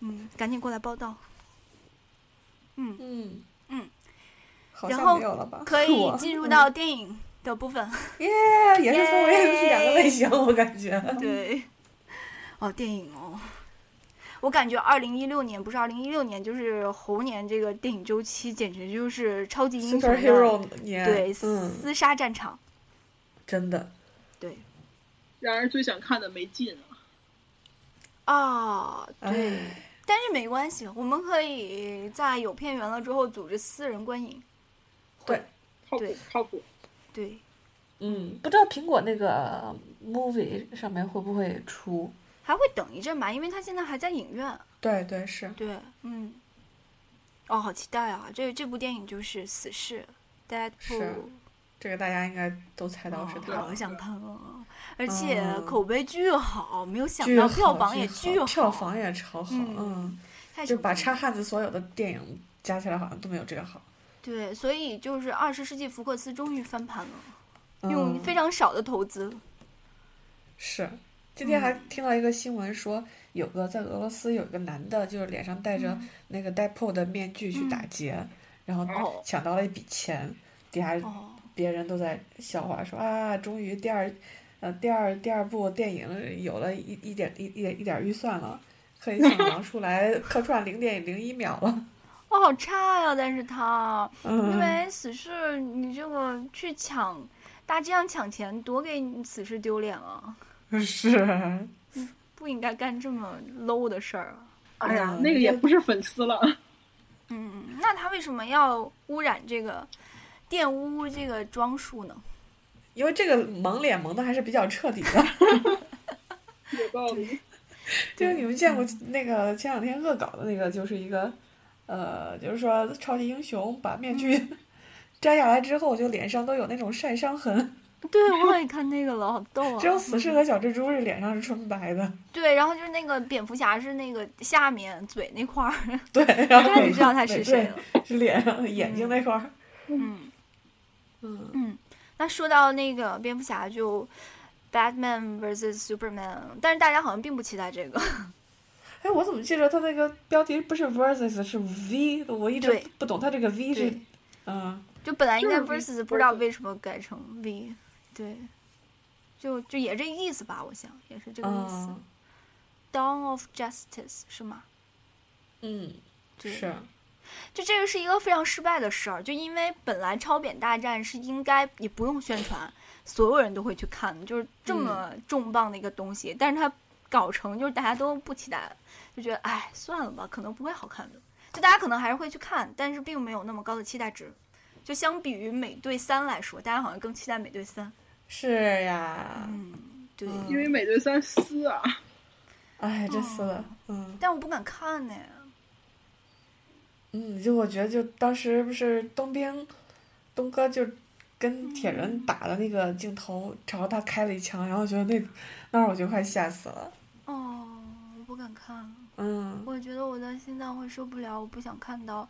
Speaker 1: 嗯，赶紧过来报道。嗯，
Speaker 3: 嗯
Speaker 1: 嗯，
Speaker 3: 好
Speaker 1: 然
Speaker 3: 像
Speaker 1: 后
Speaker 3: 没有了吧？
Speaker 1: 可
Speaker 3: 是
Speaker 1: 以
Speaker 3: 我嗯
Speaker 1: 进入到电影的部分。
Speaker 3: 耶，也是分为两个类型，我感觉。
Speaker 1: 对，哦，电影哦，我感觉二零一六年不是二零一六年，就是猴年这个电影周期，简直就是超级英雄的
Speaker 3: superhero 年，
Speaker 1: 对
Speaker 3: 嗯，
Speaker 1: 厮杀战场。
Speaker 3: 真的，
Speaker 1: 对
Speaker 2: 然而最想看的没进啊，
Speaker 1: 啊，对，
Speaker 3: 哎，
Speaker 1: 但是没关系，我们可以在有片源了之后组织私人观影。
Speaker 2: 靠
Speaker 1: 对
Speaker 2: 谱靠谱。
Speaker 1: 对，
Speaker 3: 嗯，不知道苹果那
Speaker 1: 嗯
Speaker 3: 个 movie 上面会不会出？
Speaker 1: 还会等一阵吧，因为它现在还在影院。
Speaker 3: 对对是，
Speaker 1: 对，嗯，哦，好期待啊！这这部电影就是《死侍》，Deadpool，
Speaker 3: 是这个大家应该都猜到是
Speaker 1: 哦
Speaker 3: 它
Speaker 1: 好
Speaker 3: 了，
Speaker 1: 想看啊！而且
Speaker 3: 嗯
Speaker 1: 口碑巨好，没有想
Speaker 3: 巨
Speaker 1: 到
Speaker 3: 好
Speaker 1: 票房也
Speaker 3: 巨
Speaker 1: 好，
Speaker 3: 票房也超好，
Speaker 1: 嗯
Speaker 3: 嗯，
Speaker 1: 太
Speaker 3: 就
Speaker 1: 神
Speaker 3: 把
Speaker 1: 奇
Speaker 3: 插
Speaker 1: 了
Speaker 3: 汉子所有的电影加起来好像都没有这个好，
Speaker 1: 对，所以就是二十世纪福克斯终于翻盘了，用
Speaker 3: 嗯，
Speaker 1: 非常少的投资，
Speaker 3: 是。今
Speaker 1: 嗯
Speaker 3: 天还听到一个新闻说，有个在俄罗斯有一个男的，就是脸上戴着那个 Deadpool 的面具去打
Speaker 1: 嗯
Speaker 3: 劫，然后
Speaker 1: 哦
Speaker 3: 抢到了一笔钱，底下
Speaker 1: 哦，
Speaker 3: 别人都在笑话说啊，终于第二，呃，第二第二部电影有了一一点一一点一点预算了，可以
Speaker 1: (laughs)
Speaker 3: 抢忙出来客串零点零一秒了。
Speaker 1: 哦，好差呀、但是他， (laughs) 因
Speaker 3: 嗯，
Speaker 1: 为死侍，你这个去抢，大家这样抢钱，多给你死侍丢脸啊！
Speaker 3: 嗯 (laughs) 是，
Speaker 1: 不应该干这么 low 的事儿啊！
Speaker 2: 哎呀，
Speaker 3: 嗯
Speaker 2: 那个也不是粉丝了，
Speaker 1: 嗯，那他为什么要污染这个、玷污这个装束呢？
Speaker 3: 因为这个蒙脸蒙的还是比较彻底的。
Speaker 2: 有道理。
Speaker 3: 就是你们见过那个前两天
Speaker 1: 嗯
Speaker 3: 恶搞的那个，就是一个，呃，就是说超级英雄把面具 (laughs) 摘下来之后，我就脸上都有那种晒伤痕，
Speaker 2: (laughs)
Speaker 1: 对，我好像也看那个了，好逗啊！
Speaker 3: 只有死侍和小蜘蛛是脸上是纯白的。
Speaker 1: 对，然后就是那个蝙蝠侠是那个下面嘴那
Speaker 2: (laughs)
Speaker 1: 块儿，
Speaker 3: 对，然后
Speaker 1: 那你知道他是谁了？
Speaker 3: 是脸上眼睛那块儿。
Speaker 1: 嗯
Speaker 3: 嗯，
Speaker 1: 嗯。那说到那个蝙蝠侠就 Batman vs Superman，但是大家好像并不期待这个。
Speaker 3: 哎，我怎么记着他那个标题不是 versus 是 v？我一直
Speaker 1: 对
Speaker 3: 不懂他这个 v 是
Speaker 1: 对，
Speaker 3: 嗯，
Speaker 1: 就本来应该
Speaker 2: 就是
Speaker 1: versus，不知道为什么改成 v，对，就就也这意思吧，我想也是这个意
Speaker 2: 哦
Speaker 1: 思。
Speaker 3: 嗯
Speaker 1: Dawn of Justice 是吗？
Speaker 3: 嗯，
Speaker 1: 对，
Speaker 3: 是，
Speaker 1: 就这个是一个非常失败的事儿，就因为本来超扁大战是应该也不用宣传，所有人都会去看的，就是这么重磅的一个东西，但是它搞成就是大家都不期待了，就觉得哎算了吧，可能不会好看的，就大家可能还是会去看，但是并没有那么高的期待值。就相比于美队三来说，大家好像更期待美队三。
Speaker 3: 是呀，
Speaker 1: 嗯，对，
Speaker 3: 嗯
Speaker 2: 因为美队三撕啊，
Speaker 3: 哎，
Speaker 1: 哦
Speaker 3: 这次的，嗯
Speaker 1: 但我不敢看呢。
Speaker 3: 嗯，就我觉得就当时不是冬兵，东哥就跟铁人
Speaker 1: 嗯
Speaker 3: 打的那个镜头，朝他开了一枪，然后觉得那那儿我就快吓死了，
Speaker 1: 哦，我不敢看。
Speaker 3: 嗯，
Speaker 1: 我觉得我的心脏会受不了，我不想看到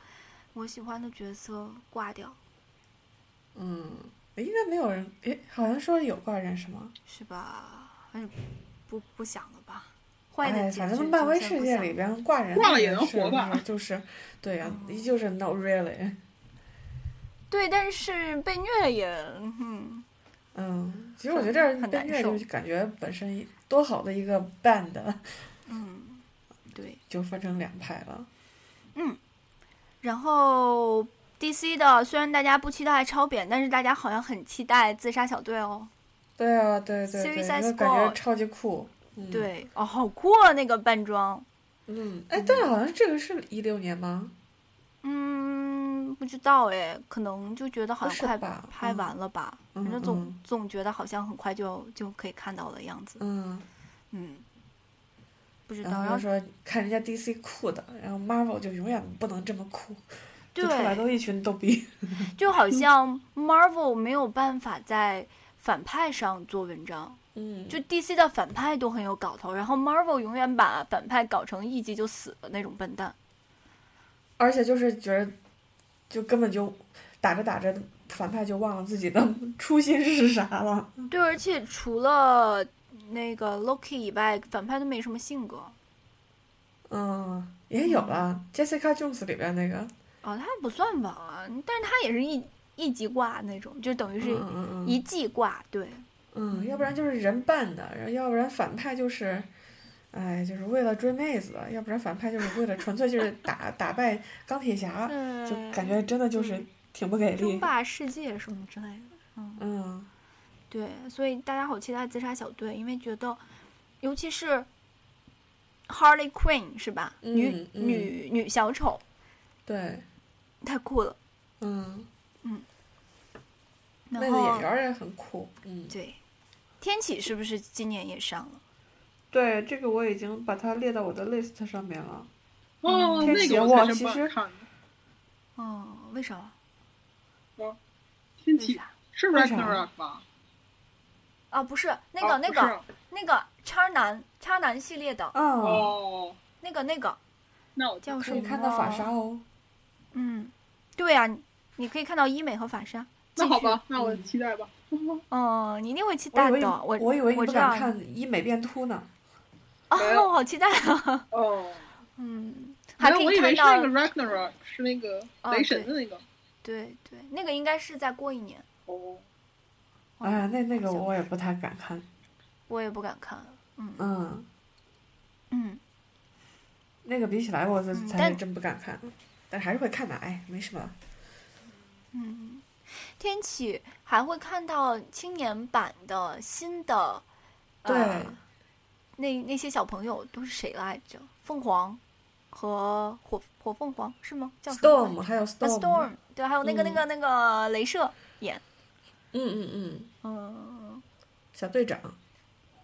Speaker 1: 我喜欢的角色挂掉，
Speaker 3: 嗯，应该没有人，诶，好像说有挂人是吗？
Speaker 1: 是吧？哎，不不想了吧，坏的
Speaker 3: 哎，
Speaker 1: 结
Speaker 3: 反
Speaker 1: 局
Speaker 3: 正漫威
Speaker 1: 总算
Speaker 3: 世
Speaker 1: 不
Speaker 3: 界
Speaker 1: 想
Speaker 3: 里
Speaker 1: 了
Speaker 3: 边挂人
Speaker 2: 挂了
Speaker 3: 这
Speaker 2: 也
Speaker 3: 个
Speaker 2: 能
Speaker 3: 事儿
Speaker 2: 活吧
Speaker 3: 就是，对呀、
Speaker 1: 哦
Speaker 3: 就是 no really，
Speaker 1: 对，但是被虐也，嗯，
Speaker 3: 嗯，其实我觉得这
Speaker 1: 很
Speaker 3: 儿被
Speaker 1: 难
Speaker 3: 虐
Speaker 1: 受
Speaker 3: 就感觉本身多好的一个 band
Speaker 1: 嗯，对。
Speaker 3: 就分成两派了，
Speaker 1: 然后 DC 的虽然大家不期待超扁，但是大家好像很期待自杀小队哦。
Speaker 3: 对啊，对对对，
Speaker 1: Suicide
Speaker 3: 就感觉
Speaker 1: Squad
Speaker 3: 超级酷，嗯、。
Speaker 1: 对，哦，好酷啊，那个扮装。
Speaker 3: 嗯，哎，但是好像这个是一六年吗？
Speaker 1: 嗯，不知道哎，可能就觉得好
Speaker 3: 不
Speaker 1: 像
Speaker 3: 是
Speaker 1: 快
Speaker 3: 吧
Speaker 1: 拍
Speaker 3: 嗯
Speaker 1: 完了吧，
Speaker 3: 嗯
Speaker 1: 反正总、
Speaker 3: 嗯
Speaker 1: 总觉得好像很快就就可以看到了样子。
Speaker 3: 嗯，
Speaker 1: 嗯，不知道。
Speaker 3: 然后
Speaker 1: 然
Speaker 3: 就
Speaker 1: 后
Speaker 3: 说看人家 DC 酷的，然后 Marvel 就永远不能这么酷，就出来
Speaker 1: 对，
Speaker 3: 都嗯一群逗逼。
Speaker 1: 就好像 Marvel 没有办法在反派上做文章，
Speaker 3: 嗯，
Speaker 1: 就 DC 的反派都很有搞头，然后 Marvel 永远把反派搞成一集就死了那种笨蛋。
Speaker 3: 而且就是觉得，就根本就打着打着，反派就忘了自己的初心是啥了。
Speaker 1: 对，而且除了那个 Loki 以外，反派都没什么性格。
Speaker 3: 嗯，也有了《Jessica Jones》里边那个，
Speaker 1: 哦，他不算晚，但是他也是一一集挂那种，就等于
Speaker 3: 嗯
Speaker 1: 是
Speaker 3: 嗯嗯
Speaker 1: 一季挂。对，
Speaker 3: 嗯，要不然就是人扮的，然后要不然反派就是，哎，就是为了追妹子的，要不然反派就是为了纯粹就是打 (laughs) 打败钢铁侠，
Speaker 1: 嗯
Speaker 3: 啊就感觉真的就是
Speaker 1: 嗯
Speaker 3: 挺不给
Speaker 1: 争
Speaker 3: 力。
Speaker 1: 霸世界什么之类的。
Speaker 3: 嗯
Speaker 1: 对，所以大家好期待自杀小队，因为觉得，尤其是 Harley Quinn 是吧？女
Speaker 3: 嗯嗯
Speaker 1: 女女小丑
Speaker 3: 对，
Speaker 1: 太酷了。
Speaker 3: 嗯，那
Speaker 1: 然
Speaker 3: 个
Speaker 1: 后
Speaker 3: 演员儿也很酷。嗯，
Speaker 1: 对，天启是不是今年也上了？
Speaker 3: 对，这个我已经把它列到我的 list 上面了。
Speaker 1: 嗯
Speaker 2: 哦，
Speaker 3: 天
Speaker 2: 那
Speaker 3: 启
Speaker 2: 个我才
Speaker 3: 我
Speaker 2: 真
Speaker 3: 其
Speaker 2: 不敢
Speaker 3: 实
Speaker 2: 看呢。
Speaker 1: 哦，为啥？
Speaker 2: 天
Speaker 1: 嗯为
Speaker 2: 启
Speaker 1: 啥？
Speaker 2: 是
Speaker 3: 为啥
Speaker 2: Ragnarok 吧？
Speaker 1: 啊，不是那个、
Speaker 2: 啊
Speaker 1: 那
Speaker 2: 不
Speaker 1: 个
Speaker 2: 是
Speaker 1: 那个渣男渣男系列的
Speaker 3: 啊，
Speaker 2: 哦，
Speaker 1: 那个那个，
Speaker 2: 那我
Speaker 1: 叫
Speaker 2: 就
Speaker 1: 什
Speaker 3: 可
Speaker 1: 么
Speaker 3: 以
Speaker 2: 看
Speaker 3: 看到法鲨哦。
Speaker 1: 嗯，对呀、你你可以看到医美和法鲨。
Speaker 2: 那好吧，
Speaker 3: 续
Speaker 2: 那我
Speaker 3: 嗯
Speaker 2: 期待吧。
Speaker 1: 哦，你一定会期
Speaker 3: 我
Speaker 1: 待
Speaker 3: 以为你
Speaker 1: 的。我
Speaker 3: 我以为你
Speaker 1: 我
Speaker 3: 不
Speaker 1: 知
Speaker 3: 敢
Speaker 1: 道
Speaker 3: 看医美变秃呢。
Speaker 1: 啊，
Speaker 2: 没有
Speaker 1: 我好期待啊！
Speaker 2: 哦，
Speaker 1: 嗯，还
Speaker 2: 没有
Speaker 1: 可
Speaker 2: 我
Speaker 1: 以
Speaker 2: 以为
Speaker 1: 看
Speaker 2: 是
Speaker 1: 到
Speaker 2: 那个 Ragnarok，是那个
Speaker 1: 啊
Speaker 2: 雷神的那个。
Speaker 1: 对对，那个应该是再过一年。
Speaker 2: 哦，
Speaker 1: 哦
Speaker 3: 哎呀，那那个
Speaker 1: 好像
Speaker 3: 我也不太敢看。
Speaker 1: 我也不敢看。嗯
Speaker 3: 嗯，
Speaker 1: 嗯，
Speaker 3: 那个比起来，我是
Speaker 1: 嗯
Speaker 3: 才
Speaker 1: 但啊
Speaker 3: 是真不敢看，但还是会看的。哎，没什么。
Speaker 1: 嗯天启还会看到青年版的新的，
Speaker 3: 对，
Speaker 1: 呃、那那些小朋友都是谁来着？凤凰和火火凤凰是吗？叫什么
Speaker 3: Storm 还有
Speaker 1: 啊
Speaker 3: Storm，,
Speaker 1: Storm 对，还有那个、那个那个镭射眼，
Speaker 3: 嗯嗯嗯，
Speaker 1: 嗯。
Speaker 3: 小队长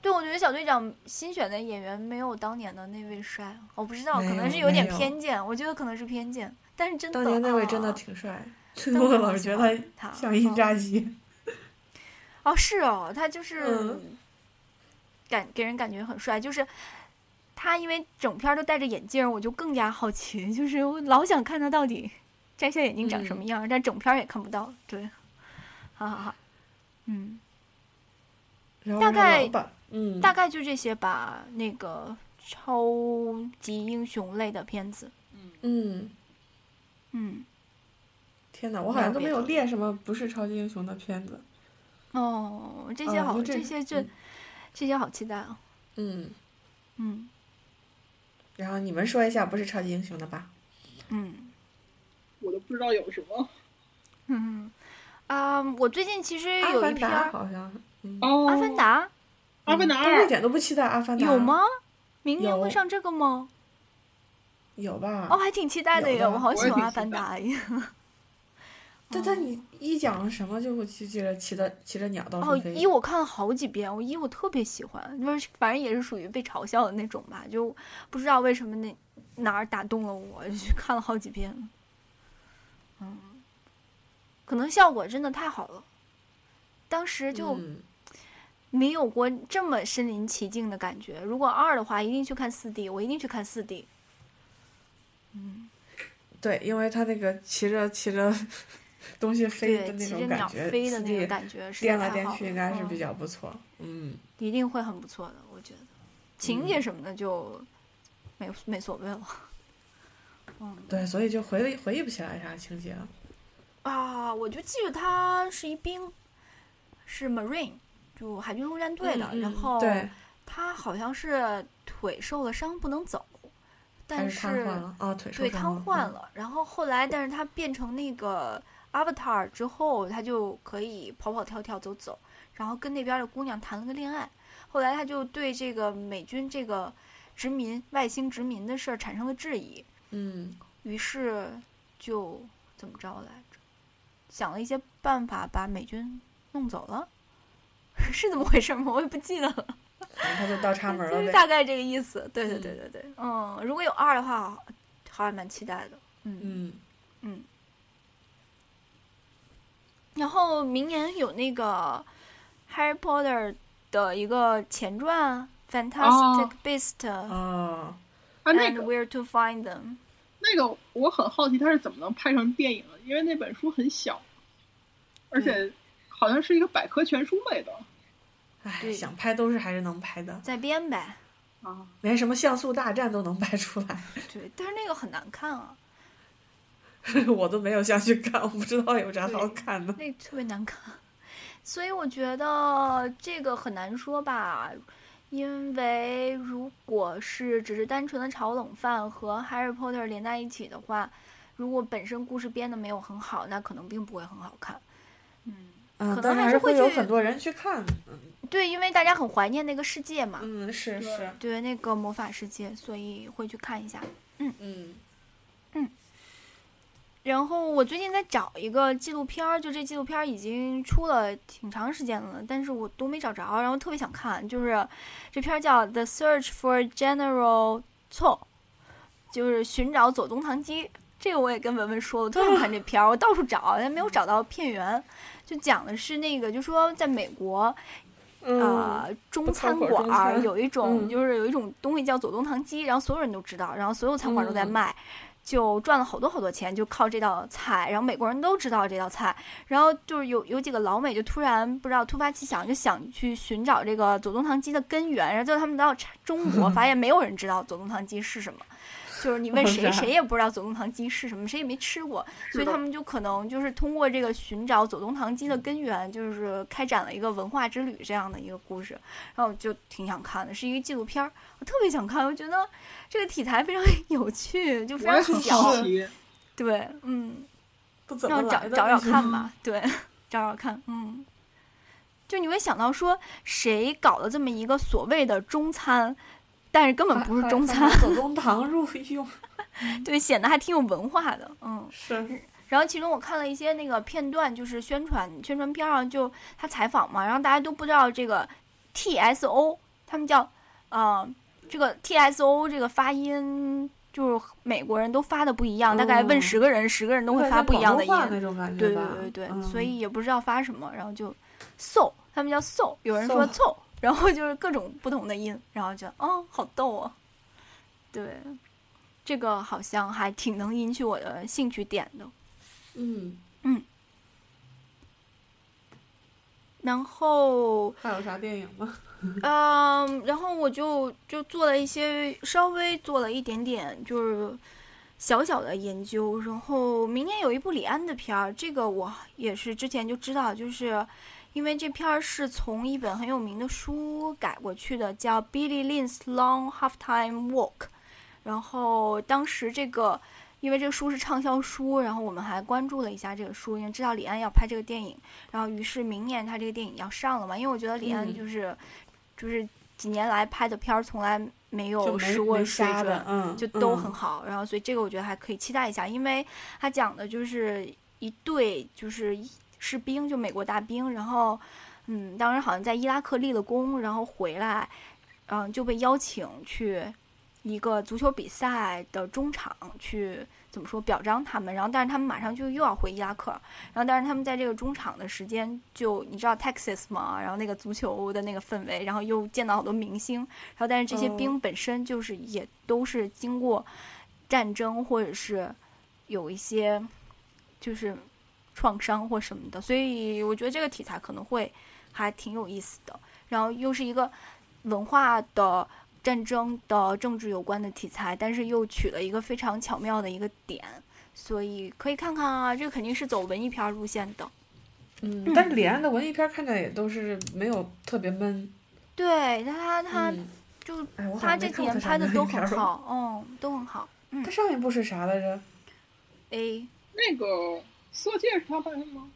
Speaker 1: 对，我觉得小队长新选的演员没有当年的那位帅，啊我不知道，
Speaker 3: 没
Speaker 1: 可能
Speaker 3: 有
Speaker 1: 是有点
Speaker 3: 没有
Speaker 1: 偏见，我觉得可能是偏见，但是真的，
Speaker 3: 当年那位
Speaker 1: 啊
Speaker 3: 真的挺帅， (laughs) 我老是觉得
Speaker 1: 他
Speaker 3: 像印
Speaker 1: 哦
Speaker 3: 扎机。
Speaker 1: 哦是哦，他就是、
Speaker 3: 嗯
Speaker 1: 感给人感觉很帅，就是他因为整片儿都戴着眼镜儿，我就更加好奇，就是我老想看他到底摘下眼镜长什么样儿，但整片儿也看不到。对，好好好，嗯，
Speaker 3: 然后
Speaker 1: 大
Speaker 3: 让
Speaker 1: 概
Speaker 3: 老板，嗯，
Speaker 1: 大概就这些吧。那个超级英雄类的片子，
Speaker 3: 嗯，
Speaker 1: 嗯，
Speaker 3: 天哪，我好像都
Speaker 1: 没
Speaker 3: 没
Speaker 1: 有
Speaker 3: 有
Speaker 1: 别的
Speaker 3: 列什么不是超级英雄的片子。
Speaker 1: 哦，这
Speaker 3: 啊
Speaker 1: 些好，
Speaker 3: 就
Speaker 1: 这
Speaker 3: 这
Speaker 1: 些这
Speaker 3: 嗯
Speaker 1: 这些好期待啊，
Speaker 3: 嗯，
Speaker 1: 嗯
Speaker 3: 然后你们说一下不是超级英雄的吧。
Speaker 1: 嗯。
Speaker 2: 我都不知道有什么
Speaker 1: 嗯，啊、我最近其实
Speaker 3: 阿
Speaker 1: 有一
Speaker 3: 凡
Speaker 1: 篇
Speaker 3: 达
Speaker 1: 儿
Speaker 3: 好像，嗯，
Speaker 2: 哦，
Speaker 1: 《阿凡达嗯
Speaker 2: 阿凡达
Speaker 3: 但是
Speaker 2: 二
Speaker 3: 一点都不期待阿凡》达。
Speaker 1: 有？吗？明年会
Speaker 3: 有
Speaker 1: 上这个吗？
Speaker 3: 有吧？
Speaker 1: 哦，还挺期待的
Speaker 3: 有
Speaker 1: 耶！
Speaker 3: 的
Speaker 1: 我好
Speaker 2: 我
Speaker 1: 喜
Speaker 2: 也
Speaker 1: 欢《
Speaker 2: 挺
Speaker 1: 阿
Speaker 2: 期
Speaker 1: 凡
Speaker 2: 待
Speaker 1: 达》呀。 (laughs)
Speaker 3: 但但你一讲什么就会就记着骑着骑着鸟到
Speaker 1: 哦，
Speaker 3: 处飞。
Speaker 1: 一我看了好几遍，我一我特别喜欢，就是反正也是属于被嘲笑的那种吧，就不知道为什么那哪儿打动了我， (laughs) 就去看了好几遍了。嗯，可能效果真的太好了，当时就
Speaker 3: 嗯
Speaker 1: 没有过这么身临其境的感觉。如果二的话，一定去看四 D，我一定去看四 D。嗯，
Speaker 3: 对，因为他那个骑着骑着 (laughs) 东西飞的
Speaker 1: 对，
Speaker 3: 那
Speaker 1: 骑
Speaker 3: 种
Speaker 1: 着
Speaker 3: 感
Speaker 1: 鸟
Speaker 3: 觉，
Speaker 1: 飞的那
Speaker 3: 四
Speaker 1: 种
Speaker 3: D
Speaker 1: 感
Speaker 3: (laughs)
Speaker 1: 觉是
Speaker 3: 颠
Speaker 1: 太好
Speaker 3: 来
Speaker 1: 了，
Speaker 3: 颠去应该是
Speaker 1: 嗯
Speaker 3: 比较不错。嗯，
Speaker 1: 一定会很不错的，我觉得。情节什么的就没、没所谓了。嗯
Speaker 3: 对，所以就回回忆不起来啥情节了。
Speaker 1: 啊，我就记得他是一兵，是 Marine，就海军陆战队的。
Speaker 3: 嗯
Speaker 1: 然
Speaker 3: 嗯
Speaker 1: 后
Speaker 3: 对，
Speaker 1: 他好像是腿受了伤不能走，但
Speaker 3: 还是瘫痪了啊，腿受
Speaker 1: 对
Speaker 3: 伤
Speaker 1: 瘫痪
Speaker 3: 嗯
Speaker 1: 了。然后后来，但是他变成那个 Avatar 之后，他就可以跑跑跳跳走走，然后跟那边的姑娘谈了个恋爱。后来他就对这个美军这个殖民外星殖民的事儿产生了质疑，
Speaker 3: 嗯，
Speaker 1: 于是就怎么着来着，想了一些办法把美军弄走了， (laughs) 是这么回事吗？我也不记得了。
Speaker 3: 然后他就倒插门
Speaker 1: 就是
Speaker 3: 了呗。
Speaker 1: 大概这个意思。对对对对对，嗯，如果有二的话，好好还蛮期待的。嗯
Speaker 3: 嗯，
Speaker 1: 嗯。然后明年有那个《Harry Potter》的一个前传《Fantastic Beast、
Speaker 3: 哦，
Speaker 2: 啊，那
Speaker 1: and
Speaker 2: 个
Speaker 1: Where to Find Them》。
Speaker 2: 那个我很好奇它是怎么能拍成电影的，因为那本书很小，而
Speaker 1: 嗯
Speaker 2: 且好像是一个百科全书类的
Speaker 3: 哎，
Speaker 1: 对
Speaker 3: 想拍都是还是能拍的，
Speaker 1: 再编呗，哦
Speaker 2: 啊。
Speaker 3: 连什么像素大战都能拍出来， (laughs)
Speaker 1: 对，但是那个很难看啊，
Speaker 3: 我都没有想去看，我不知道有啥好看的。
Speaker 1: 那个特别难看，所以我觉得这个很难说吧，因为如果是只是单纯的炒冷饭和 Harry Potter 连在一起的话，如果本身故事编的没有很好，那可能并不会很好看。嗯，
Speaker 3: 嗯
Speaker 1: 可，能
Speaker 3: 但
Speaker 1: 还
Speaker 3: 还
Speaker 1: 是会
Speaker 3: 会有
Speaker 1: 去
Speaker 3: 很多人去看。
Speaker 1: 对，因为大家很怀念那个世界嘛，
Speaker 3: 嗯，是
Speaker 2: 对
Speaker 3: 是，
Speaker 1: 对那个魔法世界，所以会去看一下。
Speaker 3: 嗯
Speaker 1: 然后我最近在找一个纪录片儿，就这纪录片儿已经出了挺长时间了，但是我都没找着，然后特别想看，就是这片儿叫《The Search for General Tso》，就是寻找左宗棠鸡。这个我也跟文文说了，我特想看这片儿，我到处找，但没有找到片源。就讲的是那个，就说在美国，
Speaker 3: 嗯
Speaker 1: 呃，中
Speaker 3: 不凑
Speaker 1: 餐
Speaker 3: 合
Speaker 1: 馆
Speaker 3: 中
Speaker 1: 儿
Speaker 3: 餐
Speaker 1: 有一种、
Speaker 3: 嗯
Speaker 1: 就是有一种东西叫左宗棠鸡，然后所有人都知道，然后所有餐馆都在
Speaker 3: 嗯
Speaker 1: 卖，就赚了好多好多钱，就靠这道菜，然后美国人都知道这道菜，然后就是有有几个老美就突然不知道突发奇想，就想去寻找这个左宗棠鸡的根源，然后就他们到中国发现
Speaker 3: (laughs)
Speaker 1: 没有人知道左宗棠鸡是什么。就是你问谁，
Speaker 3: 哦是啊
Speaker 1: 谁也不知道左宗棠鸡是什么，谁也没吃过，所以
Speaker 2: 的
Speaker 1: 他们就可能就是通过这个寻找左宗棠鸡的根源，就是开展了一个文化之旅这样的一个故事，然后我就挺想看的，是一个纪录片儿，我特别想看，我觉得这个题材非常 (laughs) 有趣，就非
Speaker 2: 我也
Speaker 1: 常
Speaker 2: 很
Speaker 1: 小
Speaker 2: 好，奇，
Speaker 1: 对，嗯，
Speaker 3: 不怎
Speaker 1: 让
Speaker 3: 么
Speaker 1: 我找
Speaker 3: 来的
Speaker 1: 找找
Speaker 3: 那些
Speaker 1: 看吧，对，找找看，嗯，就你会想到说谁搞了这么一个所谓的中餐，但是根本
Speaker 3: 还
Speaker 1: 不是
Speaker 3: 还
Speaker 1: 中
Speaker 3: 还
Speaker 1: 餐，
Speaker 3: 拿左宗棠入
Speaker 1: (laughs)
Speaker 3: 用
Speaker 1: 对，显得还挺有文化的，嗯。
Speaker 3: 是，
Speaker 1: 然后其中我看了一些那个片段，就是宣传宣传片上就他采访嘛，然后大家都不知道这个 TSO，他们叫呃这个 TSO 这个发音就是美国人都发的不一样，
Speaker 3: 嗯
Speaker 1: 大概问十个人，十个人都会发不一样的音
Speaker 3: 广。东话那种感
Speaker 1: 对对
Speaker 3: 觉吧？
Speaker 1: 对对，
Speaker 3: 嗯
Speaker 1: 所以也不知道发什么，然后就 so，他们叫 so，有人说
Speaker 3: so
Speaker 1: 凑，然后就是各种不同的音，然后就哦，好逗哦。对，这个好像还挺能引起我的兴趣点的。
Speaker 3: 嗯，
Speaker 1: 然后，
Speaker 3: 还有啥电影吗？
Speaker 1: 嗯，然后我就就做了一些稍微做了一点点就是小小的研究，然后明年有一部李安的片儿，这个我也是之前就知道，就是因为这片儿是从一本很有名的书改过去的，叫《Billy Lynn's Long Halftime Walk》，然后当时这个。因为这个书是畅销书，然后我们还关注了一下这个书，因为知道李安要拍这个电影，然后于是明年他这个电影要上了嘛，因为我觉得李安
Speaker 3: 嗯
Speaker 1: 就是、就是几年来拍的片儿从来没有
Speaker 3: 就没
Speaker 1: 失过
Speaker 3: 没
Speaker 1: 水
Speaker 3: 杀
Speaker 1: 准
Speaker 3: 的，，嗯，
Speaker 1: 就都很
Speaker 3: 嗯
Speaker 1: 好。然后，所以这个我觉得还可以期待一下，因为他讲的就是一队就是一士兵，就美国大兵，然后嗯，当时好像在伊拉克立了功，然后回来，嗯，就被邀请去一个足球比赛的中场去怎么说表彰他们，然后但是他们马上就又要回伊拉克，然后但是他们在这个中场的时间就你知道 Texas 嘛，然后那个足球的那个氛围，然后又见到好多明星，然后但是这些
Speaker 3: 嗯
Speaker 1: 兵本身就是也都是经过战争或者是有一些就是创伤或什么的，所以我觉得这个题材可能会还挺有意思的，然后又是一个文化的。战争的政治有关的题材，但是又取了一个非常巧妙的一个点，所以可以看看啊，这个肯定是走文艺片儿路线的。
Speaker 3: 嗯，但是李安的文艺片看着也都是没有特别闷，
Speaker 1: 对，他他
Speaker 3: 嗯
Speaker 1: 就、
Speaker 3: 哎，我好
Speaker 1: 他
Speaker 3: 像
Speaker 1: 这
Speaker 3: 没
Speaker 1: 几
Speaker 3: 看
Speaker 1: 年
Speaker 3: 过他啥
Speaker 1: 拍的
Speaker 3: 文艺
Speaker 1: 都
Speaker 3: 片
Speaker 1: 很
Speaker 3: 儿。
Speaker 1: 好，嗯，都很好。嗯
Speaker 3: 他上一部是啥来着？
Speaker 1: ，A
Speaker 2: 那个《色戒》是他拍的吗？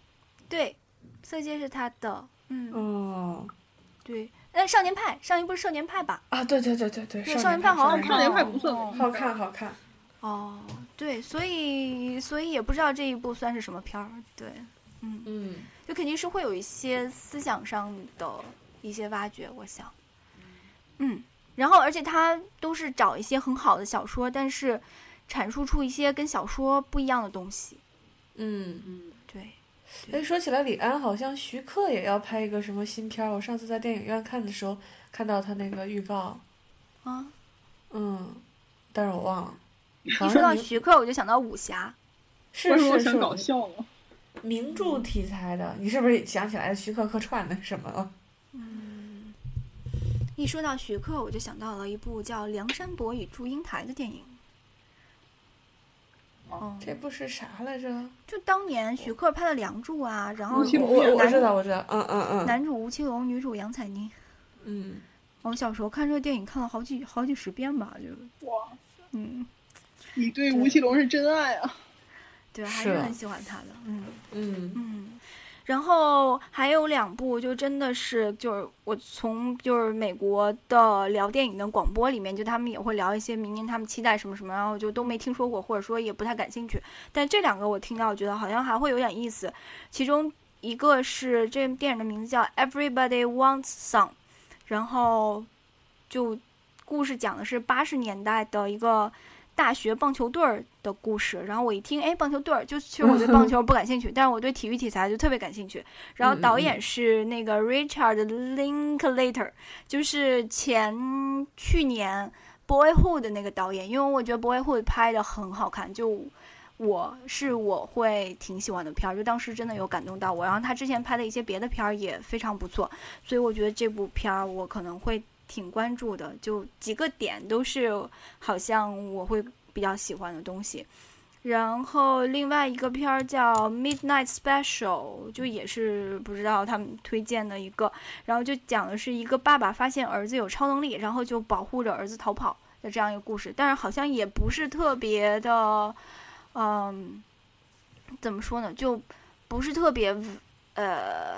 Speaker 1: 对，色戒是他的，嗯，
Speaker 3: 哦，
Speaker 1: 对。那少年派上一部是少年派吧？
Speaker 3: 啊，对对对对对，
Speaker 1: 对
Speaker 3: 少
Speaker 1: 少
Speaker 3: 年
Speaker 1: 年派好
Speaker 3: 少
Speaker 1: 好
Speaker 3: 年
Speaker 1: 看
Speaker 2: 少
Speaker 1: 哦，
Speaker 2: 年派不算文艺
Speaker 3: 好看好看。
Speaker 1: 哦，对，所以所以也不知道这一部算是什么片儿，对，嗯，
Speaker 3: 嗯，
Speaker 1: 就肯定是会有一些思想上的一些挖掘，我想，嗯，然后而且他都是找一些很好的小说，但是阐述出一些跟小说不一样的东西，
Speaker 3: 嗯，
Speaker 2: 嗯，
Speaker 1: 对，
Speaker 3: 哎，说起来，李安好像徐克也要拍一个什么新片儿。我上次在电影院看的时候看到他那个预告，
Speaker 1: 啊，
Speaker 3: 嗯，但是我忘了。
Speaker 1: 一
Speaker 3: 好
Speaker 1: 说
Speaker 3: 像
Speaker 1: 到
Speaker 3: 是
Speaker 1: 徐克，我就想到武侠，
Speaker 2: 我
Speaker 3: 是
Speaker 2: 说我
Speaker 3: 是
Speaker 2: 想
Speaker 3: 是
Speaker 2: 搞笑了。
Speaker 3: 名著题材的，你是不是想起来徐克客串的什么了？
Speaker 1: 嗯，一说到徐克，我就想到了一部叫《梁山伯与祝英台》的电影，哦，
Speaker 3: 这不是啥来着？
Speaker 1: 就当年徐克拍了《梁祝》啊，然后
Speaker 2: 吴奇
Speaker 3: 哦我
Speaker 2: 隆
Speaker 3: 我我
Speaker 1: 男
Speaker 3: 知道我知道，嗯嗯嗯
Speaker 1: 男主吴奇隆，女主杨采妮。
Speaker 3: 嗯，
Speaker 1: 我小时候看这个电影看了好几好几十遍吧，就
Speaker 2: 哇，
Speaker 1: 嗯，
Speaker 2: 你对吴奇隆是真爱啊！
Speaker 1: 对，还
Speaker 3: 是
Speaker 1: 是
Speaker 3: 啊
Speaker 1: 很喜欢他的，嗯
Speaker 3: 嗯
Speaker 1: 嗯。然后还有两部，就真的是就是我从就是美国的聊电影的广播里面，就他们也会聊一些明年他们期待什么什么，然后我就都没听说过，或者说也不太感兴趣。但这两个我听到，我觉得好像还会有点意思。其中一个是这电影的名字叫《Everybody Wants Some》，然后就故事讲的是八十年代的一个大学棒球队儿的故事。然后我一听，哎，棒球队儿，就其实我对棒球不感兴趣，但是我对体育题材就特别感兴趣。然后导演是那个 Richard Linklater，就是前去年《Boyhood》的那个导演，因为我觉得《Boyhood》拍的很好看，就。我是我会挺喜欢的片儿，就当时真的有感动到我。然后他之前拍的一些别的片儿也非常不错，所以我觉得这部片儿我可能会挺关注的，就几个点都是好像我会比较喜欢的东西。然后另外一个片儿叫《Midnight Special》，就也是不知道他们推荐的一个，然后就讲的是一个爸爸发现儿子有超能力，然后就保护着儿子逃跑的这样一个故事，但是好像也不是特别的，嗯，怎么说呢，就不是特别呃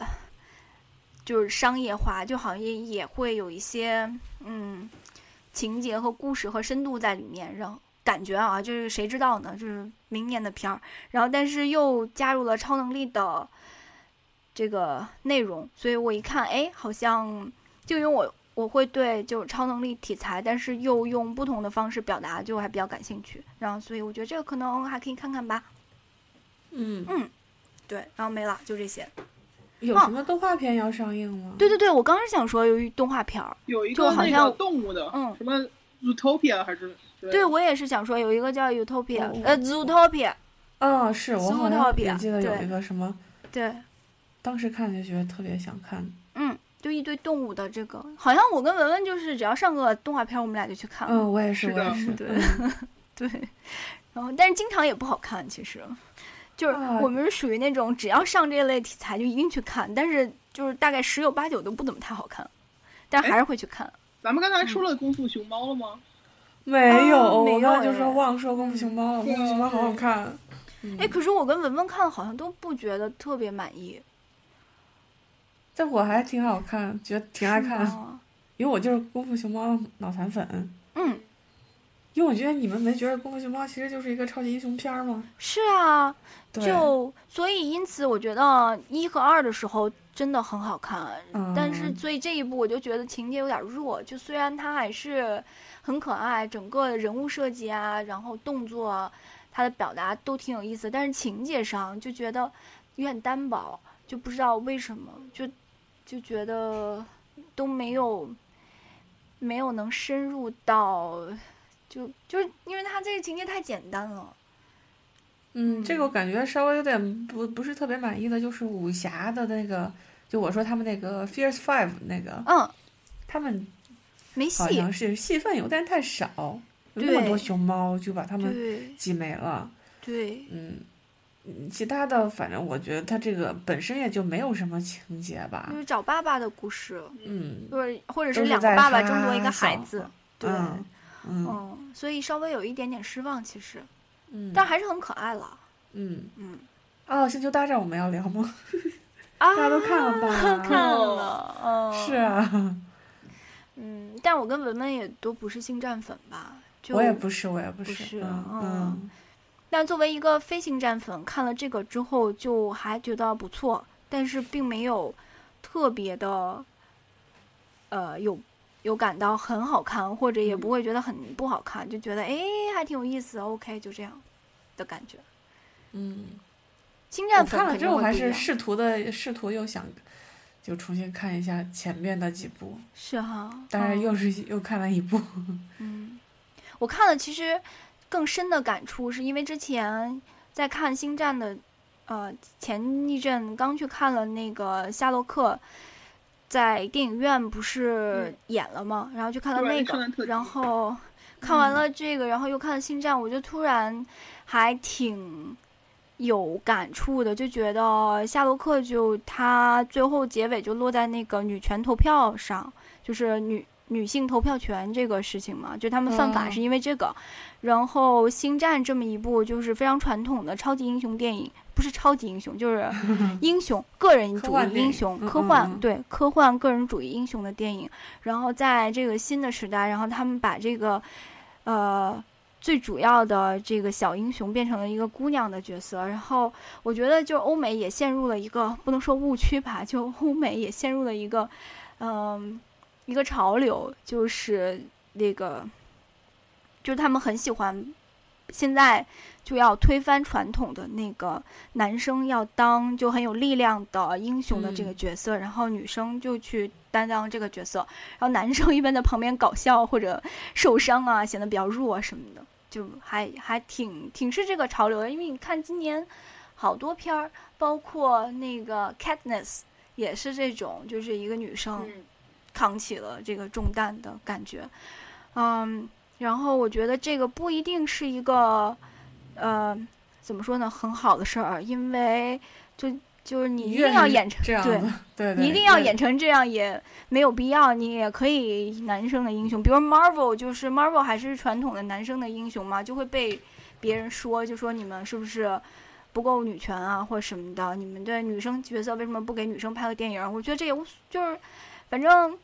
Speaker 1: 就是商业化，就好像也也会有一些嗯情节和故事和深度在里面，让感觉啊，就是谁知道呢？就是明年的片儿，然后但是又加入了超能力的这个内容，所以我一看，哎，好像就因为我我会对就是超能力题材，但是又用不同的方式表达，就还比较感兴趣。然后，所以我觉得这个可能还可以看看吧。
Speaker 3: 嗯，
Speaker 1: 嗯，对，然后没了，就这些。
Speaker 3: 有什么动画片要上映吗？
Speaker 1: 对对对，我刚是想说，由于动画片儿，
Speaker 2: 有一
Speaker 1: 就
Speaker 2: 个
Speaker 1: 好
Speaker 2: 那个
Speaker 1: 像
Speaker 2: 动物的，
Speaker 1: 嗯
Speaker 2: 什么 Zootopia 还是
Speaker 1: 对我也是想说有一个叫 Utopia，、
Speaker 3: 我
Speaker 1: 呃，Zootopia，
Speaker 3: 啊、是我好像也记得有
Speaker 1: 啊对
Speaker 3: 一个什么，
Speaker 1: 对，
Speaker 3: 当时看就觉得特别想看。
Speaker 1: 嗯，就一堆动物的这个，好像我跟文文就是只要上个动画片儿，我们俩就去看了。
Speaker 3: 嗯，我也
Speaker 2: 是
Speaker 3: 是，我
Speaker 2: 的
Speaker 3: 也是。
Speaker 1: 对
Speaker 3: 嗯
Speaker 1: 对，然后但是经常也不好看，其实就是
Speaker 3: 啊
Speaker 1: 我们是属于那种只要上这类题材就一定去看，但是就是大概十有八九都不怎么太好看，但
Speaker 3: 哎
Speaker 1: 还是会去看。
Speaker 2: 咱们刚才说
Speaker 1: 嗯
Speaker 2: 了《功夫熊猫》了吗？
Speaker 3: 没有，
Speaker 1: 啊没
Speaker 3: 我刚才
Speaker 1: 有
Speaker 3: 就说
Speaker 1: 哎
Speaker 3: 忘说功夫熊猫了，功夫熊猫好好看。嗯
Speaker 1: 哎，可是我跟文文看好像都不觉得特别满意，
Speaker 3: 但我还挺好看，觉得挺爱
Speaker 1: 是
Speaker 3: 看，
Speaker 1: 吗
Speaker 3: 因为我就是功夫熊猫脑残粉。
Speaker 1: 嗯，
Speaker 3: 因为我觉得你们没觉得功夫熊猫其实就是一个超级英雄片儿吗？
Speaker 1: 是啊，
Speaker 3: 对，
Speaker 1: 就所以因此我觉得一和二的时候真的很好看，
Speaker 3: 嗯
Speaker 1: 但是所以这一部我就觉得情节有点弱，就虽然它还是很可爱，整个人物设计啊，然后动作啊，它的表达都挺有意思，但是情节上就觉得有点单薄，就不知道为什么，就就觉得都没有没有能深入到，就就是因为它这个情节太简单了，
Speaker 3: 嗯，这个我感觉稍微有点不不是特别满意的，就是武侠的那个，就我说他们那个 Fierce Five 那个，
Speaker 1: 嗯，
Speaker 3: 他们
Speaker 1: 没
Speaker 3: 好
Speaker 1: 戏，
Speaker 3: 像是戏份有点太少，有那么
Speaker 1: 对
Speaker 3: 多熊猫就把他们
Speaker 1: 对
Speaker 3: 挤没了。
Speaker 1: 对，
Speaker 3: 嗯，嗯其他的反正我觉得它这个本身也就没有什么情节吧
Speaker 1: 就。是找爸爸的故事，
Speaker 3: 啊嗯，
Speaker 1: 就是或者
Speaker 3: 都
Speaker 1: 是
Speaker 3: 是
Speaker 1: 两个
Speaker 3: 在
Speaker 1: 爸爸
Speaker 3: 哈
Speaker 1: 争夺一个孩
Speaker 3: 小
Speaker 1: 子
Speaker 3: 孩，
Speaker 1: 对，
Speaker 3: 嗯嗯
Speaker 1: 嗯，所以稍微有一点点失望，其实，
Speaker 3: 嗯，
Speaker 1: 但还是很可爱了，
Speaker 3: 嗯
Speaker 1: 嗯
Speaker 3: 哦，星球大战我们要聊吗？
Speaker 1: 啊
Speaker 3: 大家都看了
Speaker 1: (laughs)
Speaker 3: 吧？
Speaker 1: 看了，嗯，
Speaker 3: (laughs) 是，啊，
Speaker 1: 嗯，但我跟文文也都不是星战粉吧，就
Speaker 3: 我也不是，我也不
Speaker 1: 不是
Speaker 3: 是，嗯
Speaker 1: 嗯
Speaker 3: 嗯
Speaker 1: 但作为一个非星战粉，看了这个之后就还觉得不错，但是并没有特别的，呃，有有感到很好看，或者也
Speaker 3: 嗯
Speaker 1: 不会觉得很不好看，就觉得哎还挺有意思，OK 就这样的感觉。
Speaker 3: 嗯。
Speaker 1: 星战
Speaker 3: 我
Speaker 1: 粉
Speaker 3: 看了
Speaker 1: 肯
Speaker 3: 之
Speaker 1: 定
Speaker 3: 后
Speaker 1: 会
Speaker 3: 还
Speaker 1: 不一
Speaker 3: 是
Speaker 1: 样
Speaker 3: 试图的试图又想，就重新看一下前面的几部，
Speaker 1: 是哈，
Speaker 3: 当然
Speaker 1: 嗯
Speaker 3: 又是、又看了一部，
Speaker 1: 嗯，我看了，其实更深的感触是因为之前在看《星战》的，呃，前一阵刚去看了那个夏洛克，在电影院不是演了吗？然后就看了
Speaker 2: 对
Speaker 1: 呃那
Speaker 2: 圣诞特
Speaker 1: 个，
Speaker 2: 辑
Speaker 1: 然后看完了这个，然后又看了《星战》，我就突然还挺。有感触的，就觉得夏洛克就他最后结尾就落在那个女权投票上，就是女女性投票权这个事情嘛，就他们犯法
Speaker 3: 嗯
Speaker 1: 是因为这个。然后《星战》这么一部就是非常传统的超级英雄电影，不是超级英雄，就是
Speaker 3: (laughs)
Speaker 1: 英雄个人
Speaker 3: 科
Speaker 1: 主
Speaker 3: 幻
Speaker 1: 义
Speaker 3: 电
Speaker 1: 英
Speaker 3: 影
Speaker 1: 雄，
Speaker 3: 嗯
Speaker 1: 科
Speaker 3: 嗯
Speaker 1: 幻
Speaker 3: 嗯
Speaker 1: 对科幻个人主义英雄的电影。然后在这个新的时代，然后他们把这个呃最主要的这个小英雄变成了一个姑娘的角色，然后我觉得就欧美也陷入了一个不能说误区吧，就欧美也陷入了一个嗯一个潮流，就是那个就是他们很喜欢现在就要推翻传统的那个男生要当就很有力量的英雄的这个
Speaker 3: 嗯
Speaker 1: 角色，然后女生就去担当这个角色，然后男生一般在旁边搞笑或者受伤啊，显得比较弱什么的，就还还挺挺是这个潮流的。因为你看今年好多片儿，包括那个 Katniss 也是这种，就是一个女生
Speaker 2: 嗯，
Speaker 1: 扛起了这个重担的感觉。嗯，然后我觉得这个不一定是一个，呃，怎么说呢，很好的事儿，啊因为就就是你一
Speaker 3: 越
Speaker 1: 定要
Speaker 3: 是
Speaker 1: 演成
Speaker 3: 这样
Speaker 1: 对
Speaker 3: 的，对对
Speaker 1: 你一定要
Speaker 3: 越
Speaker 1: 演成这样也没有必要，你也可以男生的英雄，比如 Marvel 就是 Marvel 还是传统的男生的英雄嘛，就会被别人说，就说你们是不是不够女权啊，或者什么的，你们对女生角色为什么不给女生拍个电影？我觉得这也无就是，反正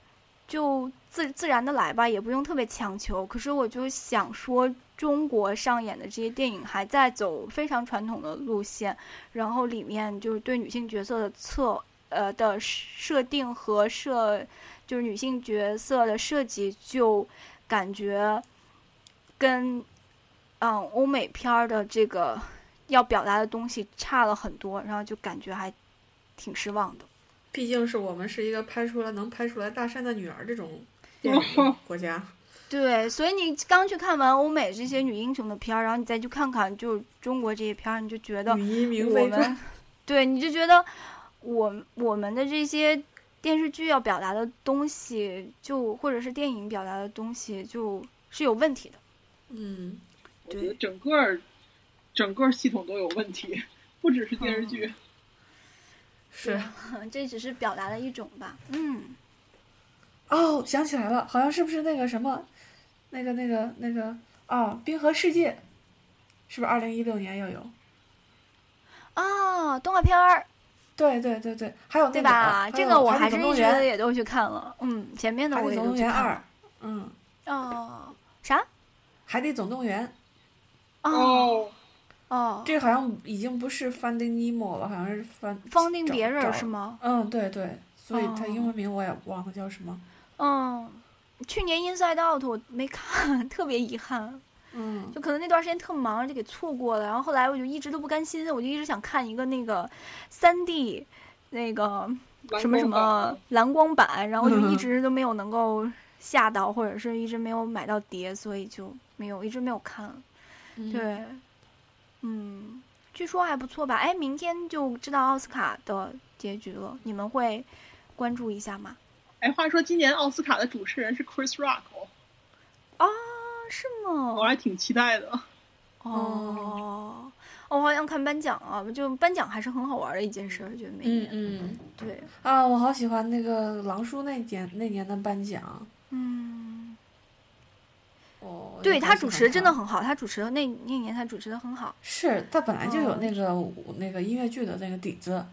Speaker 1: 就自自然的来吧，也不用特别强求。可是我就想说。中国上演的这些电影还在走非常传统的路线，然后里面就是对女性角色的侧呃的设定和设，就是女性角色的设计，就感觉跟嗯欧美片儿的这个要表达的东西差了很多，然后就感觉还挺失望的。
Speaker 3: 毕竟是我们是一个拍出了能拍出来《大山的女儿》
Speaker 1: (laughs)
Speaker 3: 这种电影国家。
Speaker 1: 对，所以你刚去看完欧美这些女英雄的片儿，然后你再去看看就是中国这些片儿，你就觉得
Speaker 3: 女医明
Speaker 1: 我
Speaker 3: 妃
Speaker 1: 们
Speaker 3: 传，
Speaker 1: 对，你就觉得我我们的这些电视剧要表达的东西就，或者是电影表达的东西，就是有问题的。
Speaker 3: 嗯，
Speaker 2: 我觉得整个儿整个儿系统都有问题， (laughs) 不只是电视剧。
Speaker 3: 是啊
Speaker 1: 嗯这只是表达的一种吧。嗯，
Speaker 3: 哦，想起来了，好像是不是那个什么，那个那个那个啊，《冰河世界》，是不是二零一六年要有？
Speaker 1: 啊，动画片儿，
Speaker 3: 对对对对，还有那
Speaker 1: 对
Speaker 3: 个哎
Speaker 1: 吧？这个我还是
Speaker 3: 《
Speaker 1: 一
Speaker 3: 动物
Speaker 1: 直
Speaker 3: 园》
Speaker 1: 也都去看了。嗯，前面的
Speaker 3: 海
Speaker 1: 我
Speaker 3: 底
Speaker 1: 也
Speaker 3: 总
Speaker 1: 都
Speaker 3: 动
Speaker 1: 去
Speaker 3: 员
Speaker 1: 看了。
Speaker 3: 二，嗯，《
Speaker 1: 哦，啥？
Speaker 3: 海底总动员》
Speaker 1: 哦
Speaker 2: 哦，
Speaker 1: 哦，
Speaker 3: 这个好像已经不是 Finding Nemo 了，好像是 Find
Speaker 1: 方定别
Speaker 3: 找
Speaker 1: 人
Speaker 3: 找
Speaker 1: 是吗？
Speaker 3: 嗯，对对，所以它
Speaker 1: 哦
Speaker 3: 英文名我也忘了叫什么。
Speaker 1: 嗯，去年 Inside Out 我没看， (laughs) 特别遗憾。
Speaker 3: 嗯，
Speaker 1: 就可能那段时间特忙，就给错过了。然后后来我就一直都不甘心，我就一直想看一个那个三 D 那个
Speaker 2: 蓝
Speaker 1: 什么什
Speaker 2: 光
Speaker 1: 么
Speaker 2: 吧，
Speaker 1: 蓝光版，然后就
Speaker 3: 嗯
Speaker 1: 一直都没有能够下到，或者是一直没有买到碟，所以就没有一直没有看。
Speaker 3: 嗯，
Speaker 1: 对，嗯，据说还不错吧？哎，明天就知道奥斯卡的结局了，你们会关注一下吗？
Speaker 2: 哎，话说今年奥斯卡的主持人是 Chris Rock，哦
Speaker 1: 啊，是吗？
Speaker 2: 我还挺期
Speaker 1: (laughs)
Speaker 2: 待的。
Speaker 1: 哦，我好想看颁奖啊，就颁奖还是很好玩的一件事，觉得每
Speaker 3: 嗯
Speaker 1: 年、
Speaker 3: 嗯
Speaker 1: 对，
Speaker 3: 啊，我好喜欢那个狼叔那年那年的颁奖。
Speaker 1: 嗯，
Speaker 3: 哦，我
Speaker 1: 对
Speaker 3: 就好
Speaker 1: 他
Speaker 3: 喜
Speaker 1: 主
Speaker 3: 欢
Speaker 1: 持真的
Speaker 3: 他
Speaker 1: 很好，他主持的那那年他主持的很好，
Speaker 3: 是他本来就有
Speaker 1: 哦
Speaker 3: 那个舞那个音乐剧的那个底子，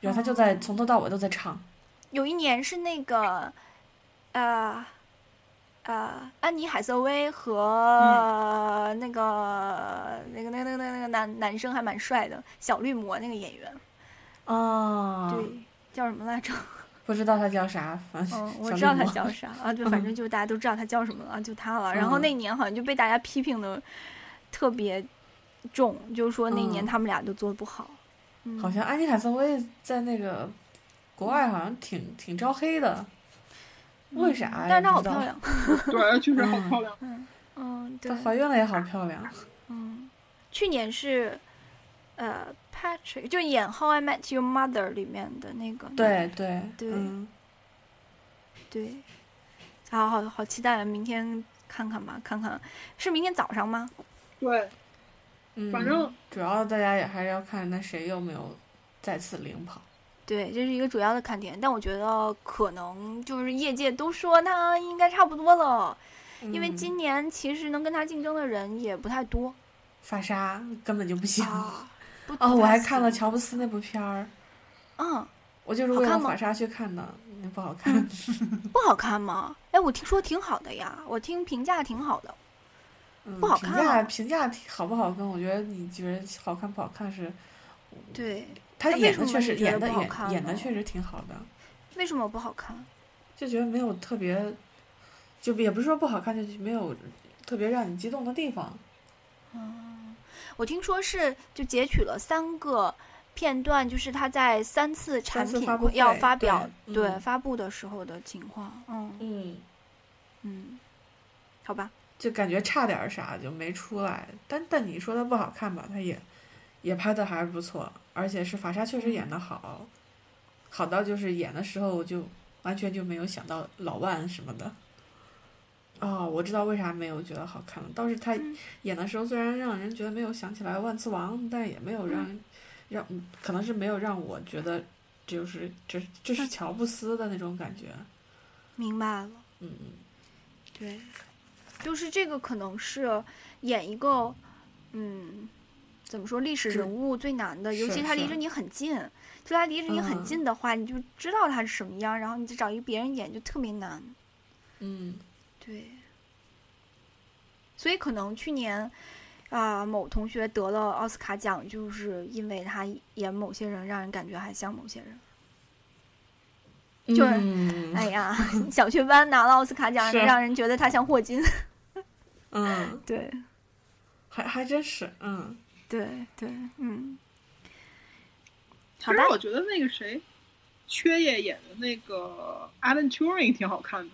Speaker 3: 然后他就在
Speaker 1: 哦
Speaker 3: 从头到尾都在唱。
Speaker 1: 有一年是那个，呃。呃，安妮海瑟薇和
Speaker 3: 嗯
Speaker 1: 那个、那个、那个、那个、那个男男生还蛮帅的，小绿魔那个演员，
Speaker 3: 啊，
Speaker 1: 对，叫什么来着？ (laughs)
Speaker 3: 不知道他叫啥，反正
Speaker 1: 嗯，我
Speaker 3: 小
Speaker 1: 知道
Speaker 3: 绿
Speaker 1: 他
Speaker 3: 魔嗯
Speaker 1: 叫啥啊，就反正就大家都知道他叫什么了，就他了。然后那年好像就被大家批评的特别重，就是说那年
Speaker 3: 嗯
Speaker 1: 他们俩都做的不好。嗯，
Speaker 3: 好像安妮海瑟薇在那个国外好像挺挺招黑的，为啥呀？
Speaker 1: 嗯但是她好
Speaker 3: 不知
Speaker 1: 漂，
Speaker 3: 道
Speaker 1: 亮。
Speaker 2: 对，确实好漂亮。
Speaker 1: 嗯，对
Speaker 3: 她，怀孕了也好漂亮。
Speaker 1: 嗯，去年是呃 Patrick，就演《How I Met Your Mother》里面的那个。
Speaker 3: 对对
Speaker 1: 对
Speaker 3: 嗯
Speaker 1: 对，好好好期待啊，明天看看吧，看看是明天早上吗？
Speaker 2: 对，
Speaker 3: 嗯，
Speaker 2: 反正
Speaker 3: 主要大家也还是要看那谁有没有再次领跑。
Speaker 1: 对，这是一个主要的看点，但我觉得可能就是业界都说那应该差不多了，因为
Speaker 3: 嗯
Speaker 1: 今年其实能跟他竞争的人也不太
Speaker 3: (laughs)
Speaker 1: 多
Speaker 3: 法莎根本就不行。
Speaker 1: 啊。不
Speaker 3: 哦，我还看了，
Speaker 1: 不太行
Speaker 3: 乔布斯那部片儿，
Speaker 1: 嗯，
Speaker 3: 我就是
Speaker 1: 好
Speaker 3: 为了
Speaker 1: 看吗嗯
Speaker 3: 法莎去看的，那不好看。
Speaker 1: 不好看吗？哎，我听说挺好的呀，我听评价挺好的。
Speaker 3: 嗯
Speaker 1: 不好
Speaker 3: 评
Speaker 1: 看
Speaker 3: 价
Speaker 1: 啊
Speaker 3: 评价好不好看？我觉得你觉得好看不好看是，嗯
Speaker 1: 对，
Speaker 3: 他
Speaker 1: 那为
Speaker 3: 演
Speaker 1: 什
Speaker 3: 的
Speaker 1: 么
Speaker 3: 确
Speaker 1: 你
Speaker 3: 实
Speaker 1: 觉
Speaker 3: 演
Speaker 1: 得不
Speaker 3: 的
Speaker 1: 好
Speaker 3: 演
Speaker 1: 看
Speaker 3: 演的
Speaker 1: 呢
Speaker 3: 确实挺好的，
Speaker 1: 为什么不好看？
Speaker 3: 就觉得没有特别，就也不是说不好看，就是没有特别让你激动的地方。
Speaker 1: 我听说是就截取了三个片段，就是他在三次产
Speaker 3: 次
Speaker 1: 品
Speaker 3: 发布
Speaker 1: 要
Speaker 3: 会
Speaker 1: 发
Speaker 3: 对
Speaker 1: 表
Speaker 3: 嗯
Speaker 1: 发布的时候的情况。嗯
Speaker 3: 嗯，
Speaker 1: 嗯，好吧。
Speaker 3: 就感觉差点儿啥就没出来。但但你说它不好看吧，它也也拍的还是不错，而且是法莎确实演的好，好到就是演的时候我就完全就没有想到老万什么的。哦，我知道为啥没有觉得好看了。倒是他
Speaker 1: 嗯
Speaker 3: 演的时候，虽然让人觉得没有想起来万磁王，但也没有让、
Speaker 1: 嗯
Speaker 3: 让可能是没有让我觉得就是这这是乔布斯的那种感觉。
Speaker 1: 明白了，
Speaker 3: 嗯嗯。
Speaker 1: 对，就是这个可能是演一个，嗯，怎么说历史
Speaker 3: 是
Speaker 1: 人物最难的，尤
Speaker 3: 是
Speaker 1: 其他离
Speaker 3: 是
Speaker 1: 着你很近，就他离着你很
Speaker 3: 嗯
Speaker 1: 近的话，你就知道他是什么样，然后你再找一个别人演就特别难，
Speaker 3: 嗯
Speaker 1: 对。所以可能去年啊、某同学得
Speaker 3: (laughs)
Speaker 1: 了奥斯卡奖，就是因为他演某些人，让人感觉还像某些人。就是
Speaker 3: 嗯
Speaker 1: 哎呀，小雀斑拿了奥斯卡奖，
Speaker 3: 是
Speaker 1: 让人觉得他像霍金。 (laughs)
Speaker 3: 嗯，
Speaker 1: 对
Speaker 3: 还还真是，嗯
Speaker 1: 对对，嗯，
Speaker 2: 其实我觉得那个谁，缺爷演的那个 Alan Turing 挺好看的。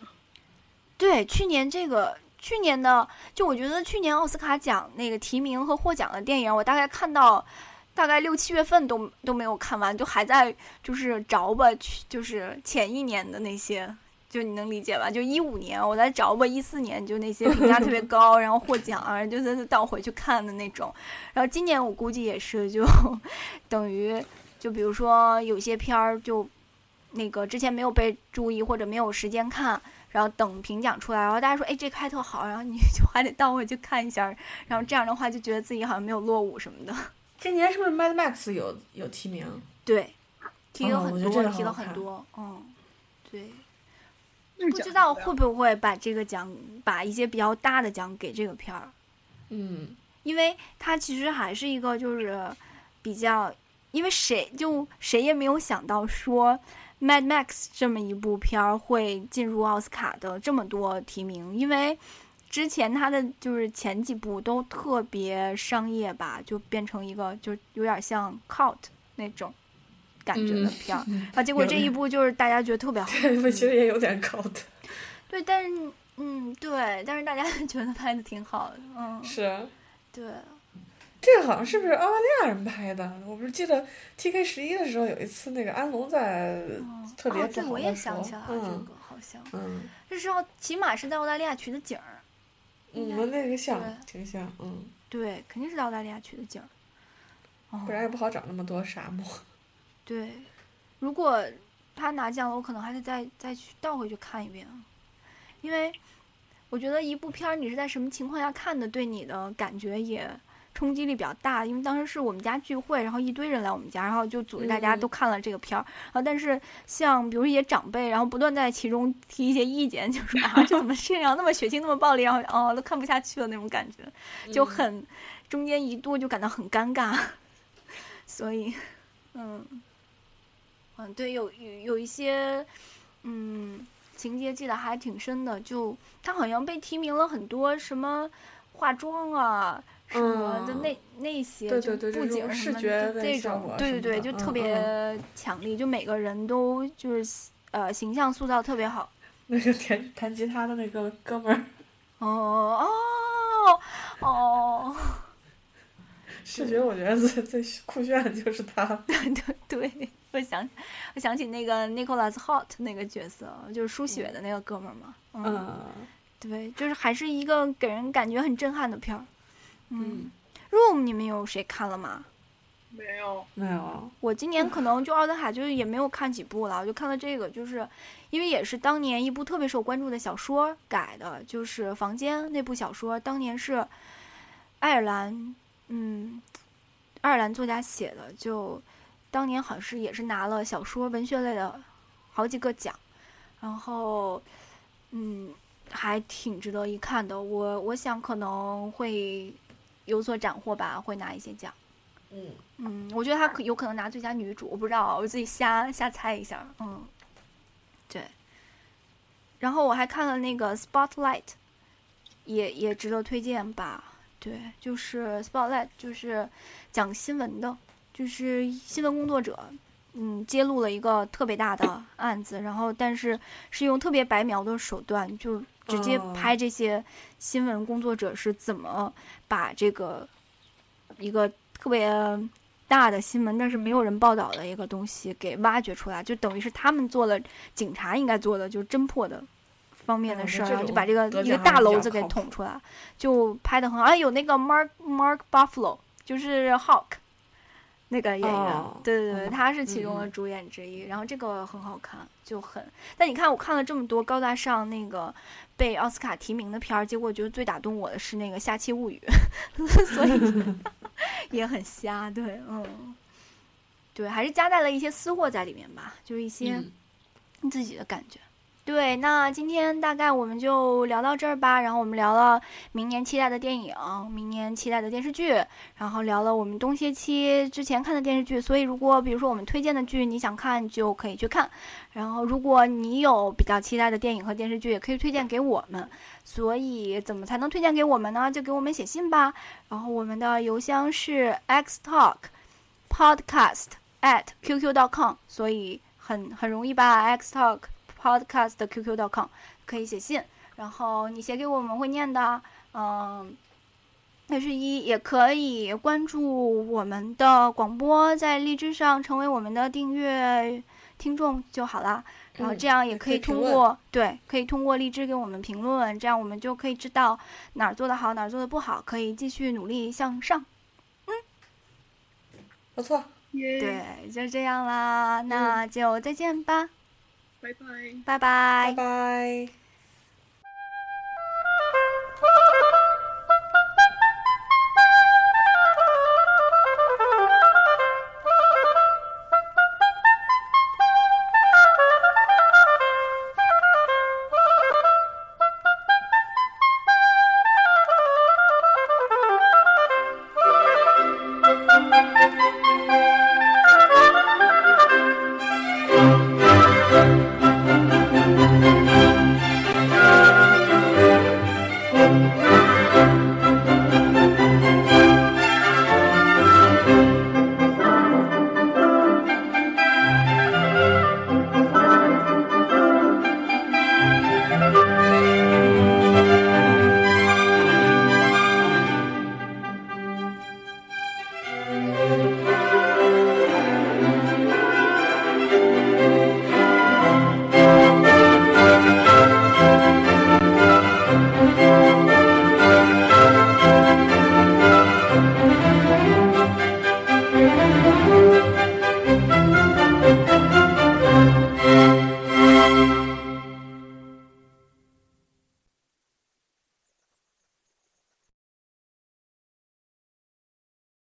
Speaker 1: 对，去年这个。去年的，就我觉得去年奥斯卡奖那个提名和获奖的电影，我大概看到，大概六七月份都都没有看完，就还在就是着吧，去就是前一年的那些，就你能理解吧？就一五年我在着吧，一四年就那些评价特别高，然后获奖啊，就在那倒回去看的那种。然后今年我估计也是就等于就比如说有些片儿就那个之前没有被注意或者没有时间看，然后等评奖出来，然后大家说哎这个还特好，然后你 (laughs) 就还得倒回去看一下，然后这样的话就觉得自己好像没有落伍什么的。
Speaker 3: 今年是不是 Mad Max 有有提名？
Speaker 1: 对，提了
Speaker 3: 哦我
Speaker 1: 很
Speaker 3: 觉得
Speaker 1: 多，
Speaker 3: 这个好
Speaker 1: 提了
Speaker 3: 好
Speaker 1: 很
Speaker 3: 看
Speaker 1: 多，嗯，对，
Speaker 2: 那
Speaker 1: 不知道会不会把这个奖把一些比较大的奖给这个片儿，
Speaker 3: (laughs) 嗯
Speaker 1: 因为它其实还是一个就是比较，因为谁就谁也没有想到说。Mad Max 这么一部片儿会进入奥斯卡的这么多提名，因为之前他的就是前几部都特别商业吧，就变成一个就有点像 cult 那种感觉的
Speaker 3: 嗯
Speaker 1: 片
Speaker 3: (laughs)
Speaker 1: 儿、啊，结果
Speaker 3: 有
Speaker 1: 这
Speaker 3: 点
Speaker 1: 一部就是大家觉得特
Speaker 3: (laughs)
Speaker 1: 别好，
Speaker 3: 我其实也有点高的，
Speaker 1: 对，但是嗯，对，但是大家觉得拍的挺好的，嗯，
Speaker 3: 是。啊
Speaker 1: 对，
Speaker 3: 这个好像是不是澳大利亚人拍的？我不是记得 T K 十一的时候有一次，那个安龙在
Speaker 1: 嗯
Speaker 3: 特别
Speaker 1: 哦，
Speaker 3: 不
Speaker 1: 对，
Speaker 3: 好
Speaker 1: 我
Speaker 3: 地
Speaker 1: 也
Speaker 3: 说
Speaker 1: 想起来了，
Speaker 3: 嗯
Speaker 1: 这个好像
Speaker 3: 嗯，
Speaker 1: 这是要起码是在澳大利亚取的景儿，应
Speaker 3: 你
Speaker 1: 该
Speaker 3: 嗯们那个像
Speaker 1: 对
Speaker 3: 挺像，嗯，
Speaker 1: 对，肯定是在澳大利亚取的景儿，哦
Speaker 3: 不，然也不好找那么多沙漠。 (laughs)
Speaker 1: 对，如果他拿奖了，我可能还得再再去倒回去看一遍，啊因为我觉得一部片儿你是在什么情况下看的，对你的感觉也冲击力比较大。因为当时是我们家聚会，然后一堆人来我们家，然后就组织大家
Speaker 3: 嗯
Speaker 1: 都看了这个片儿。然后但是像比如一些长辈，然后不断在其中提一些意见，就说啊这怎么这样，那么血腥，那么暴力，然后哦都看不下去了那种感觉，就
Speaker 3: 嗯
Speaker 1: 很、中间一度就感到很尴尬， (laughs) 所以嗯。嗯，对，有有有一些，嗯，情节记得还挺深的。就他好像被提名了很多什么化妆啊什么的
Speaker 3: 嗯
Speaker 1: 那、那些，
Speaker 3: 对
Speaker 1: 就
Speaker 3: 对对
Speaker 1: 布
Speaker 3: 这种
Speaker 1: 景什
Speaker 3: 视
Speaker 1: 么的
Speaker 3: 觉
Speaker 1: 这
Speaker 3: 的
Speaker 1: 这
Speaker 3: 效
Speaker 1: 种
Speaker 3: 果，
Speaker 1: 对
Speaker 3: 什
Speaker 1: 对对，
Speaker 3: 么
Speaker 1: 就
Speaker 3: 的
Speaker 1: 特
Speaker 3: 嗯
Speaker 1: 别强力，就每个人都就是呃形象塑造特别好。
Speaker 3: 那个弹弹吉他的那个哥们儿，
Speaker 1: 哦哦哦，
Speaker 3: 视觉我觉得最最酷炫的就是他。
Speaker 1: 对 (laughs) 对，我想我想起那个 Nicholas Holt 那个角色，就是输血的那个哥们儿嘛。
Speaker 3: 嗯
Speaker 1: 对，就是还是一个给人感觉很震撼的片儿。嗯
Speaker 3: 嗯，
Speaker 1: ，Room 你们有谁看了吗？
Speaker 2: 没有，
Speaker 3: 没有，啊
Speaker 1: 我今年可能就奥德海就是也没有看几部了，我就看了这个，就是因为也是当年一部特别受关注的小说改的，就是《房间》那部小说，当年是爱尔兰，嗯，爱尔兰作家写的，就当年好像是也是拿了小说文学类的好几个奖，然后嗯，还挺值得一看的。我我想可能会有所斩获吧，会拿一些奖。
Speaker 3: 嗯，
Speaker 1: 嗯，我觉得她可有可能拿最佳女主，我不知道啊，我自己瞎瞎猜一下。嗯，对。然后我还看了那个《Spotlight》，也也值得推荐吧。对，就是《Spotlight》，就是讲新闻的，就是新闻工作者，嗯，揭露了一个特别大的案子，然后但是是用特别白描的手段，就直接
Speaker 3: 哦
Speaker 1: 拍这些新闻工作者是怎么把这个一个特别呃大的新闻，但是没有人报道的一个东西给挖掘出来，就等于是他们做了警察应该做的，就是侦破的方面的
Speaker 3: 嗯
Speaker 1: 事儿，
Speaker 3: 这
Speaker 1: 然后就
Speaker 3: 种
Speaker 1: 把这个
Speaker 3: 得
Speaker 1: 一个
Speaker 3: 奖还
Speaker 1: 大
Speaker 3: 是比
Speaker 1: 篓
Speaker 3: 较
Speaker 1: 子给
Speaker 3: 靠谱
Speaker 1: 捅出来，就拍的很好。哎，有那个 Mark Mark Buffalo，就是 Hawk 那个演员，
Speaker 3: 哦
Speaker 1: 对对对，
Speaker 3: 嗯
Speaker 1: 他是其中的
Speaker 3: 嗯
Speaker 1: 主演之一。然后这个很好看，就很。但你看，我看了这么多高大上那个被奥斯卡提名的片儿，结果觉得最打动我的是那个《下期物语》， (laughs) 所以也很瞎。对，嗯，对，还是夹带了一些私货在里面吧，就是一些
Speaker 3: 嗯
Speaker 1: 自己的感觉。对，那今天大概我们就聊到这儿吧。然后我们聊了明年期待的电影，明年期待的电视剧，然后聊了我们冬歇期之前看的电视剧。所以，如果比如说我们推荐的剧你想看，就可以去看。然后，如果你有比较期待的电影和电视剧，也可以推荐给我们。所以，怎么才能推荐给我们呢？就给我们写信吧。然后，我们的邮箱是 xtalk podcast at qq.com，所以很很容易吧？xtalk。podcast qq.com 可以写信，然后你写给我们会念的，嗯，那是一也可以关注我们的广播，在荔枝上成为我们的订阅听众就好啦。然后这样也可以通过、对，可以通过荔枝给我们评论，这样我们就可以知道哪儿做得好，哪儿做得不好，可以继续努力向上。
Speaker 3: 不错，
Speaker 2: 耶，
Speaker 1: 对，嗯就这样啦，那就再见吧，
Speaker 2: 拜拜。
Speaker 1: 拜拜
Speaker 3: 拜拜。